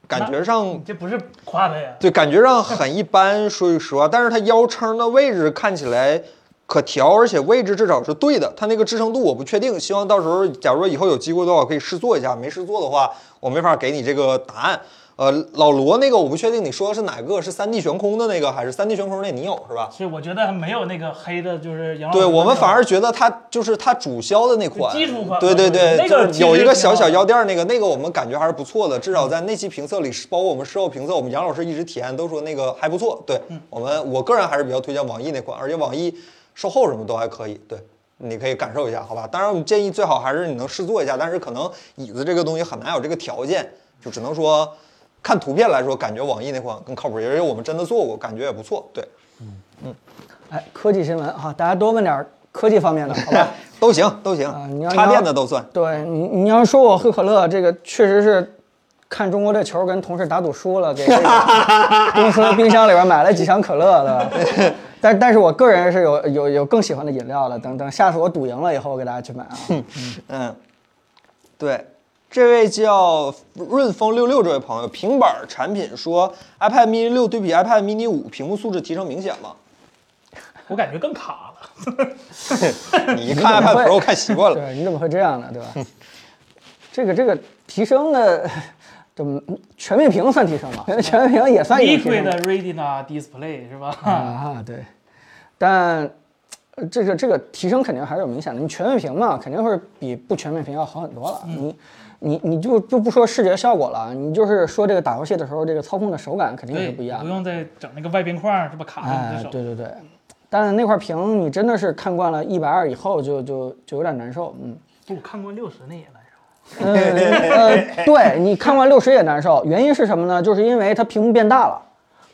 [SPEAKER 2] 感觉上
[SPEAKER 1] 这不是夸他呀，
[SPEAKER 2] 对，感觉上很一般，说句实话，但是它腰撑的位置看起来可调，而且位置至少是对的，它那个支撑度我不确定，希望到时候假如以后有机会的话，我可以试做一下，没试做的话，我没法给你这个答案。呃，老罗那个我不确定你说的是哪个，是三 D 悬空的那个，还是三 D 悬空那你有是吧？
[SPEAKER 1] 所以我觉得还没有那个黑的，就是杨老师
[SPEAKER 2] 对
[SPEAKER 1] 那个
[SPEAKER 2] 我们反而觉得它就是它主销的那款
[SPEAKER 1] 基础款
[SPEAKER 2] 对对对，
[SPEAKER 1] 那个
[SPEAKER 2] 就是
[SPEAKER 1] 其
[SPEAKER 2] 有一
[SPEAKER 1] 实
[SPEAKER 2] 个
[SPEAKER 1] 挺
[SPEAKER 2] 小小
[SPEAKER 1] 好的
[SPEAKER 2] 腰垫儿那个，那个我们感觉还是不错的，至少在那期评测里，包括我们事后评测，我们杨老师一直体验都说那个还不错。对
[SPEAKER 1] 嗯
[SPEAKER 2] 我们，我个人还是比较推荐网易那款，而且网易售后什么都还可以。对。你可以感受一下，好吧？当然，我们建议最好还是你能试坐一下，但是可能椅子这个东西很难有这个条件，就只能说看图片来说，感觉网易那款更靠谱，因为我们真的做过，感觉也不错。对，
[SPEAKER 3] 哎，科技新闻哈，大家多问点儿科技方面的，好吧？
[SPEAKER 2] 都行都行
[SPEAKER 3] 啊你要，
[SPEAKER 2] 插
[SPEAKER 3] 你要
[SPEAKER 2] 电的都算。
[SPEAKER 3] 对你，你要说我喝可乐，这个确实是看中国队球跟同事打赌输了，给这个公司冰箱里边买了几箱可乐的。但但是我个人是有有有更喜欢的饮料的，等等下次我赌赢了以后，我给大家去买啊。
[SPEAKER 2] 嗯，对，这位叫润风六六这位朋友，平板儿产品说 iPad mini 六对比 iPad mini 五，屏幕素质提升明显吗？
[SPEAKER 1] 我感觉更卡了。
[SPEAKER 2] 你 一看 iPad Pro 看习惯了。
[SPEAKER 3] 对，你怎么会这样呢？对吧？这个这个提升的， 这么全面屏算提升吗？全面屏也算一个提升
[SPEAKER 1] Liquid Retina Display 是吧？
[SPEAKER 3] 啊，对，但呃这个这个提升肯定还是有明显的。你全面屏嘛，肯定会比不全面屏要好很多
[SPEAKER 1] 嗯
[SPEAKER 3] 了。你你你就就不说视觉效果了，你就是说这个打游戏的时候，嗯这个操控的手感肯定也
[SPEAKER 1] 对，
[SPEAKER 3] 是不一样
[SPEAKER 1] 不
[SPEAKER 3] 的。
[SPEAKER 1] 用再整那个外边框是吧？卡在你
[SPEAKER 3] 哎
[SPEAKER 1] 的，手。
[SPEAKER 3] 对对对，但那块屏你真的是看惯了一百二以后就，就就有点难受。嗯，
[SPEAKER 1] 不，我看过六十那也难受。
[SPEAKER 3] 呃呃，对你看完六十也难受，原因是什么呢？就是因为它屏幕变大了，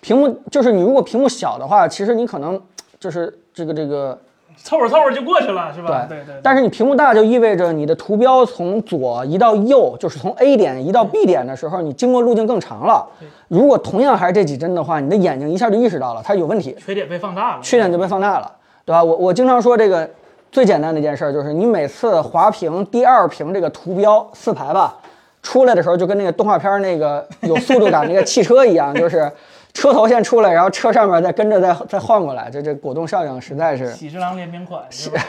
[SPEAKER 3] 屏幕就是你如果屏幕小的话，其实你可能就是这个这个
[SPEAKER 1] 凑合凑合就过去了是吧？对对。
[SPEAKER 3] 但是你屏幕大就意味着你的图标从左移到右，就是从 A 点移到 B 点的时候，你经过路径更长了。如果同样还是这几帧的话，你的眼睛一下就意识到了它有问题，
[SPEAKER 1] 缺点被放大了。
[SPEAKER 3] 缺点就被放大了，对吧？我我经常说这个最简单的一件事儿就是，你每次滑屏第二屏这个图标四排吧，出来的时候就跟那个动画片儿那个有速度感那个汽车一样，就是车头先出来，然后车上面再跟着再再换过来，这这果冻效应实在是。
[SPEAKER 1] 喜之郎联名款是吧？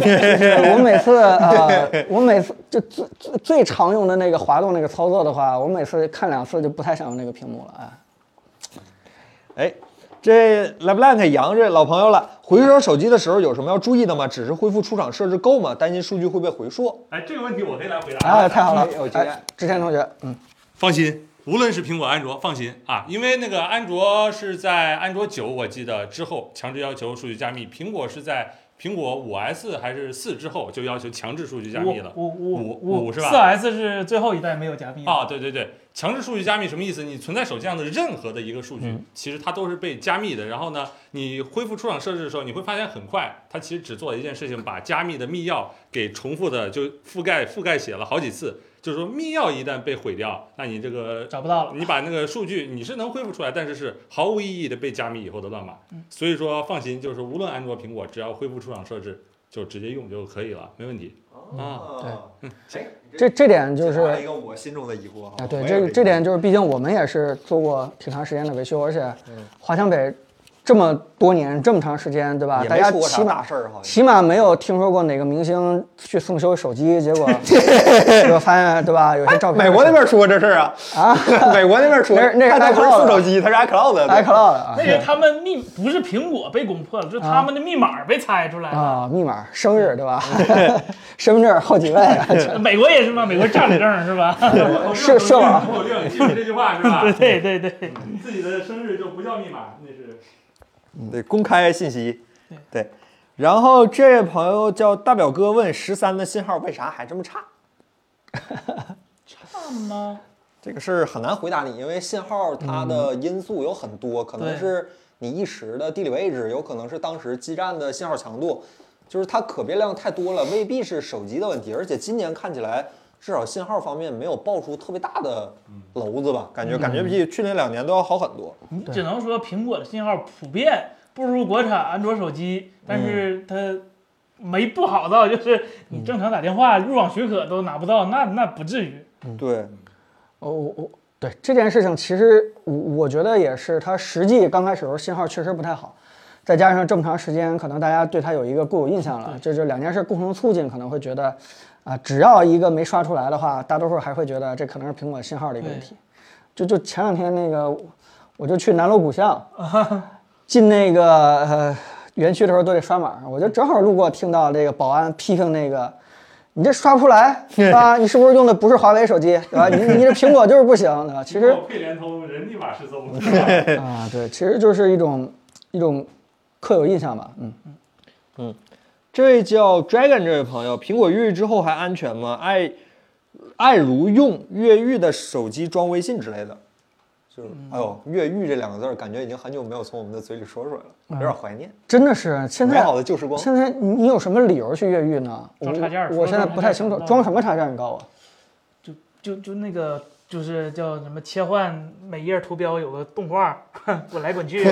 [SPEAKER 3] 对 我每次呃，我每次就最最最常用的那个滑动那个操作的话，我每次看两次就不太想用那个屏幕了啊。
[SPEAKER 2] 哎，这 LeBlanc 杨这老朋友了，回收手机的时候有什么要注意的吗？只是恢复出厂设置够吗？担心数据会被回溯。
[SPEAKER 5] 哎，这个问题我可以来回答。啊
[SPEAKER 3] 哎，太好了
[SPEAKER 2] 哎我，觉得
[SPEAKER 3] 哎，之前同学，嗯，
[SPEAKER 5] 放心，无论是苹果、安卓，放心啊，因为那个安卓是在安卓九，我记得之后强制要求数据加密，苹果是在苹果五 S 还是四之后就要求强制数据加密了。
[SPEAKER 1] 五五
[SPEAKER 5] 五五是吧
[SPEAKER 1] 四 S 是最后一代没有加密的。
[SPEAKER 5] 啊，对对对，强制数据加密什么意思？你存在手机上的任何的一个数据，其实它都是被加密的。然后呢，你恢复出厂设置的时候，你会发现很快，它其实只做了一件事情，把加密的密钥给重复的就覆盖覆盖写了好几次。就是说，密钥一旦被毁掉，那你这个
[SPEAKER 1] 找不到了。
[SPEAKER 5] 你把那个数据你是能恢复出来，但是是毫无意义的被加密以后的乱码。所以说放心，就是无论安卓、苹果，只要恢复出厂设置，就直接用就可以了，没问题。
[SPEAKER 7] 啊，对，哎，你
[SPEAKER 3] 这这点就是
[SPEAKER 7] 解答了一个我心中的疑惑
[SPEAKER 3] 啊，对，这这点就是，毕竟我们也是做过挺长时间的维修，而且华强北这么多年这么长时间，对吧？
[SPEAKER 2] 也
[SPEAKER 3] 大
[SPEAKER 2] 没
[SPEAKER 3] 家
[SPEAKER 2] 出过啥
[SPEAKER 3] 起码
[SPEAKER 2] 大事儿好像
[SPEAKER 3] 起码没有听说过哪个明星去送修手机，结果结果发现对吧？有些照片
[SPEAKER 2] 美国那边出过这事儿啊？啊，美国那边出，
[SPEAKER 3] 那是那是
[SPEAKER 2] 他他不是
[SPEAKER 3] iCloud
[SPEAKER 2] 副手机，他是 iCloud 的。对
[SPEAKER 3] iCloud 啊
[SPEAKER 1] 那是他们密不是苹果被攻破了，是他们的密码被猜出来了。
[SPEAKER 3] 啊，密码、生日对吧？ 身份证好几位啊，
[SPEAKER 1] 美国也是嘛，美国占领证是 吧？
[SPEAKER 3] 社社网
[SPEAKER 5] 我令，记住这句话是吧？
[SPEAKER 1] 对对对，
[SPEAKER 5] 你自己的生日就不叫密码，那是。
[SPEAKER 2] 对，公开信息。对，然后这位朋友叫大表哥问十三的信号为啥还这么差？
[SPEAKER 1] 吗？
[SPEAKER 2] 这个事儿很难回答你，因为信号它的因素有很多，可能
[SPEAKER 1] 对
[SPEAKER 2] 是你一时的地理位置，有可能是当时基站的信号强度，就是它可变量太多了，未必是手机的问题。而且今年看起来至少信号方面没有爆出特别大的篓子吧，感觉感觉比去年两年都要好很多。
[SPEAKER 1] 只能说苹果的信号普遍不如国产安卓手机，但是它没不好到就是你正常打电话入网许可都拿不到，那那不至于。
[SPEAKER 2] 对，
[SPEAKER 3] 哦，我我对这件事情，其实我我觉得也是，它实际刚开始的时候信号确实不太好，再加上这么长时间，可能大家对它有一个固有印象了，这就两件事共同促进，可能会觉得，啊，只要一个没刷出来的话，大多数还会觉得这可能是苹果信号的一个问题。就就前两天那个，我就去南锣鼓巷，进那个呃园区的时候都得刷码，我就正好路过，听到这个保安批评那个。你这刷不出来啊！你是不是用的不是华为手机，对吧？你你这苹果就是不行，对吧？其实
[SPEAKER 5] 苹果配联通人立马失踪。
[SPEAKER 3] 啊，对，其实就是一种一种刻有印象吧，嗯，
[SPEAKER 8] 这位叫 Dragon 这位朋友，苹果越狱之后还安全吗？爱爱如用越狱的手机装微信之类的，
[SPEAKER 2] 就是
[SPEAKER 1] 嗯
[SPEAKER 2] 哎呦，越狱这两个字儿，感觉已经很久没有从我们的嘴里说出来了，
[SPEAKER 1] 嗯
[SPEAKER 2] 有点怀念。
[SPEAKER 3] 真的是现
[SPEAKER 2] 美
[SPEAKER 3] 在
[SPEAKER 2] 好的旧时光，
[SPEAKER 3] 现在你你有什么理由去越狱呢？我
[SPEAKER 1] 装插件儿
[SPEAKER 3] 我
[SPEAKER 1] 说
[SPEAKER 3] 现在
[SPEAKER 1] 装
[SPEAKER 3] 不太
[SPEAKER 1] 插件儿啊想不到
[SPEAKER 3] 清楚装什么插件，你告诉我。
[SPEAKER 1] 就就那个就是叫什么切换每页图标有个动画， 滚来滚去，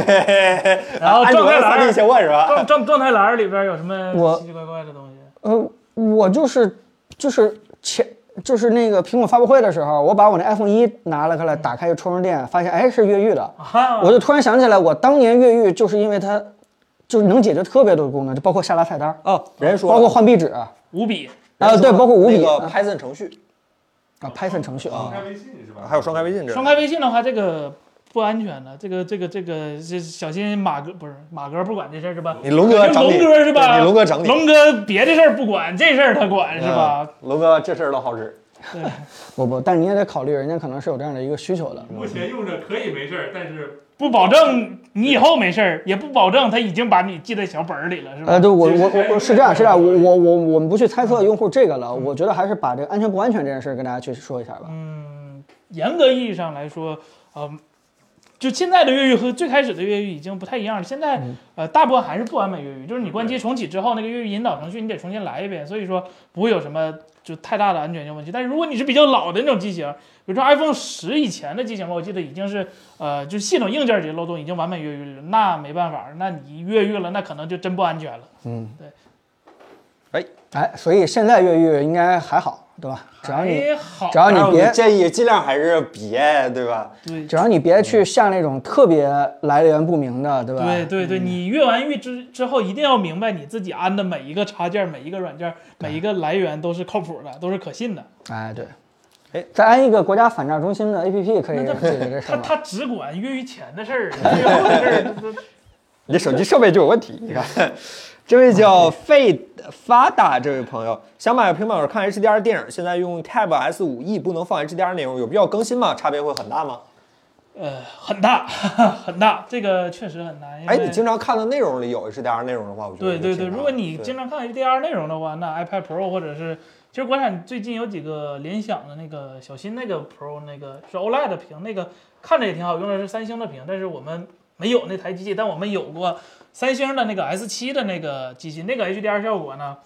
[SPEAKER 1] 然后
[SPEAKER 2] 安
[SPEAKER 1] 状
[SPEAKER 2] 卓
[SPEAKER 1] 态
[SPEAKER 2] 的三 D
[SPEAKER 1] 栏
[SPEAKER 2] 切换是吧？
[SPEAKER 1] 状状状态栏里边有什么
[SPEAKER 3] 我
[SPEAKER 1] 奇奇怪怪的东西？
[SPEAKER 3] 呃，我就是就是前就是那个苹果发布会的时候，我把我那 iPhone 一拿了过来，打开就充上电，发现哎是越狱的，
[SPEAKER 1] 啊
[SPEAKER 3] 我就突然想起来，我当年越狱就是因为它就是能解决特别多的功能，就包括下拉菜单儿，
[SPEAKER 2] 哦，人说
[SPEAKER 3] 包括换壁纸啊，
[SPEAKER 1] 五笔，
[SPEAKER 3] 对，包括五笔
[SPEAKER 2] 那个
[SPEAKER 3] 啊
[SPEAKER 2] Python 程序，
[SPEAKER 3] 啊 Python 程序啊
[SPEAKER 5] 开。微信是吧？
[SPEAKER 2] 还有双开微信这
[SPEAKER 1] 嗯双开微信的话，这个不安全的，这个这个这个这小心马哥不是马哥不管这事儿是吧？
[SPEAKER 2] 你龙哥
[SPEAKER 1] 就
[SPEAKER 2] 整理，
[SPEAKER 1] 龙哥是吧？
[SPEAKER 2] 对你龙哥整理，
[SPEAKER 1] 龙哥别的事儿不管，这事儿他管是吧？
[SPEAKER 2] 嗯？龙哥这事儿倒好使，
[SPEAKER 3] 不不，但你也得考虑，人家可能是有这样的一个需求的。
[SPEAKER 2] 嗯
[SPEAKER 5] 目前用着可以没事儿，但是
[SPEAKER 1] 不保证你以后没事儿，也不保证他已经把你记在小本儿里了，是吧？
[SPEAKER 3] 呃，对我我
[SPEAKER 5] 其实
[SPEAKER 3] 我是这样是这样，我我我我们不去猜测用户这个了，我觉得还是把这个安全不安全这件事儿跟大家去说一下吧。
[SPEAKER 1] 嗯，严格意义上来说，嗯，就现在的越狱和最开始的越狱已经不太一样了。现在
[SPEAKER 3] 嗯
[SPEAKER 1] 呃，大部分还是不完美越狱，就是你关机重启之后，那个越狱引导程序你得重新来一遍，所以说不会有什么就太大的安全性问题。但是如果你是比较老的那种机型，比如说 iPhone 十以前的机型吧，我记得已经是呃，就是系统硬件级漏洞已经完美越狱了，那没办法，那你越狱了，那可能就真不安全了。
[SPEAKER 3] 哎，所以现在越狱应该还好，对吧？只要你
[SPEAKER 1] 还好
[SPEAKER 3] 只，要
[SPEAKER 2] 但是
[SPEAKER 3] 你
[SPEAKER 2] 我
[SPEAKER 3] 别
[SPEAKER 2] 们建议尽量还是别，对吧？
[SPEAKER 1] 对
[SPEAKER 3] 只要你别去下那种特别来源不明的，对吧？
[SPEAKER 1] 对对对，你越完越之之后，一定要明白你自己安的每一个插件、每一个软件、每一个来源都是靠谱的，都是可信的。
[SPEAKER 3] 哎，对。
[SPEAKER 2] 哎，
[SPEAKER 3] 再安一个国家反诈中心的 APP 可以
[SPEAKER 1] 那
[SPEAKER 3] 解
[SPEAKER 1] 它
[SPEAKER 3] 决这事
[SPEAKER 1] 他
[SPEAKER 3] 儿吗？
[SPEAKER 1] 他只管越狱前的事儿，越后的事儿 这
[SPEAKER 8] 你这手机设备就有问题。你看， 这位叫费发达这位朋友，想买个平板儿看 HDR 电影，现在用 Tab S 五 E 不能放 HDR 内容，有必要更新吗？差别会很大吗？
[SPEAKER 1] 呃很大 很大，这个确实很大。因
[SPEAKER 2] 哎，
[SPEAKER 1] 为
[SPEAKER 2] 你经常看的内容里有 HDR 内容的话，我觉得
[SPEAKER 1] 对对对，如果你
[SPEAKER 2] 经
[SPEAKER 1] 经常看 HDR 内容的话，那 iPad Pro 或者是，其实国产最近有几个联想的那个小新那个 Pro 那个是 OLED 的屏，那个看着也挺好，用的是三星的屏，但是我们没有那台机器，但我们有过三星的那个 S 7的那个机器，那个 HDR 效果呢，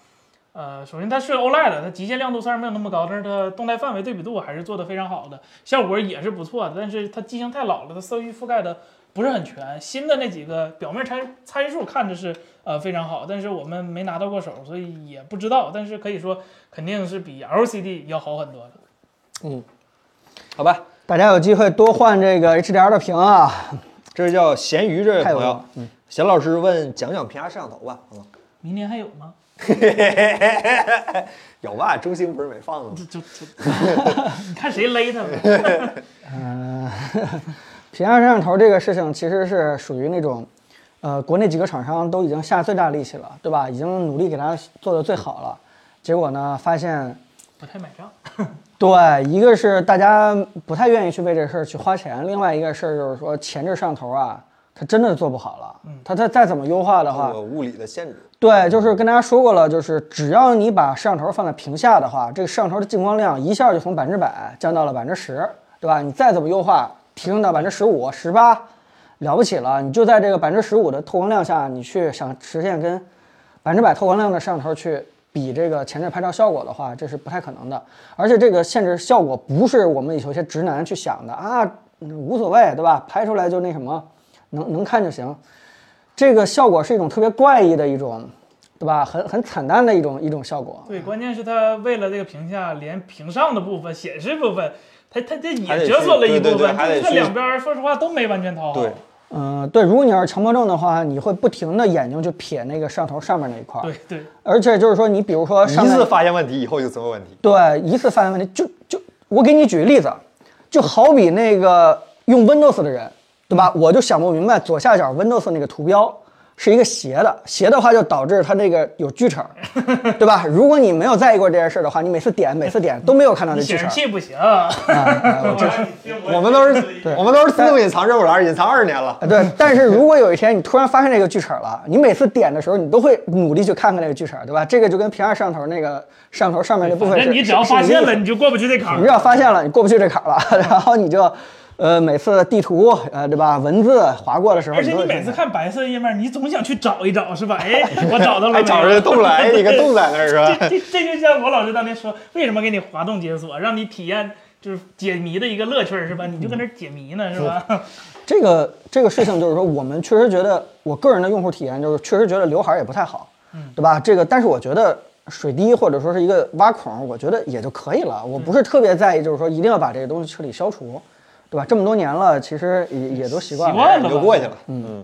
[SPEAKER 1] 呃，首先它是 OLED 的，它极限亮度虽然没有那么高，但是它动态范围对比度还是做得非常好的，效果也是不错的。但是它机型太老了，它色域覆盖的不是很全。新的那几个表面参参数看着是呃非常好，但是我们没拿到过手，所以也不知道。但是可以说肯定是比 LCD 要好很多的。
[SPEAKER 8] 好吧，
[SPEAKER 3] 大家有机会多换这个 HDR 的屏啊，
[SPEAKER 8] 这位叫咸鱼这位
[SPEAKER 3] 太有
[SPEAKER 8] 朋
[SPEAKER 3] 用
[SPEAKER 8] 友
[SPEAKER 3] 了，。嗯
[SPEAKER 8] 咸老师问
[SPEAKER 2] 讲讲平价摄像头吧，嗯，
[SPEAKER 1] 明年还有吗？
[SPEAKER 2] 有吧？中兴不是没放吗？
[SPEAKER 1] 就就就，你看谁勒他们？
[SPEAKER 3] 平价摄像头这个事情其实是属于那种，呃，国内几个厂商都已经下最大力气了，对吧？已经努力给它做的最好了，结果呢，发现
[SPEAKER 1] 不太买账。
[SPEAKER 3] 对，一个是大家不太愿意去为这事儿去花钱，另外一个事儿就是说前置摄像头啊，它真的做不好了。它它再怎么优化的话，
[SPEAKER 2] 我物理的限制，
[SPEAKER 3] 对，就是跟大家说过了，就是只要你把摄像头放在屏下的话，这个摄像头的进光量一下就从百分之百降到了百分之十，对吧？你再怎么优化，提升到百分之十五、十八，了不起了，你就在这个百分之十五的透光量下，你去想实现跟百分之百透光量的摄像头去比这个前置拍照效果的话，这是不太可能的。而且这个限制效果不是我们有些直男去想的啊，嗯无所谓，对吧？拍出来就那什么，能能看就行。这个效果是一种特别怪异的一种，对吧？很很惨淡的一种一种效果。
[SPEAKER 1] 对，关键是他为了这个屏下，连屏上的部分、显示部分，他他这
[SPEAKER 2] 还得
[SPEAKER 1] 也
[SPEAKER 2] 去
[SPEAKER 1] 折损了一
[SPEAKER 2] 对对
[SPEAKER 1] 部
[SPEAKER 2] 对
[SPEAKER 1] 分，
[SPEAKER 2] 还得
[SPEAKER 1] 就是它
[SPEAKER 2] 去
[SPEAKER 1] 两边儿说实话都没完全讨好。
[SPEAKER 2] 对，
[SPEAKER 3] 嗯、对，如果你要是强迫症的话，你会不停的眼睛去瞥那个摄像头上面那一块儿。
[SPEAKER 1] 对对，
[SPEAKER 3] 而且就是说，你比如说上
[SPEAKER 2] 一
[SPEAKER 3] 面
[SPEAKER 2] 次发现问题以后就责问问题。
[SPEAKER 3] 对，一次发现问题就就我给你举个例子，就好比那个用 Windows 的人，对吧？
[SPEAKER 1] 嗯
[SPEAKER 3] 我就想不明白左下角 Windows 那个图标是一个斜的，斜的话就导致它那个有锯 齿儿，对吧？如果你没有在意过这件事的话，你每次点每次点都没有看到那
[SPEAKER 1] 你
[SPEAKER 3] 锯
[SPEAKER 1] 嗯显
[SPEAKER 3] 齿
[SPEAKER 1] 示
[SPEAKER 3] 儿。
[SPEAKER 1] 器不行，
[SPEAKER 3] 啊，这
[SPEAKER 2] 我们都是我们都是自动隐藏任务栏，隐藏二十年了。
[SPEAKER 3] 啊对，但是如果有一天你突然发现这个锯齿儿了，你每次点的时候，你都会努力去看看那个锯齿儿，对吧？这个就跟平二摄像头那个摄像头上面那部
[SPEAKER 1] 反
[SPEAKER 3] 分是，
[SPEAKER 1] 正你只要
[SPEAKER 3] 是
[SPEAKER 1] 发现，
[SPEAKER 3] 是一个意
[SPEAKER 1] 了，
[SPEAKER 3] 思
[SPEAKER 1] 你就过不去这坎
[SPEAKER 3] 你只要
[SPEAKER 1] 儿。
[SPEAKER 3] 发现了，你过不去这坎儿了，
[SPEAKER 1] 嗯
[SPEAKER 3] 然后你就，呃，每次地图，呃，对吧？文字划过的时候，
[SPEAKER 1] 而且
[SPEAKER 3] 都
[SPEAKER 1] 你
[SPEAKER 3] 会
[SPEAKER 1] 每次看白色页面，你总想去找一找，是吧？哎，我找到了没
[SPEAKER 2] 还
[SPEAKER 1] 有，
[SPEAKER 2] 找着洞来，你个洞在那儿是 吧？
[SPEAKER 1] 这这这就像我老师当年说，为什么给你滑动解锁，让你体验就是解谜的一个乐趣儿，是吧？你就跟那儿解谜呢，是吧？
[SPEAKER 3] 这个这个事情就是说，我们确实觉得，我个人的用户体验就是确实觉得刘海儿也不太好，
[SPEAKER 1] 嗯
[SPEAKER 3] 对吧？这个，但是我觉得水滴或者说是一个挖孔，我觉得也就可以了。我
[SPEAKER 1] 嗯
[SPEAKER 3] 不是特别在意，就是说一定要把这个东西彻底消除，对吧？这么多年了，其实也也都习惯
[SPEAKER 1] 习惯
[SPEAKER 3] 了，
[SPEAKER 1] 了吧
[SPEAKER 2] 你就过去了。
[SPEAKER 1] 嗯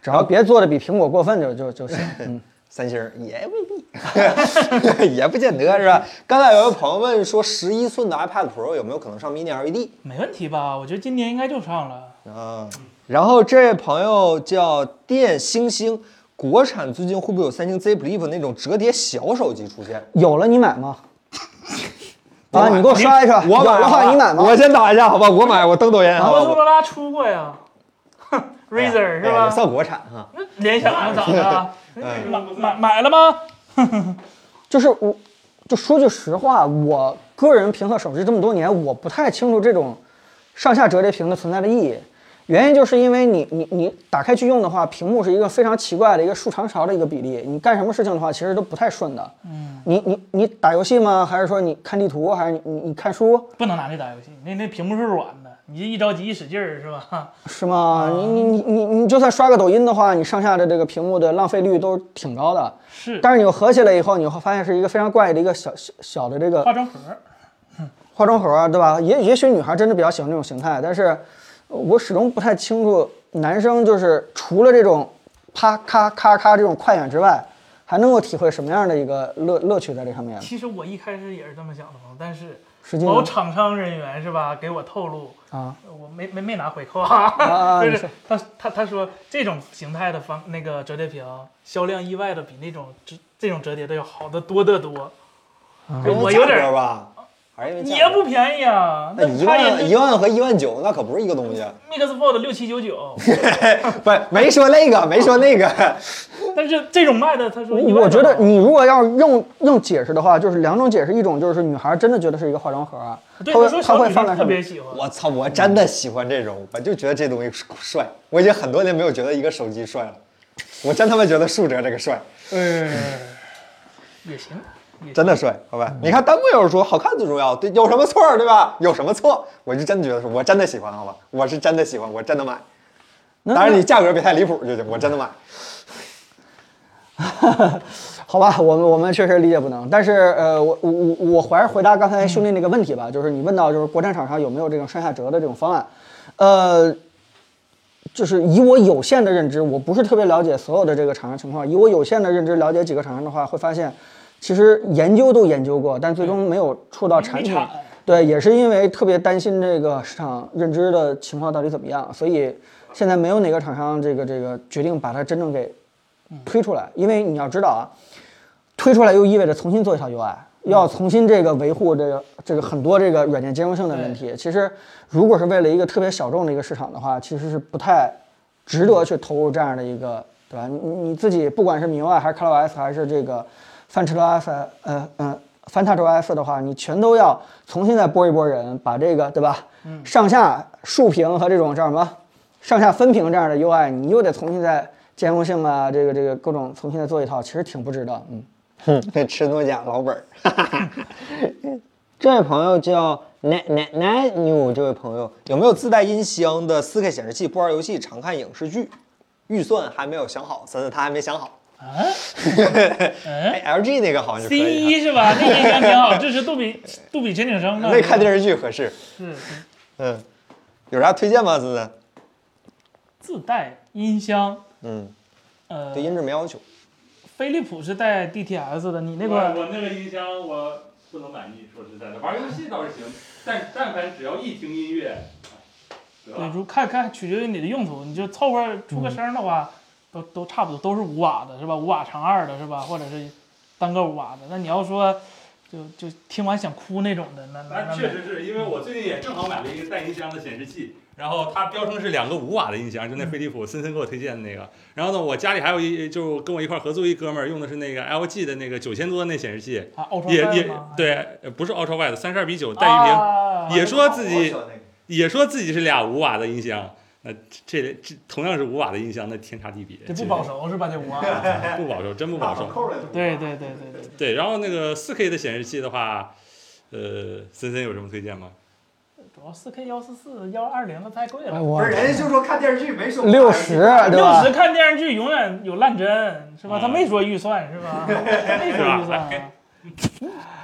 [SPEAKER 3] 只要别做的比苹果过分就就就行。嗯，
[SPEAKER 2] 三星儿也未必， 也不见得是吧？刚才有位朋友问说，十一寸的 iPad Pro 有没有可能上 Mini LED？
[SPEAKER 1] 没问题吧？我觉得今年应该就上了。
[SPEAKER 2] 啊，然后这位朋友叫电星星，国产最近会不会有三星 Z Flip 那种折叠小手机出现？
[SPEAKER 3] 有了你买 吗？啊，你给我刷一刷，
[SPEAKER 2] 我
[SPEAKER 3] 有
[SPEAKER 2] 买
[SPEAKER 3] 的话你买吗？
[SPEAKER 2] 我先打一下，好吧？我买，我登抖音，好
[SPEAKER 1] 摩
[SPEAKER 2] 吧？
[SPEAKER 1] 托
[SPEAKER 2] 我
[SPEAKER 1] 罗拉出过呀，Razer 是
[SPEAKER 2] 哎呀也
[SPEAKER 1] 吧？
[SPEAKER 2] 算国产哈。
[SPEAKER 1] 那联想啊咋的？
[SPEAKER 2] 嗯
[SPEAKER 1] 买买买了吗？
[SPEAKER 3] 就是我，就说句实话，我个人评测手机这么多年，我不太清楚这种上下折叠屏的存在的意义。原因就是因为你你你打开去用的话，屏幕是一个非常奇怪的一个竖长条的一个比例，你干什么事情的话，其实都不太顺的。嗯，你你你打游戏吗？还是说你看地图？还是你你你看书？
[SPEAKER 1] 不能拿这打游戏，那那屏幕是软的，你这一着急一使劲儿是吧？
[SPEAKER 3] 是吗？你你你你你就算刷个抖音的话，你上下的这个屏幕的浪费率都挺高的。
[SPEAKER 1] 是
[SPEAKER 3] 但是你合起来以后，你会发现是一个非常怪异的一个小小小的这个
[SPEAKER 1] 化妆盒儿，
[SPEAKER 3] 化妆盒儿，对吧？也也许女孩真的比较喜欢这种形态，但是呃我始终不太清楚，男生就是除了这种啪咔咔咔这种快感之外，还能够体会什么样的一个乐乐趣在这上面？
[SPEAKER 1] 其实我一开始也是这么想的嘛，但是
[SPEAKER 3] 实际呢
[SPEAKER 1] 某厂商人员是吧，给我透露，
[SPEAKER 3] 啊，
[SPEAKER 1] 我没没没拿回扣啊，
[SPEAKER 3] 啊
[SPEAKER 1] 就
[SPEAKER 3] 你
[SPEAKER 1] 是
[SPEAKER 3] 说
[SPEAKER 1] 他他他说这种形态的方那个折叠屏销量意外的比那种折这种折叠的要好的多得多，
[SPEAKER 3] 啊
[SPEAKER 1] 就我有点
[SPEAKER 2] 价格
[SPEAKER 1] 儿
[SPEAKER 2] 吧，还是因为价
[SPEAKER 1] 也
[SPEAKER 2] 格
[SPEAKER 1] 不便宜啊，
[SPEAKER 2] 那一
[SPEAKER 1] 差也
[SPEAKER 2] 万一万和一万九，那可不是一个东西。
[SPEAKER 1] Mix Fold 六七九 九，
[SPEAKER 2] 不，没说那个，没说那个。
[SPEAKER 1] 但是这种卖的他说意外
[SPEAKER 3] 我
[SPEAKER 1] 的
[SPEAKER 3] 觉得
[SPEAKER 1] 好
[SPEAKER 3] 你如果要是用用解释的话，就是两种解释，一种就是女孩真的觉得是一个化妆盒啊，
[SPEAKER 1] 对
[SPEAKER 3] 她
[SPEAKER 1] 他说
[SPEAKER 3] 会她
[SPEAKER 1] 小
[SPEAKER 3] 会
[SPEAKER 1] 女
[SPEAKER 3] 放
[SPEAKER 1] 生
[SPEAKER 3] 在
[SPEAKER 1] 特
[SPEAKER 3] 上
[SPEAKER 1] 别
[SPEAKER 3] 面。
[SPEAKER 1] 喜欢，
[SPEAKER 2] 我操，我真的喜欢这种，我就觉得这东西帅。我已经很多年没有觉得一个手机帅了，我真他妈觉得竖折这个帅，哎
[SPEAKER 1] 也行，也
[SPEAKER 2] 真的帅，好吧？你看弹幕有人说好看最重要，对，有什么错儿对吧？有什么错？我就真的觉得是，我真的喜欢，好吧？我是真的喜欢，我真的买。当然你价格别太离谱就行，我真的买。
[SPEAKER 3] 好吧，我们我们确实理解不能，但是呃，我我我我还是回答刚才兄弟那个问题吧，就是你问到就是国产厂商有没有这种上下折的这种方案，呃，就是以我有限的认知，我不是特别了解所有的这个厂商情况，以我有限的认知了解几个厂商的话，会发现其实研究都研究过，但最终没有触到产品
[SPEAKER 1] 没产。
[SPEAKER 3] 对，也是因为特别担心这个市场认知的情况到底怎么样，所以现在没有哪个厂商这个这个决定把它真正给推出来，因为你要知道啊，推出来又意味着重新做一套 UI，要重新这个维护这个这个很多这个软件兼容性的问题。其实如果是为了一个特别小众的一个市场的话，其实是不太值得去投入这样的一个，对吧？你你你自己不管是 MIUI 还是 ColorOS 还是这个 FantasOS，呃呃 FantasOS 的话，你全都要重新再拨一拨人，把这个对吧？上下竖屏和这种叫什么上下分屏这样的 UI，你又得重新再兼容性啊，这个这个各种重新再做一套，其实挺不值得，嗯。
[SPEAKER 2] 这吃诺基亚老本儿。 这位朋友叫奶奶奶牛，这位朋友有没有自带音箱的 4K 显示器？不玩游戏，常看影视剧，预算还没有想好，森森他还没想好。
[SPEAKER 1] 嗯
[SPEAKER 2] 哎，LG 那个好像就可
[SPEAKER 1] ，C
[SPEAKER 2] 以
[SPEAKER 1] 一是吧？那音箱挺好，支持杜比杜比全景声
[SPEAKER 2] 看，
[SPEAKER 1] 的。
[SPEAKER 2] 那看电视剧合适。
[SPEAKER 1] 是
[SPEAKER 2] 嗯，有啥推荐吗？森森，
[SPEAKER 1] 自带音箱，
[SPEAKER 2] 嗯，
[SPEAKER 1] 呃，
[SPEAKER 2] 对音质没要求。
[SPEAKER 1] 飞利浦是带 DTS 的，你那
[SPEAKER 5] 我
[SPEAKER 1] 款
[SPEAKER 5] 我那个音箱我不能满意，说实在的，玩游戏倒是行，但但凡只要一听音乐，得
[SPEAKER 1] 对，
[SPEAKER 5] 了，
[SPEAKER 1] 如看看取决于你的用途，你就凑合出个声儿的话，都都差不多，都是五瓦的是吧？五瓦乘二的是吧？或者是单个五瓦的。那你要说就就听完想哭那种的，那那
[SPEAKER 5] 那
[SPEAKER 1] 那
[SPEAKER 5] 确
[SPEAKER 1] 没
[SPEAKER 5] 实是因为我最近也正好买了一个带音箱的显示器，然后它标称是两个五瓦的音箱，就那飞利
[SPEAKER 1] 嗯
[SPEAKER 5] 浦森森给我推荐的那个。然后呢，我家里还有一就跟我一块儿合租一哥们儿用的是那个 LG 的那个九千多的那显示器，
[SPEAKER 1] 啊，奥创
[SPEAKER 5] 也
[SPEAKER 1] 赛
[SPEAKER 5] 也
[SPEAKER 1] 吗，
[SPEAKER 5] 对，呃不是 Ultra Wide 三十二比九带鱼屏，
[SPEAKER 1] 啊
[SPEAKER 5] 也说自
[SPEAKER 7] 我
[SPEAKER 5] 己
[SPEAKER 2] 哦
[SPEAKER 7] 喜欢那个
[SPEAKER 5] 也说自己是俩五瓦的音箱，那这这这同样是五瓦的音箱，那天差地别，
[SPEAKER 1] 这不
[SPEAKER 5] 其实
[SPEAKER 1] 保熟是吧？这五瓦。
[SPEAKER 5] 啊不保收，真不
[SPEAKER 7] 大
[SPEAKER 5] 保
[SPEAKER 7] 手
[SPEAKER 5] 收。
[SPEAKER 7] 扣的那
[SPEAKER 2] 嗯
[SPEAKER 7] 个
[SPEAKER 1] 对对对对对，
[SPEAKER 5] 对，然后那个四 K 的显示器的话，呃，森森有什么推荐吗？
[SPEAKER 1] 主要四 K 幺四四幺二零的太贵
[SPEAKER 3] 哎
[SPEAKER 1] 了。
[SPEAKER 7] 不
[SPEAKER 3] 我
[SPEAKER 7] 是人家就说看电视剧没说
[SPEAKER 3] 六十对
[SPEAKER 1] 六
[SPEAKER 3] 吧
[SPEAKER 1] 十？哎看电视剧永远有烂帧，是吧？
[SPEAKER 5] 啊
[SPEAKER 1] 他没说预算，是 吧？他没说预算
[SPEAKER 5] 是
[SPEAKER 1] 啊，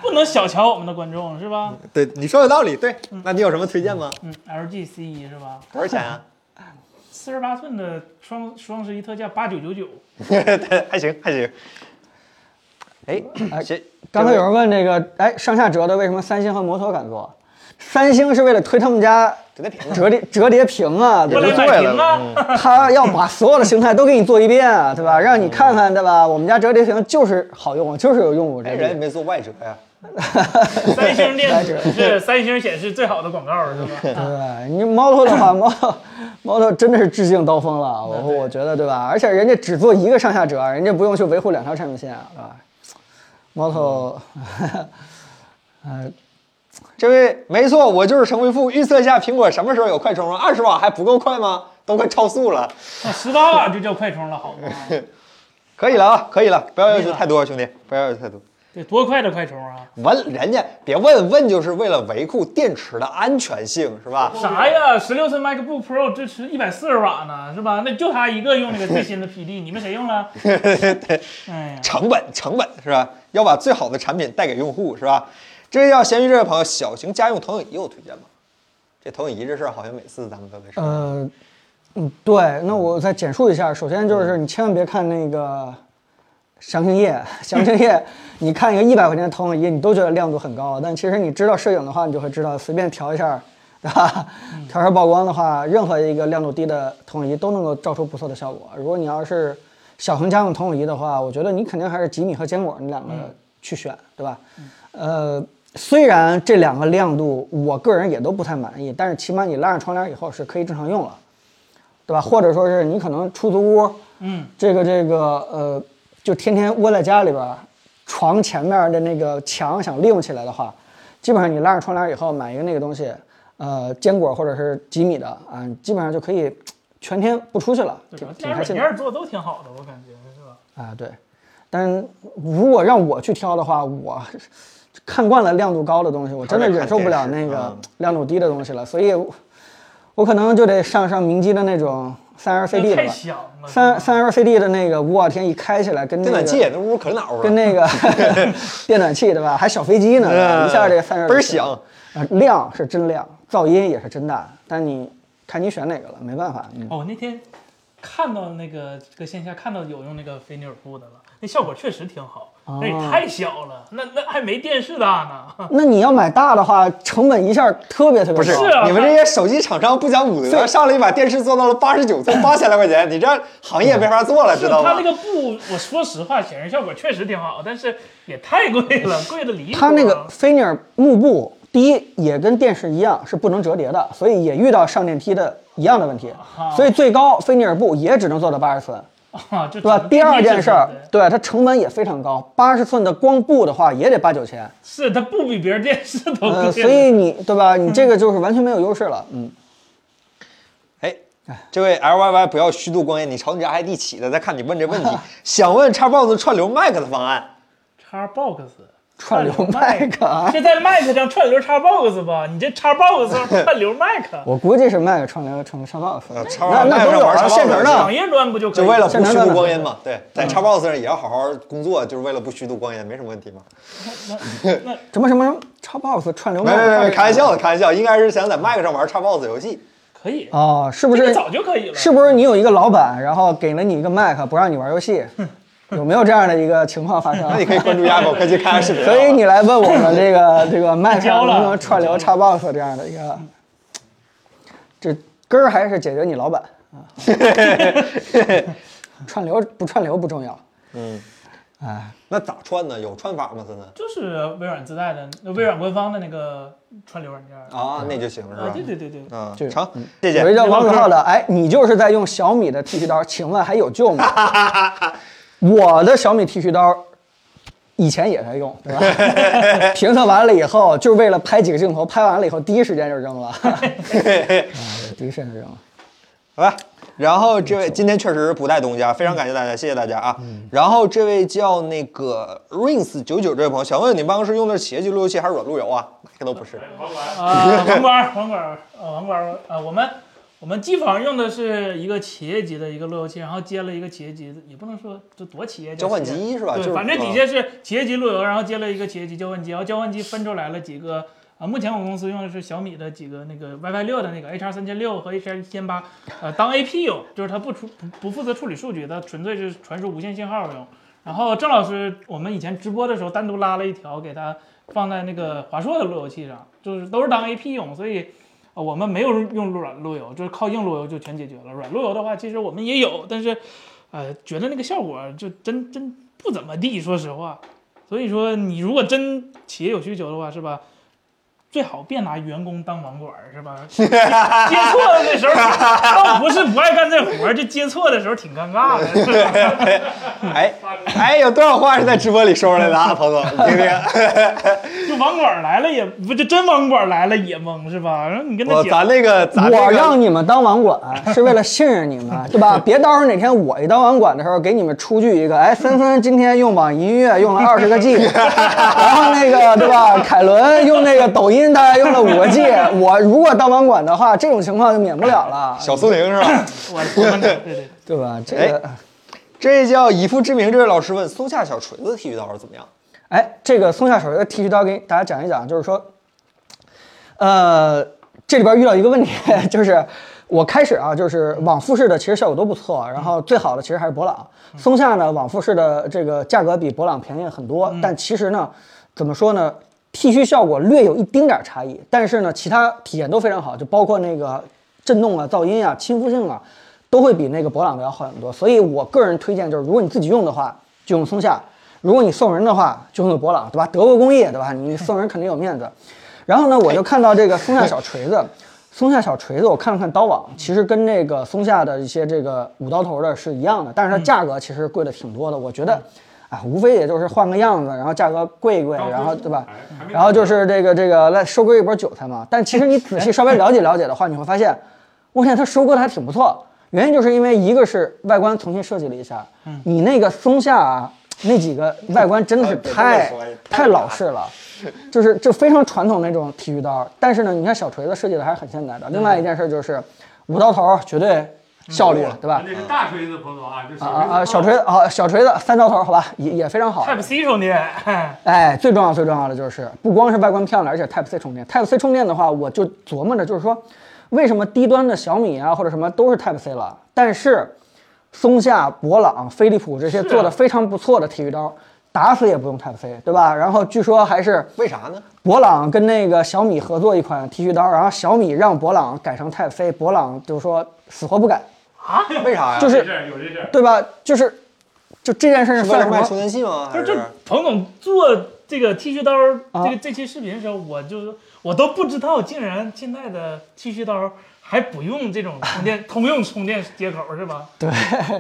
[SPEAKER 1] 不能小瞧我们的观众，是吧？
[SPEAKER 2] 对，你说有道理。对，那你有什么推荐吗？
[SPEAKER 1] 嗯，LG C 一是吧？
[SPEAKER 2] 多少钱啊？
[SPEAKER 1] 四十八寸的双双十一特价八九九九，
[SPEAKER 2] 还行，还行。哎，
[SPEAKER 3] 哎
[SPEAKER 2] 谁？
[SPEAKER 3] 刚才有人问那个，哎，上下折的为什么三星和摩托敢做？三星是为了推他们家
[SPEAKER 2] 这得便宜。
[SPEAKER 3] 折叠折叠屏啊，对
[SPEAKER 1] 过
[SPEAKER 3] 吧
[SPEAKER 1] 来？买屏啊！
[SPEAKER 3] 他要把所有的形态都给你做一遍啊，对吧？让你看看，对吧？我们家折叠屏就是好用，就是有用武之
[SPEAKER 2] 哎，人也
[SPEAKER 3] 地。
[SPEAKER 2] 没做外折呀。
[SPEAKER 1] 三星电子是嗯三星显示最好的广告，是吧？
[SPEAKER 3] 对你猫头的话，猫头猫头真的是致敬刀锋了，我我觉得对吧？而且人家只做一个上下折，人家不用去维护两条产品线，啊对吧？猫头，呃，
[SPEAKER 2] 这位，没错，我就是陈回复。预测一下苹果什么时候有快充啊？二十瓦还不够快吗？都快超速了，
[SPEAKER 1] 十八瓦就叫快充了，好 吗？
[SPEAKER 2] 可以了啊，可以了，不要要求太多，兄弟，不要要求太多。
[SPEAKER 1] 得多快的快充啊！
[SPEAKER 2] 问人家别问问，就是为了维护电池的安全性，是吧？
[SPEAKER 1] 啥呀？十六寸 MacBook Pro 支持一百四十瓦呢，是吧？那就他一个用那个最新的 PD，你们谁用 了？哎呀，
[SPEAKER 2] 成本，成本是吧？要把最好的产品带给用户，是吧？这位叫咸鱼这位朋友，小型家用投影仪有推荐吗？这投影仪这事儿好像每次咱们都得说。
[SPEAKER 3] 呃，嗯，对，那我再简述一下。首先就是你千万别看那个详情页，详情页你看一个一百块钱的投影仪，你都觉得亮度很高，但其实你知道摄影的话，你就会知道，随便调一下，对吧？调一下曝光的话，任何一个亮度低的投影仪都能够照出不错的效果。如果你要是小型家用投影仪的话，我觉得你肯定还是吉米和坚果那两个去选，对吧？呃，虽然这两个亮度我个人也都不太满意，但是起码你拉上窗帘以后是可以正常用了，对吧？或者说是你可能出租屋，
[SPEAKER 1] 嗯，
[SPEAKER 3] 这个这个呃，就天天窝在家里边儿，床前面的那个墙想利用起来的话，基本上你拉上窗帘以后买一个那个东西，呃，坚果或者是几米的啊，你基本上就可以嘖全天不出去了，
[SPEAKER 1] 对
[SPEAKER 3] 挺
[SPEAKER 1] 吧？
[SPEAKER 3] 挺
[SPEAKER 1] 家
[SPEAKER 3] 开
[SPEAKER 1] 软
[SPEAKER 3] 心
[SPEAKER 1] 件
[SPEAKER 3] 的。
[SPEAKER 1] 儿做得都挺好的，我感觉是吧？
[SPEAKER 3] 啊，对。但如果让我去挑的话，我看惯了亮度高的东西，我真的忍受不了那个
[SPEAKER 2] 啊
[SPEAKER 3] 亮度低的东西了，所以我我可能就得上上明基的那种三 LCD 的
[SPEAKER 1] 太
[SPEAKER 3] 吧。
[SPEAKER 1] 响了，
[SPEAKER 3] 三三 LCD 的那个五瓦天一开起来，跟那
[SPEAKER 2] 电
[SPEAKER 3] 个
[SPEAKER 2] 暖气，那屋可暖和
[SPEAKER 3] 跟
[SPEAKER 2] 了，
[SPEAKER 3] 那个 电暖气对吧？还小飞机
[SPEAKER 2] 哎
[SPEAKER 3] 呢，一下这个散热
[SPEAKER 2] 嗯呃倍儿
[SPEAKER 3] 就行
[SPEAKER 2] 响。
[SPEAKER 3] 啊，亮是真亮，噪音也是真大，但你看你选哪个了，没办法。嗯，
[SPEAKER 1] 哦，我那天看到那个这个线下看到有用那个飞尼尔布的了，那效果确实挺好，
[SPEAKER 3] 哦
[SPEAKER 1] 那也太小了，那那还没电视大呢。
[SPEAKER 3] 那你要买大的话，成本一下特别特别高。
[SPEAKER 2] 不是
[SPEAKER 1] 是啊
[SPEAKER 2] 你们这些手机厂商不讲武德，上来就把电视做到了八十九 寸，八千来块钱，你这行业没法做 了，知道
[SPEAKER 1] 啊他
[SPEAKER 2] 吗
[SPEAKER 1] 那？个布，我说实话，显示效果确实挺好，但是也太贵了，贵的离谱。
[SPEAKER 3] 它那个菲涅尔幕布，第一也跟电视一样是不能折叠的，所以也遇到上电梯的一样的问题，所以最高菲涅尔布也只能做到八十寸，
[SPEAKER 1] 啊，就
[SPEAKER 3] 对吧？第二件事儿
[SPEAKER 1] 对，
[SPEAKER 3] 对它成本也非常高，八十寸的光布的话也得八九千，
[SPEAKER 1] 是它不比别人电视都
[SPEAKER 3] 呃，
[SPEAKER 1] 贵，
[SPEAKER 3] 所以你对吧？
[SPEAKER 1] 嗯
[SPEAKER 3] 你这个就是完全没有优势了，嗯，
[SPEAKER 2] 哎，这位 L Y Y 不要啊虚度光阴，你朝你这 ID 起的，再看你问这问题，想问叉 box 串流 Mac 的方案，
[SPEAKER 1] Xbox
[SPEAKER 3] 串流
[SPEAKER 1] 麦
[SPEAKER 3] Mac 啊，
[SPEAKER 1] 这在 Mac 上串流 Xbox 吧？你这 Xbox 上串流 Mac，
[SPEAKER 3] 我估计是 Mac 串流成上 box，
[SPEAKER 1] 啊
[SPEAKER 2] 呃叉
[SPEAKER 3] 那那都有啊，
[SPEAKER 2] 叉
[SPEAKER 3] 现成
[SPEAKER 1] 网
[SPEAKER 3] 的。
[SPEAKER 1] 页端不就可以？
[SPEAKER 2] 就为了不虚度光阴嘛。对，在 Xbox 上也要好好工作，就是为了不虚度光阴，没什么问题嘛。
[SPEAKER 3] 什么什么什么叉 box 串流
[SPEAKER 2] 没没没没，
[SPEAKER 3] Mac，
[SPEAKER 2] 开玩笑的，开玩笑，应该是想在 Mac 上玩 Xbox 游戏。
[SPEAKER 1] 可以，
[SPEAKER 3] 哦，是不
[SPEAKER 1] 这
[SPEAKER 3] 是
[SPEAKER 1] 个早就可以了。
[SPEAKER 3] 是不是你有一个老板，然后给了你一个 Mac，不让你玩 游戏？有没有这样的一个情况发生？
[SPEAKER 2] 那你可以关注亚狗，快去看看视频啊。
[SPEAKER 3] 所以你来问我们这个 这个 Mac
[SPEAKER 1] 交
[SPEAKER 3] 上
[SPEAKER 1] 了
[SPEAKER 3] 能不能串流 Xbox 这样的一个，这根儿还是解决你老板 啊。串流不串流不重要，
[SPEAKER 2] 那咋串呢？有串法吗？现在
[SPEAKER 1] 就是微软自带的，微软官方的那个串流软件。啊，
[SPEAKER 2] 啊，那就行是吧
[SPEAKER 1] 对？对对对，
[SPEAKER 2] 啊
[SPEAKER 3] 就，
[SPEAKER 2] 成，谢
[SPEAKER 3] 有一
[SPEAKER 2] 谢。
[SPEAKER 3] 叫王子浩的，哎，你就是在用小米的剃须刀，请问还有 救吗？我的小米剃须刀以前也在用，对 吧？评测完了以后，就是为了拍几个镜头，拍完了以后第一时间就扔 了， 啊第一时间就扔了。
[SPEAKER 2] 好吧。然后这位今天确实不带东西啊，非常感谢大家，谢谢大家啊。然后这位叫那个 rings 九九这位朋友，想问你们办公室用的是企业级路由器还是软路由啊？哪个都不是。
[SPEAKER 1] 啊，网管网管啊，网管啊，我们我们机房用的是一个企业级的一个路由器，然后接了一个企业级的，也不能说这多企业级
[SPEAKER 2] 交换机是吧？
[SPEAKER 1] 对，
[SPEAKER 2] 就是
[SPEAKER 1] 反正底
[SPEAKER 2] 啊
[SPEAKER 1] 下是企业级路由，然后接了一个企业级交换机，然后交换机分出来了几个啊，目前我公司用的是小米的几个那个 WiFi 六的那个 HR 三千六和 HR 一千八，呃，当 AP 用，就是它不处不不负责处理数据，它纯粹是传输无线信号用。然后郑老师，我们以前直播的时候单独拉了一条给他放在那个华硕的路由器上，就是都是当 AP 用，所以。呃我们没有用软路由，就是靠硬路由就全解决了。软路由的话，其实我们也有，但是，呃，觉得那个效果就真真不怎么地，说实话。所以说，你如果真企业有需求的话，是吧？最好别拿员工当网管，是 吧？接接错了的时候，倒不是不爱干这活儿，就接错的时候挺尴尬的。是吧
[SPEAKER 2] 哎哎，有多少话是在直播里说出来的啊，彭总，你听听。
[SPEAKER 1] 就网管来了也不，这真网管来了也懵，是吧？然后你跟他
[SPEAKER 2] 我
[SPEAKER 1] 解
[SPEAKER 2] 咱那个咱
[SPEAKER 3] 我
[SPEAKER 2] 那个
[SPEAKER 3] 让你们当网管是为了信任你 们，啊对吧？别到时候哪天我一当网管的时候，给你们出具一个，哎，纷纷今天用网易音乐用了二十个 G，然后那个对吧？凯伦用那个抖音大概用了五个 G，我如果当网管的话，这种情况就免不了了，
[SPEAKER 2] 小哎苏宁是吧？
[SPEAKER 1] 我我们 对对，
[SPEAKER 3] 对吧？这个，
[SPEAKER 2] 这叫以父之名。这位老师问松下小锤子剃须刀是怎么样？
[SPEAKER 3] 哎，这个松下手的剃须刀给大家讲一讲，就是说，呃，这里边遇到一个问题， 就是我开始啊，就是往复式的其实效果都不错，然后最好的其实还是博朗。松下呢，往复式的这个价格比博朗便宜很多，但其实呢，怎么说呢，剃须效果略有一丁点儿差异，但是呢，其他体验都非常好，就包括那个震动啊、噪音啊、亲肤性啊，都会比那个博朗的要好很多。所以我个人推荐就是，如果你自己用的话，就用松下；如果你送人的话，就用博朗，对吧？德国工艺，对吧？你送人肯定有面子。然后呢，我就看到这个松下小锤子，松下小锤子，我看了看刀网，其实跟那个松下的一些这个五刀头的是一样的，但是它价格其实贵的挺多的。我觉得，啊，无非也就是换个样子，然后价格贵一贵，哎然后对吧？然后就是这个这个来收割一波韭菜嘛。但其实你仔细稍微了解了解的话，你会发现，我天，它收割的还挺不错。原因就是因为一个是外观重新设计了一下，你那个松下啊，那几个外观真的是太太老式了，就是就非常传统那种剃须刀。但是呢，你看小锤子设计的还是很现代的。另外一件事就是，五刀头绝对效率，对吧？
[SPEAKER 5] 那是大锤子，彭总啊，这是
[SPEAKER 3] 啊啊啊！小锤子啊，小锤子三刀头，好吧，也也非常好。
[SPEAKER 1] Type C 啊充电，
[SPEAKER 3] 哎，最重要最重要的就是不光是外观漂亮，而且 Type C 充电。Type C 充电的话，我就琢磨着，就是说，为什么低端的小米啊或者什么都是 Type C 了，但是松下、博朗、飞利浦这些做的非常不错的剃须刀，打死也不用 Type C，对吧？然后据说还是
[SPEAKER 2] 为啥呢？
[SPEAKER 3] 博朗跟那个小米合作一款剃须刀，然后小米让博朗改成 Type C，博朗就是说死活不改，
[SPEAKER 2] 为啥呀？
[SPEAKER 3] 就是
[SPEAKER 5] 有
[SPEAKER 3] 是
[SPEAKER 5] 这事儿有这事儿，
[SPEAKER 3] 对吧？就是就这件事情
[SPEAKER 2] 为
[SPEAKER 3] 算
[SPEAKER 2] 了
[SPEAKER 3] 什么
[SPEAKER 2] 卖？充电器吗？
[SPEAKER 1] 不
[SPEAKER 2] 还
[SPEAKER 1] 是，
[SPEAKER 2] 是
[SPEAKER 1] 就彭总做这个剃须刀儿
[SPEAKER 3] 啊
[SPEAKER 1] 这个这期视频的时候，我就我都不知道，竟然现在的剃须刀儿还不用这 种充电通用充电接口是吧？对，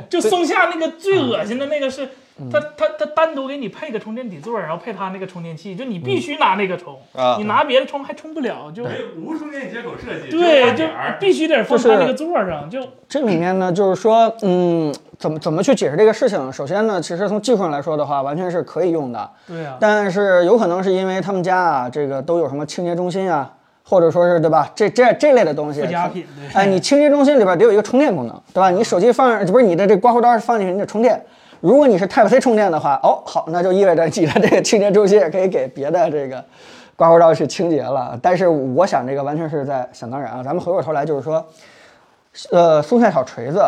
[SPEAKER 1] 就松下那个最恶心的那个是
[SPEAKER 3] 嗯
[SPEAKER 1] 它它它单独给你配个充电底座儿，然后配它那个充电器，就你必须拿那个充，
[SPEAKER 2] 啊
[SPEAKER 1] 你拿别的充还充不了，就
[SPEAKER 5] 没无充电接口设计，
[SPEAKER 1] 对，就
[SPEAKER 5] 点儿
[SPEAKER 1] 必须得放它那个座儿上，就
[SPEAKER 3] 这里面呢，就是说，嗯，怎么怎么去解释这个事情？首先呢，其实从技术上来说的话，完全是可以用的，
[SPEAKER 1] 对啊，
[SPEAKER 3] 但是有可能是因为他们家啊，这个都有什么清洁中心啊，或者说是对吧？这这这类的东西，
[SPEAKER 1] 附加品对。
[SPEAKER 3] 哎，你清洁中心里边得有一个充电功能，对吧？你手机放不是你的这刮胡刀放进去，你得充电。如果你是 Type C 充电的话，哦，好，那就意味着你的这个清洁中心也可以给别的这个刮胡刀去清洁了。但是我想这个完全是在想当然啊。咱们回过头来就是说，呃，松下小锤子，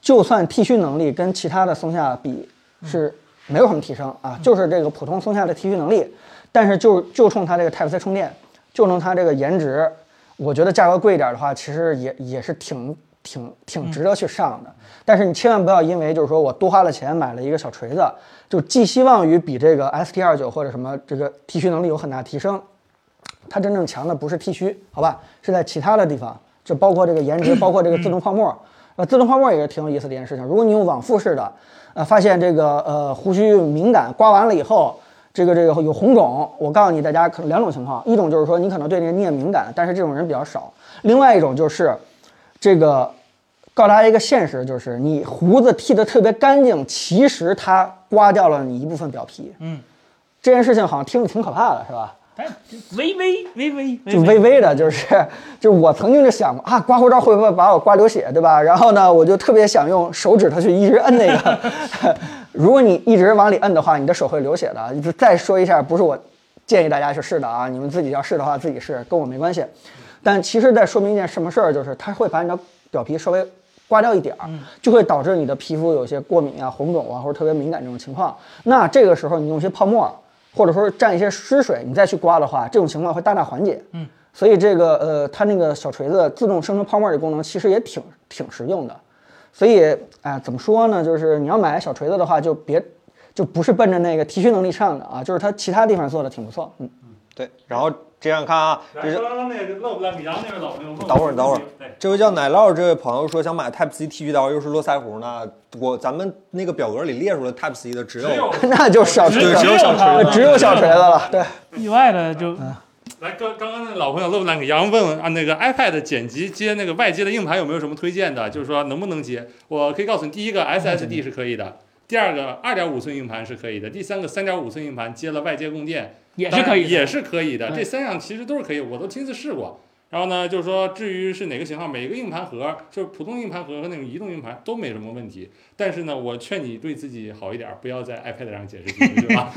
[SPEAKER 3] 就算剃须能力跟其他的松下比是没有什么提升啊，就是这个普通松下的剃须能力，但是就就冲它这个 Type C 充电，就冲它这个颜值，我觉得价格贵一点的话，其实也也是挺挺挺值得去上的。但是你千万不要因为就是说我多花了钱买了一个小锤子，就寄希望于比这个 ST 二九或者什么这个剃须能力有很大提升，它真正强的不是剃须，好吧，是在其他的地方，就包括这个颜值，包括这个自动泡沫。呃，自动泡沫也是挺有意思的一件事情。如果你用往复式的，呃，发现这个呃胡须敏感，刮完了以后，这个这个有红肿，我告诉你大家可能两种情况，一种就是说你可能对这个镍敏感，但是这种人比较少；另外一种就是这个告诉大家一个现实，就是你胡子剃得特别干净，其实它刮掉了你一部分表皮。
[SPEAKER 1] 嗯，
[SPEAKER 3] 这件事情好像听着挺可怕的，是吧？
[SPEAKER 1] 但微微微微
[SPEAKER 3] 就微微的，就是就是我曾经就想过啊，刮胡刀会不会把我刮流血，对吧？然后呢，我就特别想用手指头去一直摁那个。 如果你一直往里摁的话，你的手会流血的。就再说一下，不是我建议大家去试的啊，你们自己要试的话自己试，跟我没关系。但其实在说明一件什么事儿，就是它会把你的表皮稍微刮掉一点儿，就会导致你的皮肤有一些过敏啊、红肿啊，或者特别敏感这种情况。那这个时候你用一些泡沫，或者说蘸一些湿水，你再去刮的话，这种情况会大大缓解。嗯，所以这个呃，它那个小锤子自动生成泡沫的功能其实也挺挺实用的。所以啊、哎怎么说呢？就是你要买小锤子的话，就别就不是奔着那个提取能力上的啊，就是它其他地方做的挺不错。嗯，
[SPEAKER 2] 对，然后这样看啊，这
[SPEAKER 5] 来
[SPEAKER 2] 是
[SPEAKER 5] 说说那个乐不乐米阳那边老朋友问我，
[SPEAKER 2] 等会儿等会儿
[SPEAKER 5] 对，
[SPEAKER 2] 这位叫奶酪这位朋友说想买 Type C 剃须刀，又是络腮胡呢。我咱们那个表格里列出了 Type C 的只有啊
[SPEAKER 5] 只有
[SPEAKER 3] 那就是小锤
[SPEAKER 2] 对
[SPEAKER 3] 子呃
[SPEAKER 2] 只有小
[SPEAKER 1] 它
[SPEAKER 2] 锤子，
[SPEAKER 3] 只有小锤子了。对，
[SPEAKER 1] 意外的就
[SPEAKER 3] 嗯
[SPEAKER 5] 来，刚刚刚那老朋友乐不兰给杨问啊，那个 iPad 剪辑接那个外接的硬盘有没有什么推荐的？就是说能不能接？我可以告诉你，第一个 SSD 是可以的，第二个二点五寸硬盘是可以的，第三个三点五寸硬盘接了外接供电
[SPEAKER 1] 也是可以
[SPEAKER 5] 当然
[SPEAKER 1] 的，
[SPEAKER 5] 也是可以的。
[SPEAKER 1] 对
[SPEAKER 5] 这三样其实都是可以，我都亲自试过。然后呢，就是说至于是哪个型号，每个硬盘盒，就是普通硬盘盒和那种移动硬盘都没什么问题。但是呢，我劝你对自己好一点儿，不要在 iPad 上剪视频，对吧？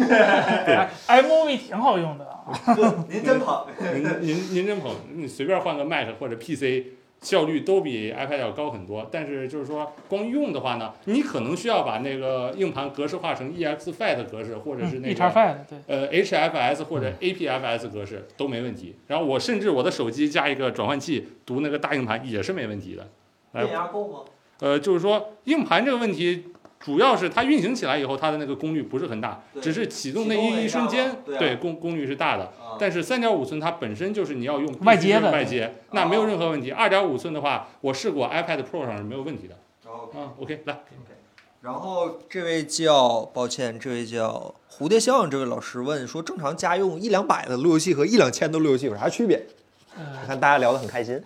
[SPEAKER 1] iMovie 哎挺好用的啊，
[SPEAKER 7] 您真捧，
[SPEAKER 5] 您您您真捧，你随便换个 Mac 或者 PC，效率都比 iPad 要高很多。但是就是说，光用的话呢，你可能需要把那个硬盘格式化成 EXFAT 格式，或者是那
[SPEAKER 1] 一
[SPEAKER 5] 个、
[SPEAKER 1] 叉 five 对，
[SPEAKER 5] 呃 HFS 或
[SPEAKER 1] 嗯
[SPEAKER 5] 者 APFS 格式都没问题。然后我甚至我的手机加一个转换器读那个大硬盘也是没问题的。哎
[SPEAKER 7] 电压够吗？
[SPEAKER 5] 呃，就是说硬盘这个问题，主要是它运行起来以后，它的那个功率不是很大，
[SPEAKER 7] 对
[SPEAKER 5] 只是启动那
[SPEAKER 7] 启动了
[SPEAKER 5] 一
[SPEAKER 7] 一
[SPEAKER 5] 一瞬
[SPEAKER 7] 下
[SPEAKER 5] 间
[SPEAKER 7] 嘛，对啊
[SPEAKER 5] 对功功率是大的。
[SPEAKER 7] 啊，哦
[SPEAKER 5] 但是三点五寸它本身就是你要用
[SPEAKER 1] 外接的
[SPEAKER 5] 外接，那没有任何问题。二点五寸的话，我试过 iPad Pro 上是没有问题的。
[SPEAKER 7] 然后
[SPEAKER 5] 啊，OK，来，
[SPEAKER 2] 然后这位叫抱歉，这位叫蝴蝶效应这位老师问说，正常家用一两百的路由器和一两千的路由器有啥区别？
[SPEAKER 1] 呃
[SPEAKER 2] 你看大家聊得很开心。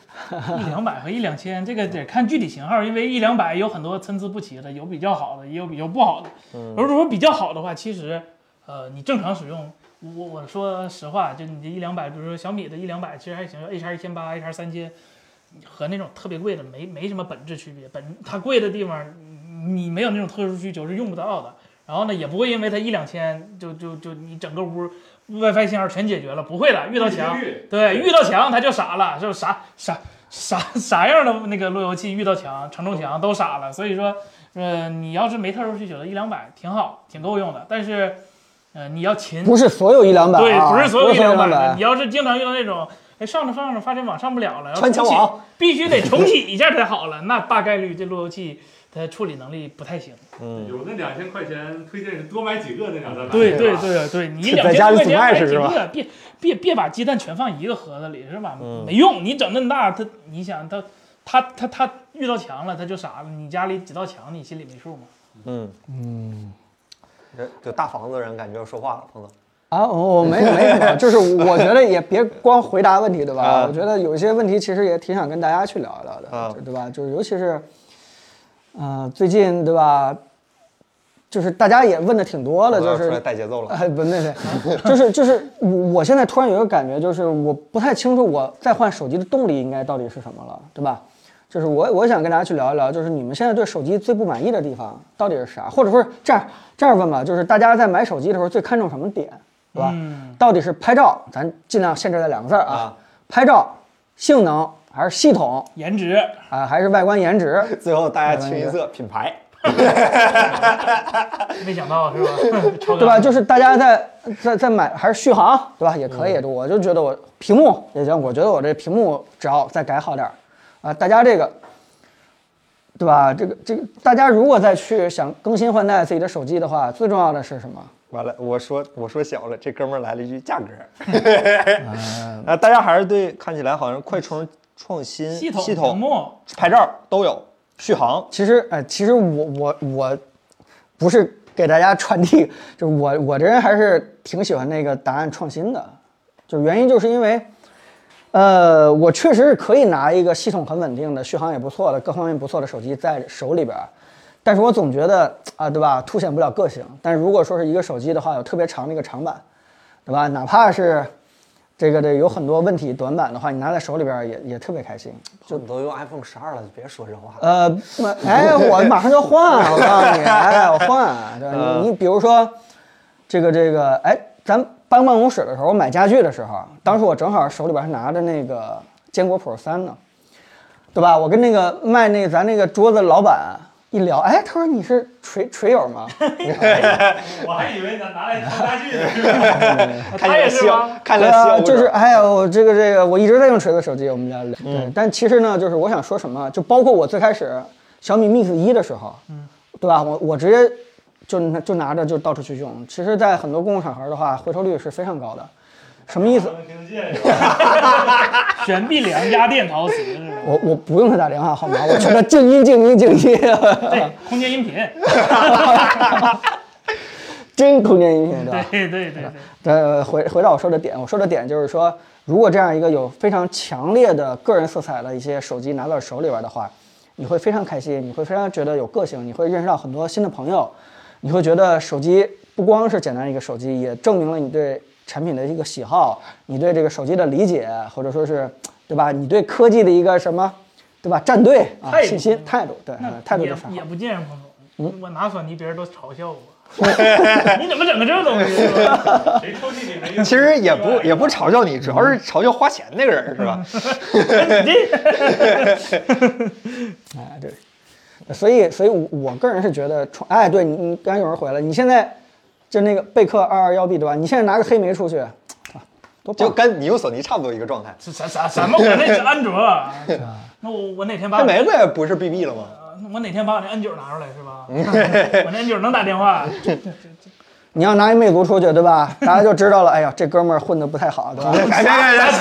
[SPEAKER 1] 一两百和一两千，这个得看具体型号，因为一两百有很多参差不齐的，有比较好的，也有比较不好的。
[SPEAKER 5] 嗯
[SPEAKER 1] 如果说比较好的话，其实，呃，你正常使用，我我说实话，就你这一两百，比如说小米的一两百，其实还行，HR 一千八、HR 三千，和那种特别贵的没没什么本质区别。本它贵的地方，你没有那种特殊需求是用不到的。然后呢，也不会因为它一两千就就就你整个屋 WiFi 信号全解决了，不会的，遇到墙。对，遇到墙他就傻了，就是啥啥啥啥样的那个路由器遇到墙、承重墙都傻了。所以说，呃，你要是没特殊需求的，一两百挺好，挺够用的。但是，呃，你要勤，
[SPEAKER 3] 不是所有一两百、啊，啊
[SPEAKER 1] 对，不是所有一两
[SPEAKER 3] 不
[SPEAKER 1] 百
[SPEAKER 3] 是
[SPEAKER 1] 的。
[SPEAKER 3] 100
[SPEAKER 1] 你要是经常遇到那种，哎，上着上着发现网上不了了，要
[SPEAKER 2] 穿墙
[SPEAKER 1] 重启
[SPEAKER 2] 网，
[SPEAKER 1] 必须得重启一下才好了。那大概率这路由器它处理能力不太行。
[SPEAKER 2] 嗯，
[SPEAKER 5] 有那两千块钱，推荐是多买几个那两三百。
[SPEAKER 1] 对对对对，你
[SPEAKER 8] 在
[SPEAKER 1] 两千
[SPEAKER 8] 家里
[SPEAKER 1] 多块
[SPEAKER 8] 煮
[SPEAKER 1] 钱
[SPEAKER 8] 饭
[SPEAKER 1] 买
[SPEAKER 8] 是
[SPEAKER 1] 几
[SPEAKER 8] 吧嗯
[SPEAKER 1] 个，别别别把鸡蛋全放一个盒子里是吧？没用，你整那么大，他你想他他他他遇到墙了他就傻了，你家里几道墙你心里没数吗？
[SPEAKER 2] 嗯，这就大房子人感觉说话了，彭总。
[SPEAKER 3] 啊，我我没没什么，就是我觉得也别光回答问题，对吧
[SPEAKER 2] 啊？
[SPEAKER 3] 我觉得有一些问题其实也挺想跟大家去聊一聊
[SPEAKER 2] 啊
[SPEAKER 3] 的，对吧？就是尤其是，呃，最近对吧？就是大家也问的挺多的，
[SPEAKER 2] 我要
[SPEAKER 3] 就
[SPEAKER 2] 啊出
[SPEAKER 3] 是
[SPEAKER 2] 来带节奏了。
[SPEAKER 3] 哎，不，那那，就是就是我我现在突然有一个感觉，就是我不太清楚我再换手机的动力应该到底是什么了，对吧？就是我我想跟大家去聊一聊，就是你们现在对手机最不满意的地方到底是啥？或者说是这样这样问吧，就是大家在买手机的时候最看重什么点，对吧？到底是拍照，咱尽量限制在两个字嗯儿啊，
[SPEAKER 2] 啊
[SPEAKER 3] 拍照、性能还是系统
[SPEAKER 1] 颜值，
[SPEAKER 3] 啊，还是外观颜值？
[SPEAKER 2] 最后大家清一色品牌，
[SPEAKER 1] 没想到是吧？ 超
[SPEAKER 3] 对吧？就是大家在在在买还是续航，啊对吧？也可以，我就觉得我屏幕也行，我觉得我这屏幕只要再改好点儿，啊、大家这个，对吧？这个这个，大家如果再去想更新换代自己的手机的话，最重要的是什么？
[SPEAKER 2] 完了，我说我说小了，这哥们儿来了一句价格。 啊，大家还是对看起来好像快充、创新、
[SPEAKER 1] 系
[SPEAKER 2] 系
[SPEAKER 1] 统屏幕
[SPEAKER 2] 拍照都有，续航
[SPEAKER 3] 其实，哎、其实我我我不是给大家传递，就是我我这人还是挺喜欢那个答案创新的，就是原因就是因为，呃，我确实是可以拿一个系统很稳定的、续航也不错的、各方面不错的手机在手里边儿，但是我总觉得啊，对吧，凸显不了个性。但是如果说是一个手机的话，有特别长的一个长板，对吧？哪怕是这个这个有很多问题短板的话，你拿在手里边儿也也特别开心。
[SPEAKER 2] 就都用 iPhone 十二了，别说这话。
[SPEAKER 3] 呃，不哎，我马上就换，我告诉你，哎，我换，对吧？你你比如说，这个这个，哎，咱搬办公室的时候，我买家具的时候，当时我正好手里边还拿着那个坚果 Pro 三呢，对吧？我跟那个卖那咱那个桌子老板一聊，哎，他说你是锤锤友吗？
[SPEAKER 1] 我还以为咱拿来当家具
[SPEAKER 3] 嗯
[SPEAKER 1] 呢，他也是吗？
[SPEAKER 2] 看
[SPEAKER 3] 对
[SPEAKER 2] 来
[SPEAKER 3] 啊，
[SPEAKER 2] 笑
[SPEAKER 3] 就是哎呀，我这个这个，我一直在用锤子手机，我们家里。对，但其实呢，就是我想说什么，就包括我最开始小米 Mix 一的时候，嗯，对吧？我我直接就拿就拿着就到处去用。其实，在很多公共场合的话，回头率是非常高的。什么意思？
[SPEAKER 1] 悬臂梁压电陶瓷是 吧？
[SPEAKER 3] 我我不用他打电话好吗？我去他静音静音静音，
[SPEAKER 1] 对，空间音频，
[SPEAKER 3] 真空间音频对吧？
[SPEAKER 1] 对对对对，
[SPEAKER 3] 呃，回回到我说的点，我说的点就是说，如果这样一个有非常强烈的个人色彩的一些手机拿到手里边的话，你会非常开心，你会非常觉得有个性，你会认识到很多新的朋友，你会觉得手机不光是简单一个手机，也证明了你对产品的一个喜好，你对这个手机的理解，或者说是，对吧？你对科技的一个什么，对吧？站队啊，
[SPEAKER 1] 态度
[SPEAKER 3] 信心、态度，
[SPEAKER 2] 呃
[SPEAKER 3] 对，
[SPEAKER 1] 那
[SPEAKER 3] 态度
[SPEAKER 1] 嗯也
[SPEAKER 3] 就非常
[SPEAKER 1] 也
[SPEAKER 3] 好。
[SPEAKER 1] 不见人彭
[SPEAKER 2] 嗯
[SPEAKER 1] 总，我拿索尼别人都嘲 笑我，你怎么整个这东西是吧？谁抽屉里没有？
[SPEAKER 2] 其实也
[SPEAKER 1] 哎
[SPEAKER 2] 不也不嘲笑你，主要是嘲笑花钱那个 人，是吧？
[SPEAKER 1] 你这
[SPEAKER 3] 哎，对。所以，所以我我个人是觉得创，哎，对你，你刚才有人回来，你现在就那个贝克二二幺 B 对吧？你现在拿个黑莓出去，啊，多
[SPEAKER 2] 就！
[SPEAKER 3] 棒
[SPEAKER 2] 跟你用索尼差不多一个状态。
[SPEAKER 1] 是什什什么？我那是安卓 啊，那我我哪天把
[SPEAKER 2] 那梅子哎不是 BB 了吗？
[SPEAKER 1] 我哪天把我那 N 九拿出来是 吧？我那 N 九能打电话，
[SPEAKER 3] 你要拿一魅族出去，对吧？大家就知道了，哎呀，这哥们儿混得不太好，对吧？
[SPEAKER 2] 哎呀呀呀！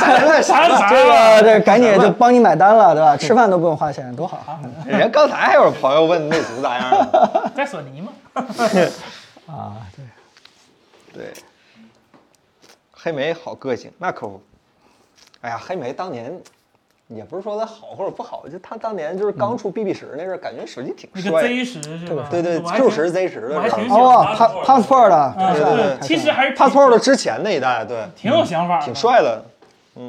[SPEAKER 1] 啥啥
[SPEAKER 3] 这
[SPEAKER 1] 啊
[SPEAKER 3] 个这赶紧就帮你买单了，对吧？吃饭都不用花钱，多好！
[SPEAKER 1] 啊
[SPEAKER 2] 人家刚才还有朋友问魅族咋样啊了。
[SPEAKER 1] 在索尼吗？
[SPEAKER 2] 对，黑莓好个性，那可不。哎呀，黑莓当年也不是说它好或者不好，就它当年就是刚出 BB 十那阵儿，感觉手机挺
[SPEAKER 1] 嗯那个
[SPEAKER 2] 帅。
[SPEAKER 1] Z 十是吧？
[SPEAKER 2] 对对，
[SPEAKER 1] 我还
[SPEAKER 2] 就
[SPEAKER 1] 挺
[SPEAKER 2] 是 Z 十
[SPEAKER 1] 我
[SPEAKER 2] 的
[SPEAKER 1] 还
[SPEAKER 2] 时
[SPEAKER 1] 挺
[SPEAKER 2] 候
[SPEAKER 1] 喜
[SPEAKER 3] 哦
[SPEAKER 1] 欢
[SPEAKER 3] p a s p o r t
[SPEAKER 1] 啊，
[SPEAKER 3] 太帅了，
[SPEAKER 1] 其实还是挺
[SPEAKER 2] ，Passport 之前那一代，对，
[SPEAKER 1] 挺有想法，
[SPEAKER 2] 挺。帅的。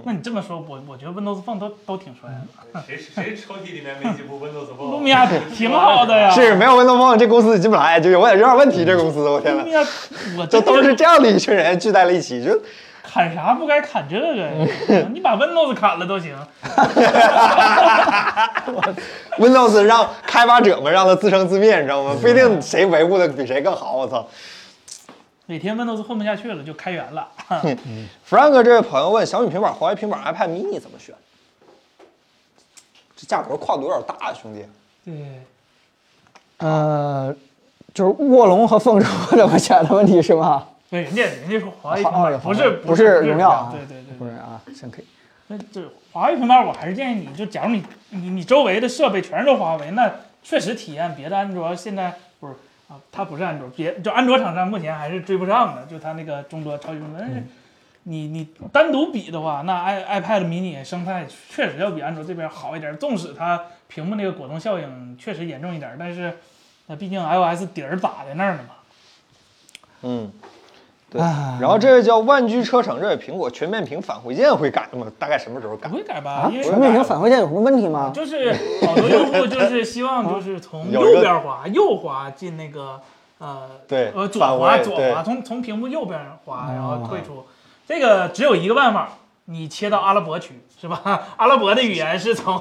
[SPEAKER 1] 那你这么说，我我觉得 Windows Phone 都都挺帅的，
[SPEAKER 5] 谁谁抽屉里面没几部 Windows
[SPEAKER 1] 路
[SPEAKER 5] Phone？
[SPEAKER 1] 米亚挺好的呀。
[SPEAKER 2] 嗯是没有 Windows Phone 这公司进不来，哎就有点有点问题。这公司，我 天
[SPEAKER 1] 路
[SPEAKER 2] 呐，
[SPEAKER 1] 米亚，我
[SPEAKER 2] 这
[SPEAKER 1] 真
[SPEAKER 2] 都
[SPEAKER 1] 的
[SPEAKER 2] 是这样的一群人聚在了一起，就
[SPEAKER 1] 砍啥不该砍这个 呀？你把 Windows 砍了都行。
[SPEAKER 2] Windows 让开发者们让它自生自灭，你知道吗？不一定谁维护的比谁更好。我操！
[SPEAKER 1] 哪天 Windows 混不下去了就开源了。
[SPEAKER 2] Frank 这位朋友问：小米平板、华为平板、iPad mini 怎么选？这价格跨度有点大啊，兄弟。
[SPEAKER 1] 对，
[SPEAKER 3] 呃，就是卧龙和凤雏怎么选的问题是吗？
[SPEAKER 1] 对，人家人家说华为平
[SPEAKER 3] 哦
[SPEAKER 1] 板
[SPEAKER 3] 有
[SPEAKER 1] 不是
[SPEAKER 3] 不是荣耀啊，
[SPEAKER 1] 对对对
[SPEAKER 3] 不。是啊，行可以。
[SPEAKER 1] 那这华为平板，我还是建议你就，假如你你你周围的设备全是华为，那确实体验别的安卓现在不是啊，它不是安卓，别就安卓厂商目前还是追不上的，就它那个中国超级工作。但是你你单独比的话，那 i iPad mini 生态确实要比安卓这边好一点，纵使它屏幕那个果冻效应确实严重一点，但是那毕竟 iOS 底儿打在那儿呢嘛。
[SPEAKER 2] 嗯，对。然后这位叫万居车城，这位苹果全面屏返回键会改吗？大概什么时候改
[SPEAKER 1] 不？会改吧？
[SPEAKER 3] 啊，
[SPEAKER 1] 因为
[SPEAKER 3] 全面屏返回键有什么问题吗？
[SPEAKER 1] 就是好多用户就是希望 就是从右边滑，右滑进那个呃
[SPEAKER 2] 对
[SPEAKER 1] 呃左
[SPEAKER 2] 返
[SPEAKER 1] 滑
[SPEAKER 2] 回
[SPEAKER 1] 左
[SPEAKER 2] 对
[SPEAKER 1] 滑，从从屏幕右边滑，然后
[SPEAKER 3] 哦
[SPEAKER 1] 退出。这个只有一个办法，你切到阿拉伯区是吧？ 阿拉伯的语言是从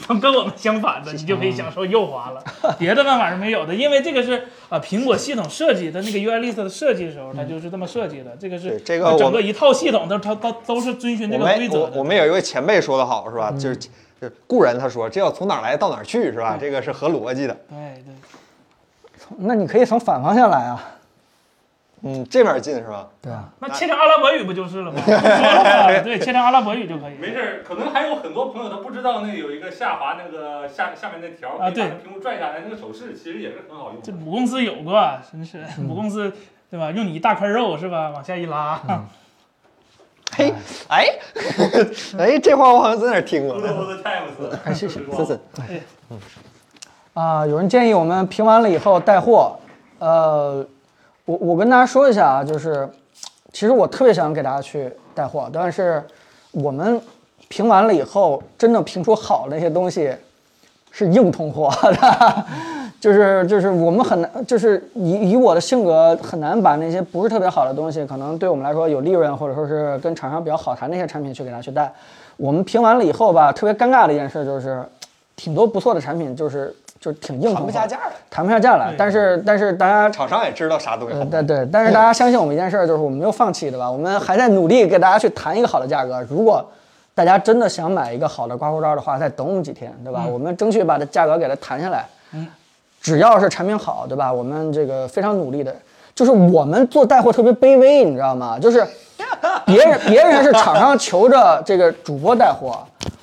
[SPEAKER 1] 从跟我们相反的，你就可以享受右滑了。别的办法是没有的，因为这个是啊、呃苹果系统设计的那个 UI list 的设计的时候，它就是这么设计的。这个
[SPEAKER 2] 对
[SPEAKER 1] 是
[SPEAKER 2] 这个
[SPEAKER 1] 它
[SPEAKER 2] 我
[SPEAKER 1] 整
[SPEAKER 2] 们
[SPEAKER 1] 个一套系统都它它都是遵循这
[SPEAKER 2] 我
[SPEAKER 1] 个规
[SPEAKER 2] 们
[SPEAKER 1] 则
[SPEAKER 2] 我
[SPEAKER 1] 的。
[SPEAKER 2] 我们有一位前辈说的好是吧？就是就是故人他说这要从哪儿来到哪儿去是吧？这个是合逻辑的。
[SPEAKER 1] 对对。
[SPEAKER 3] 那你可以从反方向来啊。
[SPEAKER 2] 嗯，这面进是吧？
[SPEAKER 3] 对啊，
[SPEAKER 1] 那切成阿拉伯语不就是 了吗？说了嘛，对，切成阿拉伯语就可以。
[SPEAKER 5] 没事儿，可能还有很多朋友他不知道那有一个下滑那个下下面那条，
[SPEAKER 1] 啊
[SPEAKER 5] 可以把
[SPEAKER 1] 对
[SPEAKER 5] 那屏幕拽下来哎那个手势，其实也是很好用
[SPEAKER 1] 这
[SPEAKER 5] 的。
[SPEAKER 1] 母公司有过，啊真是
[SPEAKER 3] 嗯
[SPEAKER 1] 母公司对吧？用你一大块肉是吧？往下一拉，
[SPEAKER 3] 嗯
[SPEAKER 2] 嘿，哎， 哎，这话我好像在哪儿听过。
[SPEAKER 5] Hello the times，
[SPEAKER 3] 哎谢谢
[SPEAKER 5] 就是
[SPEAKER 2] 森森，
[SPEAKER 3] 啊、有人建议我们评完了以后带货。呃，我我跟大家说一下啊，就是其实我特别想给大家去带货，但是我们评完了以后，真的评出好的那些东西是硬通货的， 就是就是我们很难，就是以以我的性格很难把那些不是特别好的东西，可能对我们来说有利润或者说是跟厂商比较好谈的一些产品去给大家去带。我们评完了以后吧，特别尴尬的一件事就是，挺多不错的产品就是就是挺硬通货
[SPEAKER 2] 谈不
[SPEAKER 3] 的
[SPEAKER 2] 下，价来，
[SPEAKER 3] 谈不下价来。但是但是大家
[SPEAKER 2] 厂商也知道啥东西好
[SPEAKER 3] 呃，。对对，但是大家相信我们一件事儿，就是我们没有放弃，对吧？我们还在努力给大家去谈一个好的价格。如果大家真的想买一个好的刮胡刀的话，再等我们几天，对吧？我们争取把这价格给它谈下来。
[SPEAKER 1] 嗯，
[SPEAKER 3] 只要是产品好，对吧？我们这个非常努力的，就是我们做带货特别卑微，你知道吗？ 就是别人别人是厂商求着这个主播带货。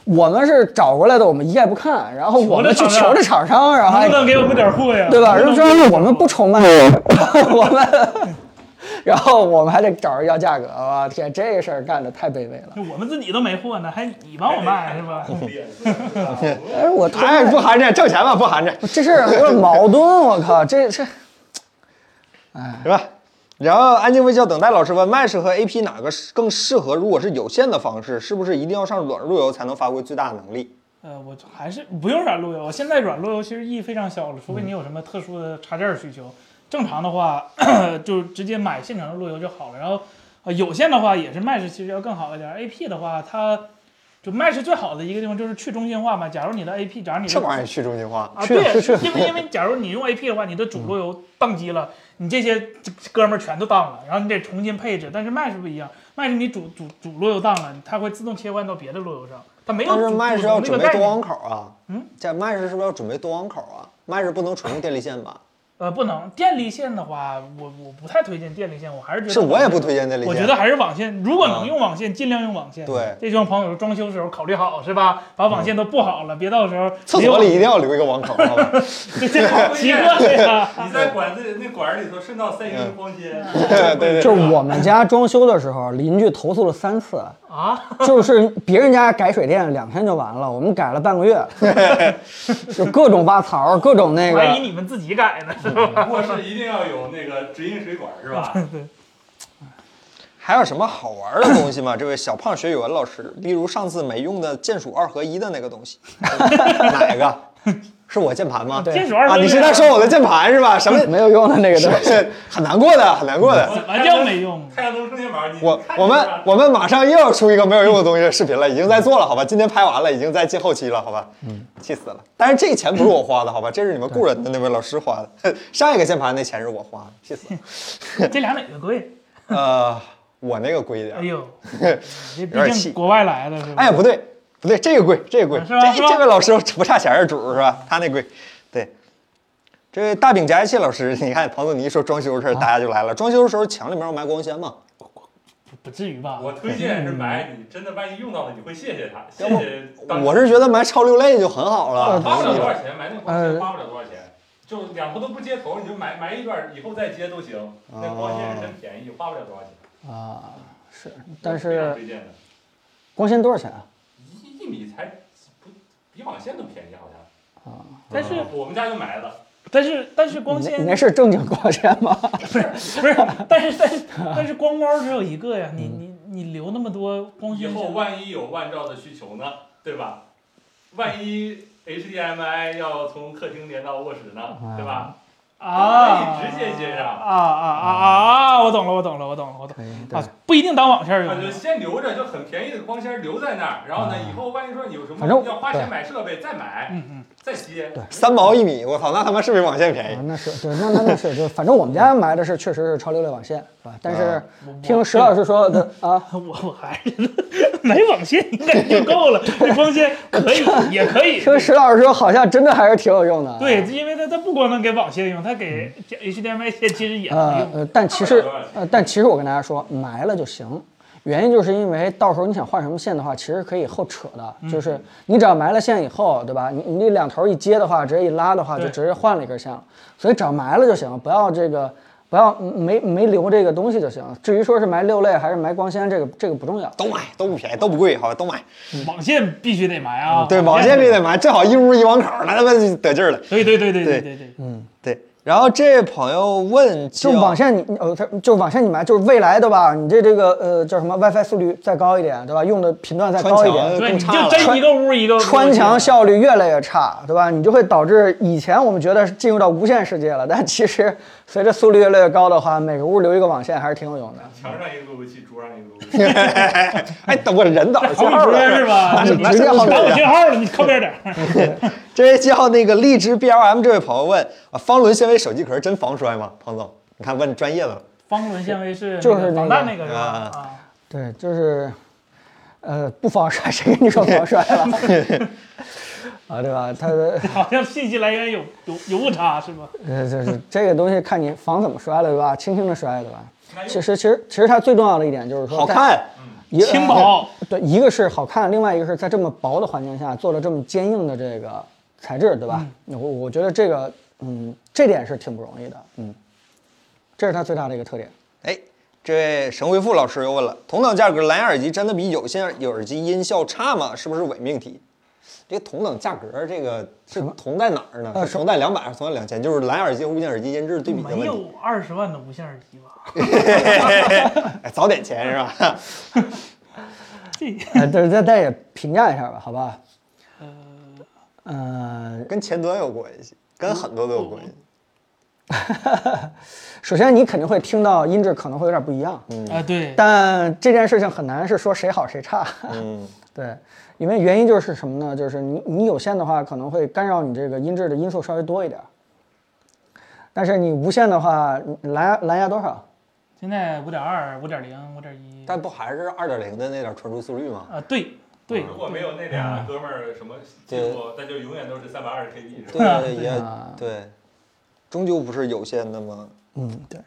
[SPEAKER 3] 我们是找过来的，我们一概不看，然后我们去 求着厂商，然后
[SPEAKER 1] 能
[SPEAKER 3] 还
[SPEAKER 1] 不能给我们点货呀？
[SPEAKER 3] 对吧？
[SPEAKER 1] 能
[SPEAKER 3] 然后
[SPEAKER 1] 不能
[SPEAKER 3] 虽然我们不愁卖，我们，然后我们还得找人要价格，我天，这个事儿干的太卑微了。
[SPEAKER 1] 就我们自己都没货呢，还你帮我卖是 吧？
[SPEAKER 3] 哎，我特
[SPEAKER 2] 哎，不含着，挣钱吧，不含着，
[SPEAKER 3] 这事儿有点矛盾，我靠，这这
[SPEAKER 2] 是吧？然后安静微笑等待老师问，Mesh 和 AP 哪个是更适合？如果是有线的方式，是不是一定要上软路由才能发挥最大的能力？
[SPEAKER 1] 呃，我还是不用软路由，现在软路由其实意义非常小了，除非你有什么特殊的插件需求。正常的话， 就直接买现成的路由就好了。然后，呃，有线的话也是 Mesh 其实要更好一点。AP 的话，它就 Mesh 最好的一个地方就是去中心化嘛。假如你的 AP，假如你的
[SPEAKER 2] 这玩意儿去中心化，
[SPEAKER 1] 啊，
[SPEAKER 3] 去
[SPEAKER 1] 对，
[SPEAKER 3] 去去
[SPEAKER 1] 因为因为假如你用 AP 的话，你的主路由宕机了，你这些这哥们儿全都宕了，然后你得重新配置。但是 Mesh 不一样，Mesh 你主主主路由宕了，它会自动切换到别的路由上，它没有
[SPEAKER 2] 但是
[SPEAKER 1] 主
[SPEAKER 2] Mesh 要准备多网口啊，
[SPEAKER 1] 哎嗯，
[SPEAKER 2] 这 Mesh 是不是要准备多网口啊？Mesh 不能纯用电力线吧？
[SPEAKER 1] 呃，不能电力线的话，我我不太推荐电力线，我还是觉得
[SPEAKER 2] 是我也不推荐电力线，
[SPEAKER 1] 我觉得还是网线，如果
[SPEAKER 2] 啊
[SPEAKER 1] 能用网线，尽量用网线。
[SPEAKER 2] 对
[SPEAKER 1] 这帮朋友装修时候考虑好是吧？把网
[SPEAKER 5] 嗯
[SPEAKER 1] 线都布好了，别到时候
[SPEAKER 2] 厕所里一定要留一个网口，啊好吧？
[SPEAKER 1] 这这好奇怪 呀。
[SPEAKER 5] 你在管子那管儿里头顺道塞一根光纤，
[SPEAKER 2] 嗯 对对
[SPEAKER 3] 就
[SPEAKER 2] 对，
[SPEAKER 3] 是我们家装修的时候，邻居投诉了三次，
[SPEAKER 1] 啊，
[SPEAKER 3] 就是别人家改水电两天就完了，我们改了半个月， 就各种挖槽，各种那
[SPEAKER 1] 怀疑
[SPEAKER 3] 个，
[SPEAKER 1] 你们自己改呢是吧？
[SPEAKER 5] 卧室一定要有那个直饮水管儿 是吧？
[SPEAKER 2] 还有什么好玩的东西吗？这位小胖学语文老师，例如上次没用的键鼠二合一的那个东西， 哪个？是我键盘吗？
[SPEAKER 3] 对
[SPEAKER 1] 这手二
[SPEAKER 2] 啊，
[SPEAKER 1] 合一
[SPEAKER 2] 你是在说我的键盘是吧？什么？
[SPEAKER 3] 没有用的 那个东西。
[SPEAKER 2] 很难过的，很难过的。
[SPEAKER 1] 怎么叫没用？
[SPEAKER 5] 太阳能充电宝儿，你
[SPEAKER 2] 我
[SPEAKER 5] 看
[SPEAKER 2] 我
[SPEAKER 5] 见
[SPEAKER 2] 们
[SPEAKER 5] 吧
[SPEAKER 2] 我们马上又要出一个没有用的东西的视频了，已经在做了，好吧？今天拍完了，已经在进后期了，好吧？嗯，气死了。但是这钱不是我花的，好吧？这是你们雇人的那位老师花的。 上一个键盘那钱是我花的，气死 了。嗯
[SPEAKER 1] 这俩哪个贵？
[SPEAKER 2] 呃，我那个贵一点
[SPEAKER 1] 哎。 呦，这
[SPEAKER 2] 有点
[SPEAKER 1] 毕
[SPEAKER 2] 气
[SPEAKER 1] 竟国外来的是吧？
[SPEAKER 2] 哎呀，不对，不对，这个贵，这个贵，
[SPEAKER 1] 是吧是
[SPEAKER 2] 这
[SPEAKER 1] 吧
[SPEAKER 2] 这位老师不差钱儿主是吧？他那贵，对。这位大饼夹一切老师，你看庞总，你一说装修的事
[SPEAKER 1] 啊
[SPEAKER 2] 儿，大家就来了。装修的时候墙里面要埋光纤吗？
[SPEAKER 1] 不至于吧？
[SPEAKER 5] 我推荐是买，你真的万一用到了，你会谢谢他，谢谢当时。哦
[SPEAKER 2] 我是觉得埋超六类就很好了。
[SPEAKER 5] 啊花不了多少钱，买那个光纤
[SPEAKER 3] 啊呃
[SPEAKER 5] 花不了多少钱。就两头都不接头，你就买买一段以后再接都行。
[SPEAKER 3] 哦
[SPEAKER 5] 那光纤是真便宜，花不了多少钱。
[SPEAKER 3] 啊，是，但
[SPEAKER 5] 非常
[SPEAKER 3] 是
[SPEAKER 5] 推荐的，
[SPEAKER 3] 光纤多少钱啊？
[SPEAKER 5] 一一米才不比网线都便宜，好像。
[SPEAKER 1] 但是
[SPEAKER 5] 我们家就买了，
[SPEAKER 1] 但是但是光
[SPEAKER 3] 你那
[SPEAKER 1] 纤
[SPEAKER 3] 你那是正经光纤吗？
[SPEAKER 1] 不 是，但是但是但是光猫只有一个呀，你
[SPEAKER 2] 嗯
[SPEAKER 1] 你你留那么多光
[SPEAKER 5] 以
[SPEAKER 1] 纤
[SPEAKER 5] 后
[SPEAKER 1] 线，
[SPEAKER 5] 万一有万兆的需求呢，对吧？万一 HDMI 要从客厅连到卧室呢，对吧？
[SPEAKER 1] 啊，
[SPEAKER 5] 可以直接接上
[SPEAKER 1] 啊啊啊啊！我懂了，我懂了，我懂了，我懂
[SPEAKER 3] 可以，
[SPEAKER 1] 了
[SPEAKER 3] 对
[SPEAKER 1] 啊，，不一定当网线儿
[SPEAKER 3] 嗯
[SPEAKER 5] 啊那就
[SPEAKER 1] 用，
[SPEAKER 5] 先留着，就很便宜的光纤留在那儿。然后呢，以后万一说你有什
[SPEAKER 3] 啊反正
[SPEAKER 5] 么要花钱买设备，再买，
[SPEAKER 1] 嗯嗯，
[SPEAKER 5] 再接。
[SPEAKER 2] 三毛一米，我操，那他妈是比网线便
[SPEAKER 1] 哎
[SPEAKER 2] 宜
[SPEAKER 3] 啊，。那是对，那那那是，就反正我们家埋的是确实是超六类网线，是吧？但是
[SPEAKER 1] 我
[SPEAKER 3] 听石老师说的啊，
[SPEAKER 1] 我我还是买网线应该就够了，这光纤可以也可以。
[SPEAKER 3] 听石老师说好像真的还是挺有用的啊。
[SPEAKER 1] 对，因为它它不光能给网线用，它给 HDMI 线其实也能
[SPEAKER 3] 呃
[SPEAKER 1] 用。
[SPEAKER 3] 呃，但其实呃，但其实我跟大家说，埋了就行。原因就是因为到时候你想换什么线的话，其实可以后扯的，
[SPEAKER 1] 嗯
[SPEAKER 3] 就是你只要埋了线以后，对吧？你你这两头一接的话，直接一拉的话，就
[SPEAKER 1] 对
[SPEAKER 3] 直接换了一根线了。所以只要埋了就行，不要这个不要嗯没没留这个东西就行。至于说是埋六类还是埋光纤，这个这个不重要。
[SPEAKER 2] 都买，都不便宜，都不贵，好吧，都买。
[SPEAKER 1] 网线必须得埋啊！
[SPEAKER 2] 对，网线必得买，正好一屋一网口，那他妈就得劲儿了。
[SPEAKER 1] 对对对对对对对。
[SPEAKER 2] 对，然后这位朋友问
[SPEAKER 3] 就
[SPEAKER 2] 叫，
[SPEAKER 3] 网线你呃，它就网线你埋，就是未来对吧？你这这个呃叫什么 WiFi 速率再高一点，对吧？用的频段再
[SPEAKER 2] 穿
[SPEAKER 3] 高一点，
[SPEAKER 2] 墙
[SPEAKER 1] 对，
[SPEAKER 2] 更
[SPEAKER 1] 你
[SPEAKER 2] 差
[SPEAKER 1] 就
[SPEAKER 2] 了。
[SPEAKER 1] 真一个屋一个
[SPEAKER 3] 穿墙
[SPEAKER 1] 效。
[SPEAKER 3] 效率越来越差，对吧？你就会导致以前我们觉得是进入到无线世界了，但其实随着速率越来越高的话，每个屋留一个网线还是挺有用的。
[SPEAKER 5] 墙上一个路由器，桌上一个路由器。
[SPEAKER 2] 哎，等我人导
[SPEAKER 1] 好
[SPEAKER 2] 信
[SPEAKER 1] 比
[SPEAKER 2] 号
[SPEAKER 1] 不
[SPEAKER 2] 了
[SPEAKER 1] 认识吧？
[SPEAKER 3] 是
[SPEAKER 1] 你
[SPEAKER 3] 直接
[SPEAKER 1] 看
[SPEAKER 3] 好比
[SPEAKER 1] 我信号了，你靠边点儿。
[SPEAKER 2] 这位叫那个荔枝 BLM 这位朋友问啊，方纶纤维手机壳真防摔吗？彭总，你看问专业的了。
[SPEAKER 1] 方纶纤维是
[SPEAKER 3] 就是
[SPEAKER 1] 那个防
[SPEAKER 3] 那个
[SPEAKER 1] 弹那个是吧？
[SPEAKER 2] 啊
[SPEAKER 1] 啊，
[SPEAKER 3] 对，就是，呃，不防摔，谁跟你说防摔了？啊，对吧？它的
[SPEAKER 1] 好像信息来源有有有误差是吧？
[SPEAKER 3] 呃，就是这个东西看你防怎么摔了，对吧？轻轻的摔，对吧？其实，其实，其实它最重要的一点就是说，
[SPEAKER 2] 好，看，
[SPEAKER 3] 一个
[SPEAKER 1] 轻薄，
[SPEAKER 3] 对，一个是好看，另外一个是在这么薄的环境下做了这么坚硬的这个材质，
[SPEAKER 1] 嗯
[SPEAKER 3] 对吧？我我觉得这个，嗯，这点是挺不容易的，嗯，这是它最大的一个 特点。
[SPEAKER 2] 哎，这位神回复老师又问了，同等价格蓝牙耳机真的比有线耳机音效差吗？是不是伪命题？这个同等价格，这个是同在哪儿啊呢？是同在两百还是同在两千？就是蓝牙耳机和无线耳机音质对比的
[SPEAKER 1] 没
[SPEAKER 2] 问题。
[SPEAKER 1] 有啊二十万的无线耳机吧？
[SPEAKER 2] 哎，早点钱是吧？
[SPEAKER 1] 这
[SPEAKER 3] 呃，对，再再也评价一下吧，好吧？呃，
[SPEAKER 2] 跟前端有关系，跟很多都有关系。
[SPEAKER 1] 嗯
[SPEAKER 3] 首先你肯定会听到音质可能会有点不一样，
[SPEAKER 2] 嗯
[SPEAKER 1] 啊对，
[SPEAKER 3] 但这件事情很难是说谁好谁差，
[SPEAKER 2] 嗯，
[SPEAKER 3] 对，因为原因就是什么呢？就是你你有线的话，可能会干扰你这个音质的因素稍微多一点儿。但是你无线的话，你蓝牙蓝牙多少？
[SPEAKER 1] 现在五点二、五点零、五点一
[SPEAKER 2] 但不还是二点零的那点传输速率吗？
[SPEAKER 1] 啊，对对
[SPEAKER 5] 如，果没有那俩哥们儿什么技术，那就永远都是三百二十 KB 是吧？
[SPEAKER 2] 啊对，也
[SPEAKER 3] 啊
[SPEAKER 2] 对，终究不是有线那么。
[SPEAKER 3] 嗯，对。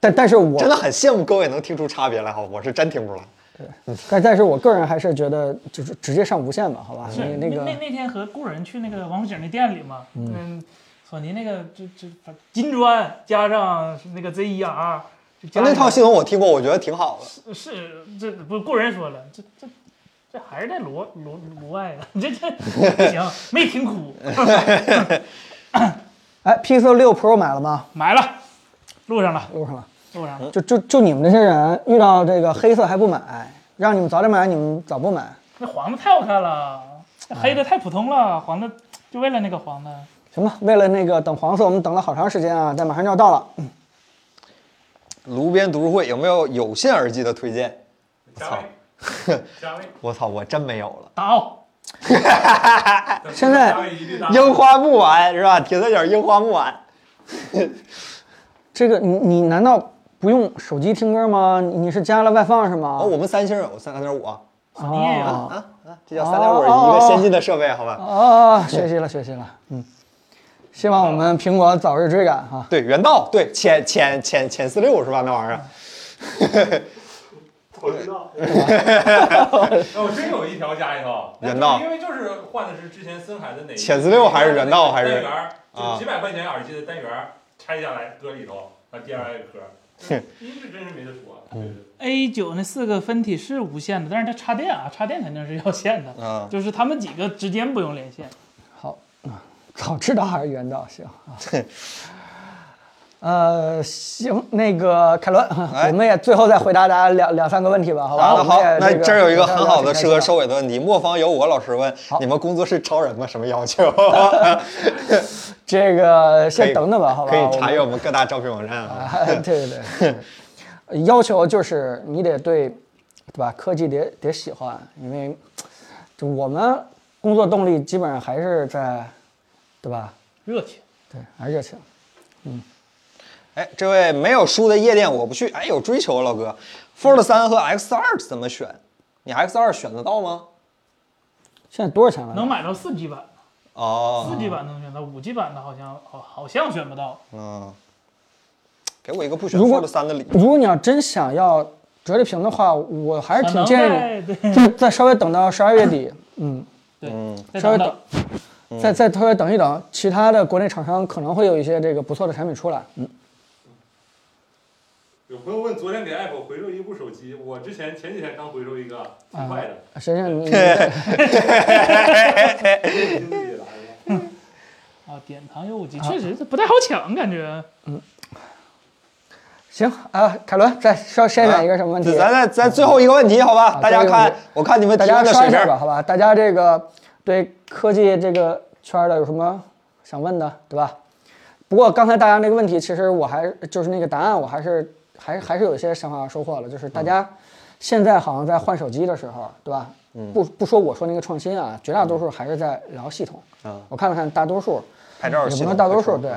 [SPEAKER 3] 但但是我
[SPEAKER 2] 真的很羡慕各位能听出差别来，好，我是真听不出来。
[SPEAKER 3] 但但是我个人还是觉得就是直接上无线吧，好吧？
[SPEAKER 1] 是
[SPEAKER 3] 你
[SPEAKER 1] 那
[SPEAKER 3] 那个
[SPEAKER 1] 那那天和故人去那个王府井那店里嘛，嗯，索尼那个这这金砖加上那个 Z E R，
[SPEAKER 2] 啊那套系统我听过，我觉得挺好的。
[SPEAKER 1] 是这不故人说了，这这这还是在罗罗罗外的， 这这不行，没听哭，
[SPEAKER 3] 哎，Pixel 六 Pro 买了吗？
[SPEAKER 1] 买了，录上了，
[SPEAKER 3] 录上了。
[SPEAKER 1] 录上了。
[SPEAKER 3] 就就就你们这些人遇到这个黑色还不买，让你们早点买，你们早不买。
[SPEAKER 1] 那黄的太好看了，
[SPEAKER 2] 嗯
[SPEAKER 1] 那黑的太普通了，黄的就为了那个黄的。
[SPEAKER 3] 行吧，为了那个等黄色，我们等了好长时间啊，但马上就要到了。
[SPEAKER 2] 炉边读书会有没有有线耳机的推荐？
[SPEAKER 5] 加位， 加位，
[SPEAKER 2] 我操，我真没有了，
[SPEAKER 1] 打哦，
[SPEAKER 2] 哎
[SPEAKER 3] 现在
[SPEAKER 5] 加位一律大
[SPEAKER 2] 樱花木碗是吧？铁三角樱花木碗，
[SPEAKER 3] 这个你你难道不用手机听歌吗？你你是加了外放是吗？
[SPEAKER 2] 哦，我们三星有三点五啊，
[SPEAKER 1] 你也有
[SPEAKER 3] 哦
[SPEAKER 2] 这叫三点五一个先进的设备，好吧？
[SPEAKER 3] 哦，学习了学习了，嗯，希望我们苹果早日追赶啊哈。
[SPEAKER 2] 对，原道，对，浅浅浅浅四六是吧？那玩意儿，
[SPEAKER 7] 我知道，
[SPEAKER 5] 那我哦真有一条家里头，
[SPEAKER 2] 人道
[SPEAKER 5] 因为就是换的是之前森海的哪一
[SPEAKER 2] 浅资料还是人道还是
[SPEAKER 5] 单元儿，就
[SPEAKER 2] 啊
[SPEAKER 5] 是几百块钱耳机的单元儿拆下来搁里头，把 DIY 搁，音质真是没得说。啊
[SPEAKER 2] 嗯
[SPEAKER 5] 对对
[SPEAKER 1] A 九那四个分体是无线的，但是它插电啊，插电肯定是要线的，
[SPEAKER 2] 嗯，
[SPEAKER 1] 就是他们几个之间不用连线。
[SPEAKER 3] 嗯早知道还是原道行 啊。呃，行，那个凯伦，啊
[SPEAKER 2] 哎
[SPEAKER 3] 我们也最后再回答大家两两三个问题吧，好吧？
[SPEAKER 2] 好的，
[SPEAKER 3] 我们
[SPEAKER 2] 好
[SPEAKER 3] 也，
[SPEAKER 2] 那
[SPEAKER 3] 这个
[SPEAKER 2] 这儿有一个很好的适
[SPEAKER 3] 适
[SPEAKER 2] 合
[SPEAKER 3] 合
[SPEAKER 2] 收尾的问题。莫方有我老师问：
[SPEAKER 3] 好
[SPEAKER 2] 你们工作室超人吗？什么要求？
[SPEAKER 3] 这个
[SPEAKER 2] 可
[SPEAKER 3] 先
[SPEAKER 2] 以
[SPEAKER 3] 等等吧，好吧？
[SPEAKER 2] 可
[SPEAKER 3] 我
[SPEAKER 2] 以
[SPEAKER 3] 们
[SPEAKER 2] 查阅我们各大招聘网站啊。
[SPEAKER 3] 啊， 对对对，呃 要求就是你得对，对吧？科技得得喜欢，因为就我们工作动力基本上还是在，对吧？
[SPEAKER 1] 热情，
[SPEAKER 3] 对，还是热情。
[SPEAKER 2] 哎，这位没有书的夜店我不去。哎，有追求啊，老哥。Fold 三和 X 二怎么选？你 X 二选得到吗？
[SPEAKER 3] 现在多少钱了？
[SPEAKER 1] 能买到四 G 版，
[SPEAKER 2] 哦
[SPEAKER 1] 四，G 版能选到，五 G 版的好像好好像选不到。
[SPEAKER 2] 嗯，给我一个不选
[SPEAKER 3] 如果
[SPEAKER 2] Fold 三的礼物。
[SPEAKER 3] 如果你要真想要折叠屏的话，我还是
[SPEAKER 1] 可啊
[SPEAKER 3] 挺
[SPEAKER 1] 能
[SPEAKER 3] 建议
[SPEAKER 1] 在对
[SPEAKER 3] 你，就再稍微等到十二 月底，嗯，
[SPEAKER 1] 对，再
[SPEAKER 3] 稍微
[SPEAKER 1] 等
[SPEAKER 3] 等
[SPEAKER 1] 等。，嗯
[SPEAKER 3] 再再稍微等一等，其他的国内厂商可能会有一些这个不错的产品出来，嗯，
[SPEAKER 5] 有朋友问昨天给 Apple 回收一部手机，我之前前几天刚回收一个，挺快的，
[SPEAKER 3] 谁让 你
[SPEAKER 5] 新自己来的。
[SPEAKER 1] 啊，典藏有五 G，确实这不太好抢，感觉。
[SPEAKER 3] 行啊，凯伦再稍筛
[SPEAKER 1] 啊
[SPEAKER 3] 选一个什么问题？
[SPEAKER 2] 咱再咱最后一个问题，好吧？
[SPEAKER 3] 啊
[SPEAKER 2] 大家
[SPEAKER 3] 最后
[SPEAKER 2] 看
[SPEAKER 3] 一个问题，
[SPEAKER 2] 我看你们
[SPEAKER 3] 大
[SPEAKER 2] 提
[SPEAKER 3] 家
[SPEAKER 2] 问的
[SPEAKER 3] 刷
[SPEAKER 2] 水
[SPEAKER 3] 一下吧，
[SPEAKER 2] 平。
[SPEAKER 3] 好吧？大家这个对科技这个圈儿的有什么想问的，对吧？不过刚才大家那个问题，其实我还就是那个答案，我还是还还是有一些想法收获了，就是大
[SPEAKER 2] 嗯
[SPEAKER 3] 家现在好像在换手机的时候，对吧？不不说我说那个创新啊，绝大多数还是在聊系统。我看了看，大多数
[SPEAKER 2] 拍照
[SPEAKER 3] 也
[SPEAKER 2] 嗯系
[SPEAKER 3] 不
[SPEAKER 2] 统
[SPEAKER 3] 能大多数
[SPEAKER 2] 嗯
[SPEAKER 3] 对，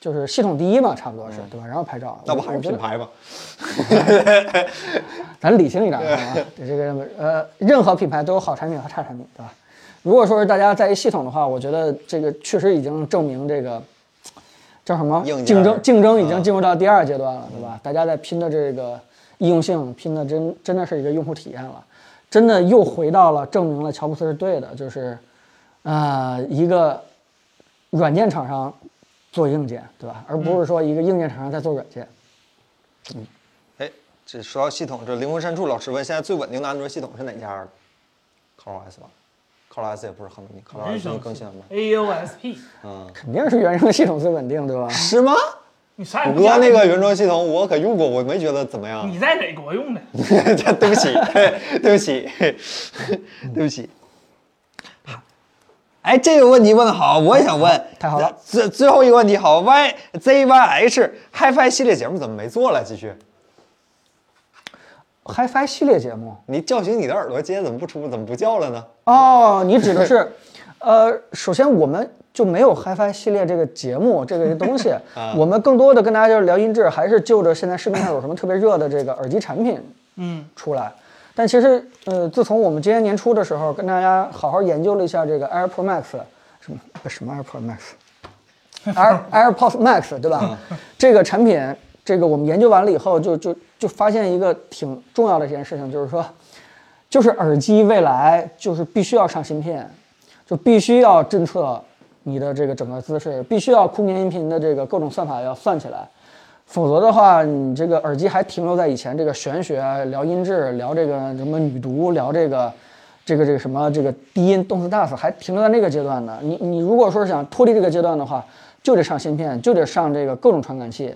[SPEAKER 3] 就是系统第一嘛，差不多是对吧？然后拍照，
[SPEAKER 2] 那
[SPEAKER 3] 我
[SPEAKER 2] 不还是
[SPEAKER 3] 我觉
[SPEAKER 2] 品
[SPEAKER 3] 得
[SPEAKER 2] 牌吗？
[SPEAKER 3] 咱理性一点啊，对这个呃，任何品牌都有好产品和差产品，对吧？如果说是大家在意系统的话，我觉得这个确实已经证明这个叫什么
[SPEAKER 2] 硬件
[SPEAKER 3] 竞争，竞争已经
[SPEAKER 2] 嗯
[SPEAKER 3] 进入到第二阶段了，对吧？大家在拼的这个易用性，拼的真真的是一个用户体验了，真的又回到了证明了乔布斯是对的，就是啊、呃一个软件厂商做硬件，对吧？而
[SPEAKER 2] 嗯
[SPEAKER 3] 不是说一个硬件厂商在做软件。
[SPEAKER 2] 哎，这说到系统，这灵魂深处老师问，现在最稳定的安卓系统是哪家的？ColorOS 吧，ColorOS 也不是很稳定，ColorOS 更新了吗？
[SPEAKER 1] AOSP，
[SPEAKER 2] 嗯，
[SPEAKER 3] 肯定是原生系统最稳定，对吧？
[SPEAKER 2] 是吗？
[SPEAKER 1] 你啥 也
[SPEAKER 2] 谷
[SPEAKER 1] 不加
[SPEAKER 2] 歌那个原装系统我可用过，我没觉得怎么样。
[SPEAKER 1] 你在哪国用的？
[SPEAKER 2] 对不 起， 对不起，对不起。哎，这个问题问的好，我也想问。
[SPEAKER 3] 太好了，
[SPEAKER 2] 最最后一个问题好，Y Z Y H HiFi 系列节目怎么没做了？继续，
[SPEAKER 3] HiFi 系列节目
[SPEAKER 2] 你叫醒你的耳朵，今天怎么不出？怎么不叫了呢？
[SPEAKER 3] 哦，你指的是， 呃，首先我们就没有 HiFi 系列这个节目这个东西，我们更多的跟大家就是聊音质，还是就着现在市面上有什么特别热的这个耳机产品
[SPEAKER 1] 嗯，
[SPEAKER 3] 出来。但其实，呃，自从我们今年年初的时候跟大家好好研究了一下这个 AirPod Max，什么不什么 AirPod Max。Air AirPods Max 对吧？这个产品，这个我们研究完了以后就，就就发现一个挺重要的一件事情，就是说，就是耳机未来就是必须要上芯片，就必须要侦测你的这个整个姿势，必须要空间音频的这个各种算法要算起来，否则的话，你这个耳机还停留在以前这个玄学啊聊音质，聊这个什么女毒，聊这个。这个这个什么这个低音动次打次还停留在那个阶段呢？你你如果说想脱离这个阶段的话，就得上芯片，就得上这个各种传感器。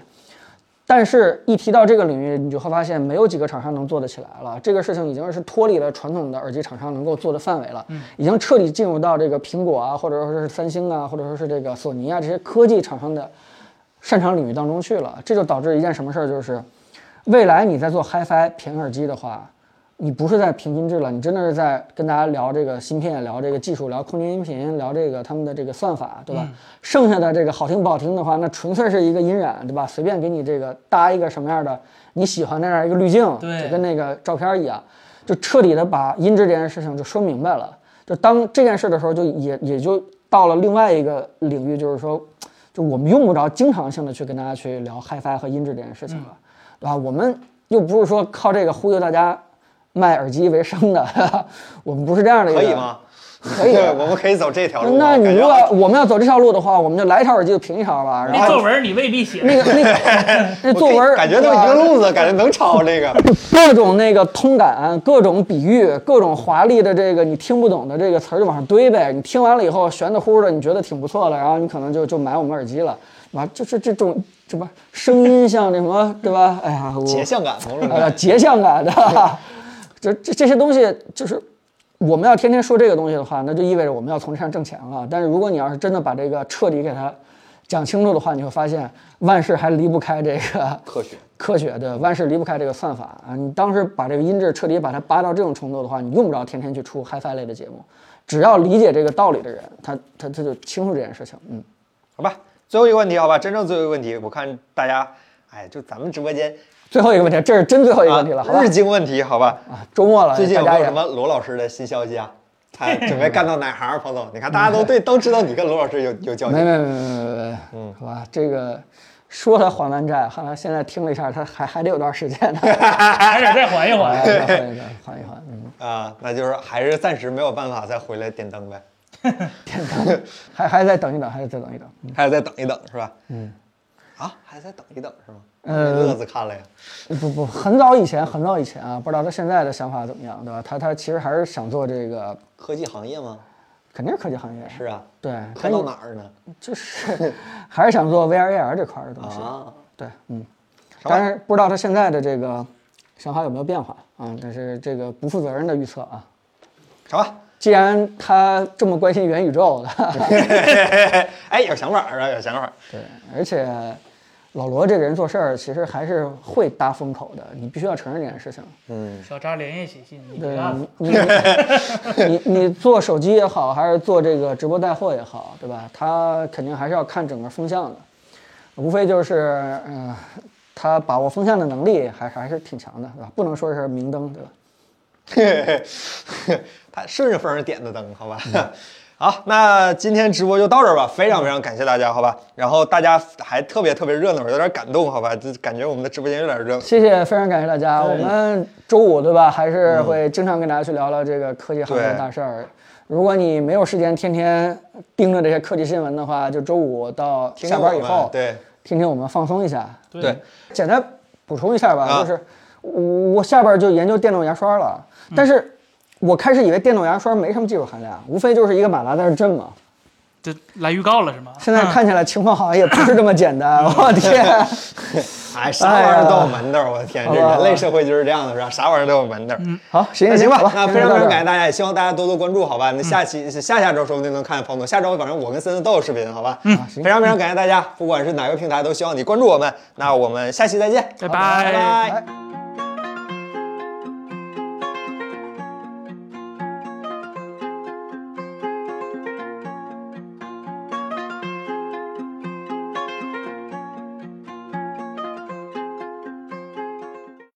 [SPEAKER 3] 但是，一提到这个领域，你就会发现没有几个厂商能做得起来了。这个事情已经是脱离了传统的耳机厂商能够做的范围了，已经彻底进入到这个苹果啊，或者说是三星啊，或者说是这个索尼啊这些科技厂商的擅长领域当中去了。这就导致一件什么事儿，就是未来你在做 HiFi 平耳机的话，你不是在评音质了，你真的是在跟大家聊这个芯片、聊这个技术、聊空间音频、聊这个他们的这个算法，对吧？剩下的这个好听不好听的话，那纯粹是一个音染，对吧？随便给你这个搭一个什么样的你喜欢那样一个滤镜，
[SPEAKER 1] 对
[SPEAKER 3] 就跟那个照片一样，就彻底的把音质这件事情就说明白了。就当这件事的时候，就也也就到了另外一个领域，就是说，就我们用不着经常性的去跟大家啊去聊 HiFi 和音质这件事情了，对吧？我们又不是说靠这个忽悠大家卖耳机为生的， 我们不是这样的一个。
[SPEAKER 2] 可以？吗？
[SPEAKER 3] 可以
[SPEAKER 2] 我们可以走这条路吗。
[SPEAKER 3] 那你
[SPEAKER 2] 感觉啊
[SPEAKER 3] 如果我们要走这条路的话，我们就来一条耳机就评一条吧。然
[SPEAKER 1] 那
[SPEAKER 3] 后
[SPEAKER 1] 作文你未必写，
[SPEAKER 3] 那个那个那
[SPEAKER 2] 我
[SPEAKER 3] 作
[SPEAKER 2] 可以
[SPEAKER 3] 文
[SPEAKER 2] 感觉都一个路子，感觉能抄这 个。
[SPEAKER 3] 各种那个通感，各种比喻，各种华丽的这个你听不懂的这个词儿就往上堆呗。你听完了以后玄的乎的，你觉得挺不错的，然后你可能就就买我们耳机了，完就是这种什么声音像那什么对吧？哎呀，我
[SPEAKER 2] 节象感，某种
[SPEAKER 3] 呃
[SPEAKER 2] 感觉。
[SPEAKER 3] 节象感的，这这这些东西就是我们要天天说这个东西的话，那就意味着我们要从这上挣钱了。但是如果你要是真的把这个彻底给它讲清楚的话，你会发现万事还离不开这个
[SPEAKER 2] 科学。
[SPEAKER 3] 科学对，万事离不开这个算法啊！你当时把这个音质彻底把它扒到这种程度的话，你用不着天天去出 HiFi 类的节目，只要理解这个道理的人，他他他就清楚这件事情。嗯，
[SPEAKER 2] 好吧，最后一个问题，好吧，真正最后一个问题，我看大家，哎，就咱们直播间
[SPEAKER 3] 最后一个问题，这是真最后一个问题了，好吧
[SPEAKER 2] 啊，日？经问题，好吧。
[SPEAKER 3] 啊，周末了，
[SPEAKER 2] 最近有没
[SPEAKER 3] 大家
[SPEAKER 2] 有
[SPEAKER 3] 也
[SPEAKER 2] 什么罗老师的新消息啊？他准备干到哪行？彭总，你
[SPEAKER 3] 嗯
[SPEAKER 2] 看大家都对都知道你跟罗老师有有交
[SPEAKER 3] 没
[SPEAKER 2] 集，
[SPEAKER 3] 没没没没没，嗯，好吧，这个说他还完债，后来现在听了一下，他还还得有段 时间呢，
[SPEAKER 1] 还得再缓一缓。
[SPEAKER 3] 还 一还一还一还，嗯，
[SPEAKER 2] 啊，那就是还是暂时没有办法再回来点灯呗，
[SPEAKER 3] 还还再等一等，还得再等一等。
[SPEAKER 2] 还得再等一等是吧？嗯，啊，还得再等一等是吗？
[SPEAKER 3] 呃
[SPEAKER 2] 乐子看了呀，
[SPEAKER 3] 不不，很早以前，很早以前啊，不知道他现在的想法怎么样，对吧？他他其实还是想做这个，
[SPEAKER 2] 科技行业吗？
[SPEAKER 3] 肯定是科技行业，
[SPEAKER 2] 是啊，
[SPEAKER 3] 对，他
[SPEAKER 2] 看到哪儿呢？
[SPEAKER 3] 就是 还是想做 VR AR 这块儿的东西，
[SPEAKER 2] 啊，
[SPEAKER 3] 对，嗯，但是不知道他现在的这个想法有没有变化啊？但是这个不负责任的预测啊。
[SPEAKER 2] 成吧。
[SPEAKER 3] 既然他这么关心元宇宙的，
[SPEAKER 2] 哎，有想法儿啊，有想法儿。
[SPEAKER 3] 对，而且老罗这人做事儿其实还是会搭风口的，你必须要承认这件事情。
[SPEAKER 1] 小扎连夜写信，你别
[SPEAKER 3] 对
[SPEAKER 1] 干了。
[SPEAKER 3] 你你 你你做手机也好，还是做这个直播带货也好，对吧？他肯定还是要看整个风向的，无非就是嗯、呃他把握风向的能力还还是挺强的，对吧？不能说是明灯，对吧？
[SPEAKER 2] 他顺着风儿点的灯，好吧。 好，那今天直播就到这儿吧，非常非常感谢大家，好吧。然后大家还特别特别热闹，有点感动，好吧，就感觉我们的直播间有点热闹。
[SPEAKER 3] 谢谢，非常感谢大
[SPEAKER 2] 哎
[SPEAKER 3] 家。我们周五对吧，还是会经常跟大家去聊聊这个科技行业的
[SPEAKER 2] 对
[SPEAKER 3] 大事儿。如果你没有时间天天盯着这些科技新闻的话，就周五到
[SPEAKER 2] 听
[SPEAKER 3] 下班以
[SPEAKER 2] 我们
[SPEAKER 3] 后，哎
[SPEAKER 2] 对
[SPEAKER 3] 听听我们放松一下。
[SPEAKER 2] 对，
[SPEAKER 3] 简单补充一下吧，
[SPEAKER 2] 啊
[SPEAKER 3] 就是我我下边就研究电动牙刷了，
[SPEAKER 2] 嗯
[SPEAKER 3] 但是我开始以为电动牙刷没什么技术含量，无非就是一个马达在那震嘛。
[SPEAKER 1] 这来预告了是吗？
[SPEAKER 3] 现在
[SPEAKER 2] 啊
[SPEAKER 3] 看起来情况好像也不是这么简单，
[SPEAKER 2] 嗯
[SPEAKER 3] 我 天！
[SPEAKER 2] 哎，啥玩意儿
[SPEAKER 3] 哎呀
[SPEAKER 2] 都有门道，我的天，这
[SPEAKER 3] 好吧好吧
[SPEAKER 2] 人类社会就是这样的，是吧？啥玩意儿都有门道。
[SPEAKER 3] 好，行
[SPEAKER 2] 那
[SPEAKER 3] 行
[SPEAKER 2] 行吧，
[SPEAKER 3] 好
[SPEAKER 2] 那
[SPEAKER 3] 今
[SPEAKER 2] 非
[SPEAKER 3] 天
[SPEAKER 2] 常非
[SPEAKER 3] 就到
[SPEAKER 2] 常
[SPEAKER 3] 这儿嗯
[SPEAKER 2] 感谢大家，也希望大家多多关注，好吧？那下期下下周说不定能看见彭总，下周反正我跟森森都有视频，好吧？嗯，非常非常感谢大家，不管是哪个平台，都希望你关注我们。那我们下期再见，
[SPEAKER 1] 拜
[SPEAKER 2] 拜
[SPEAKER 1] 拜
[SPEAKER 2] 拜。
[SPEAKER 3] 拜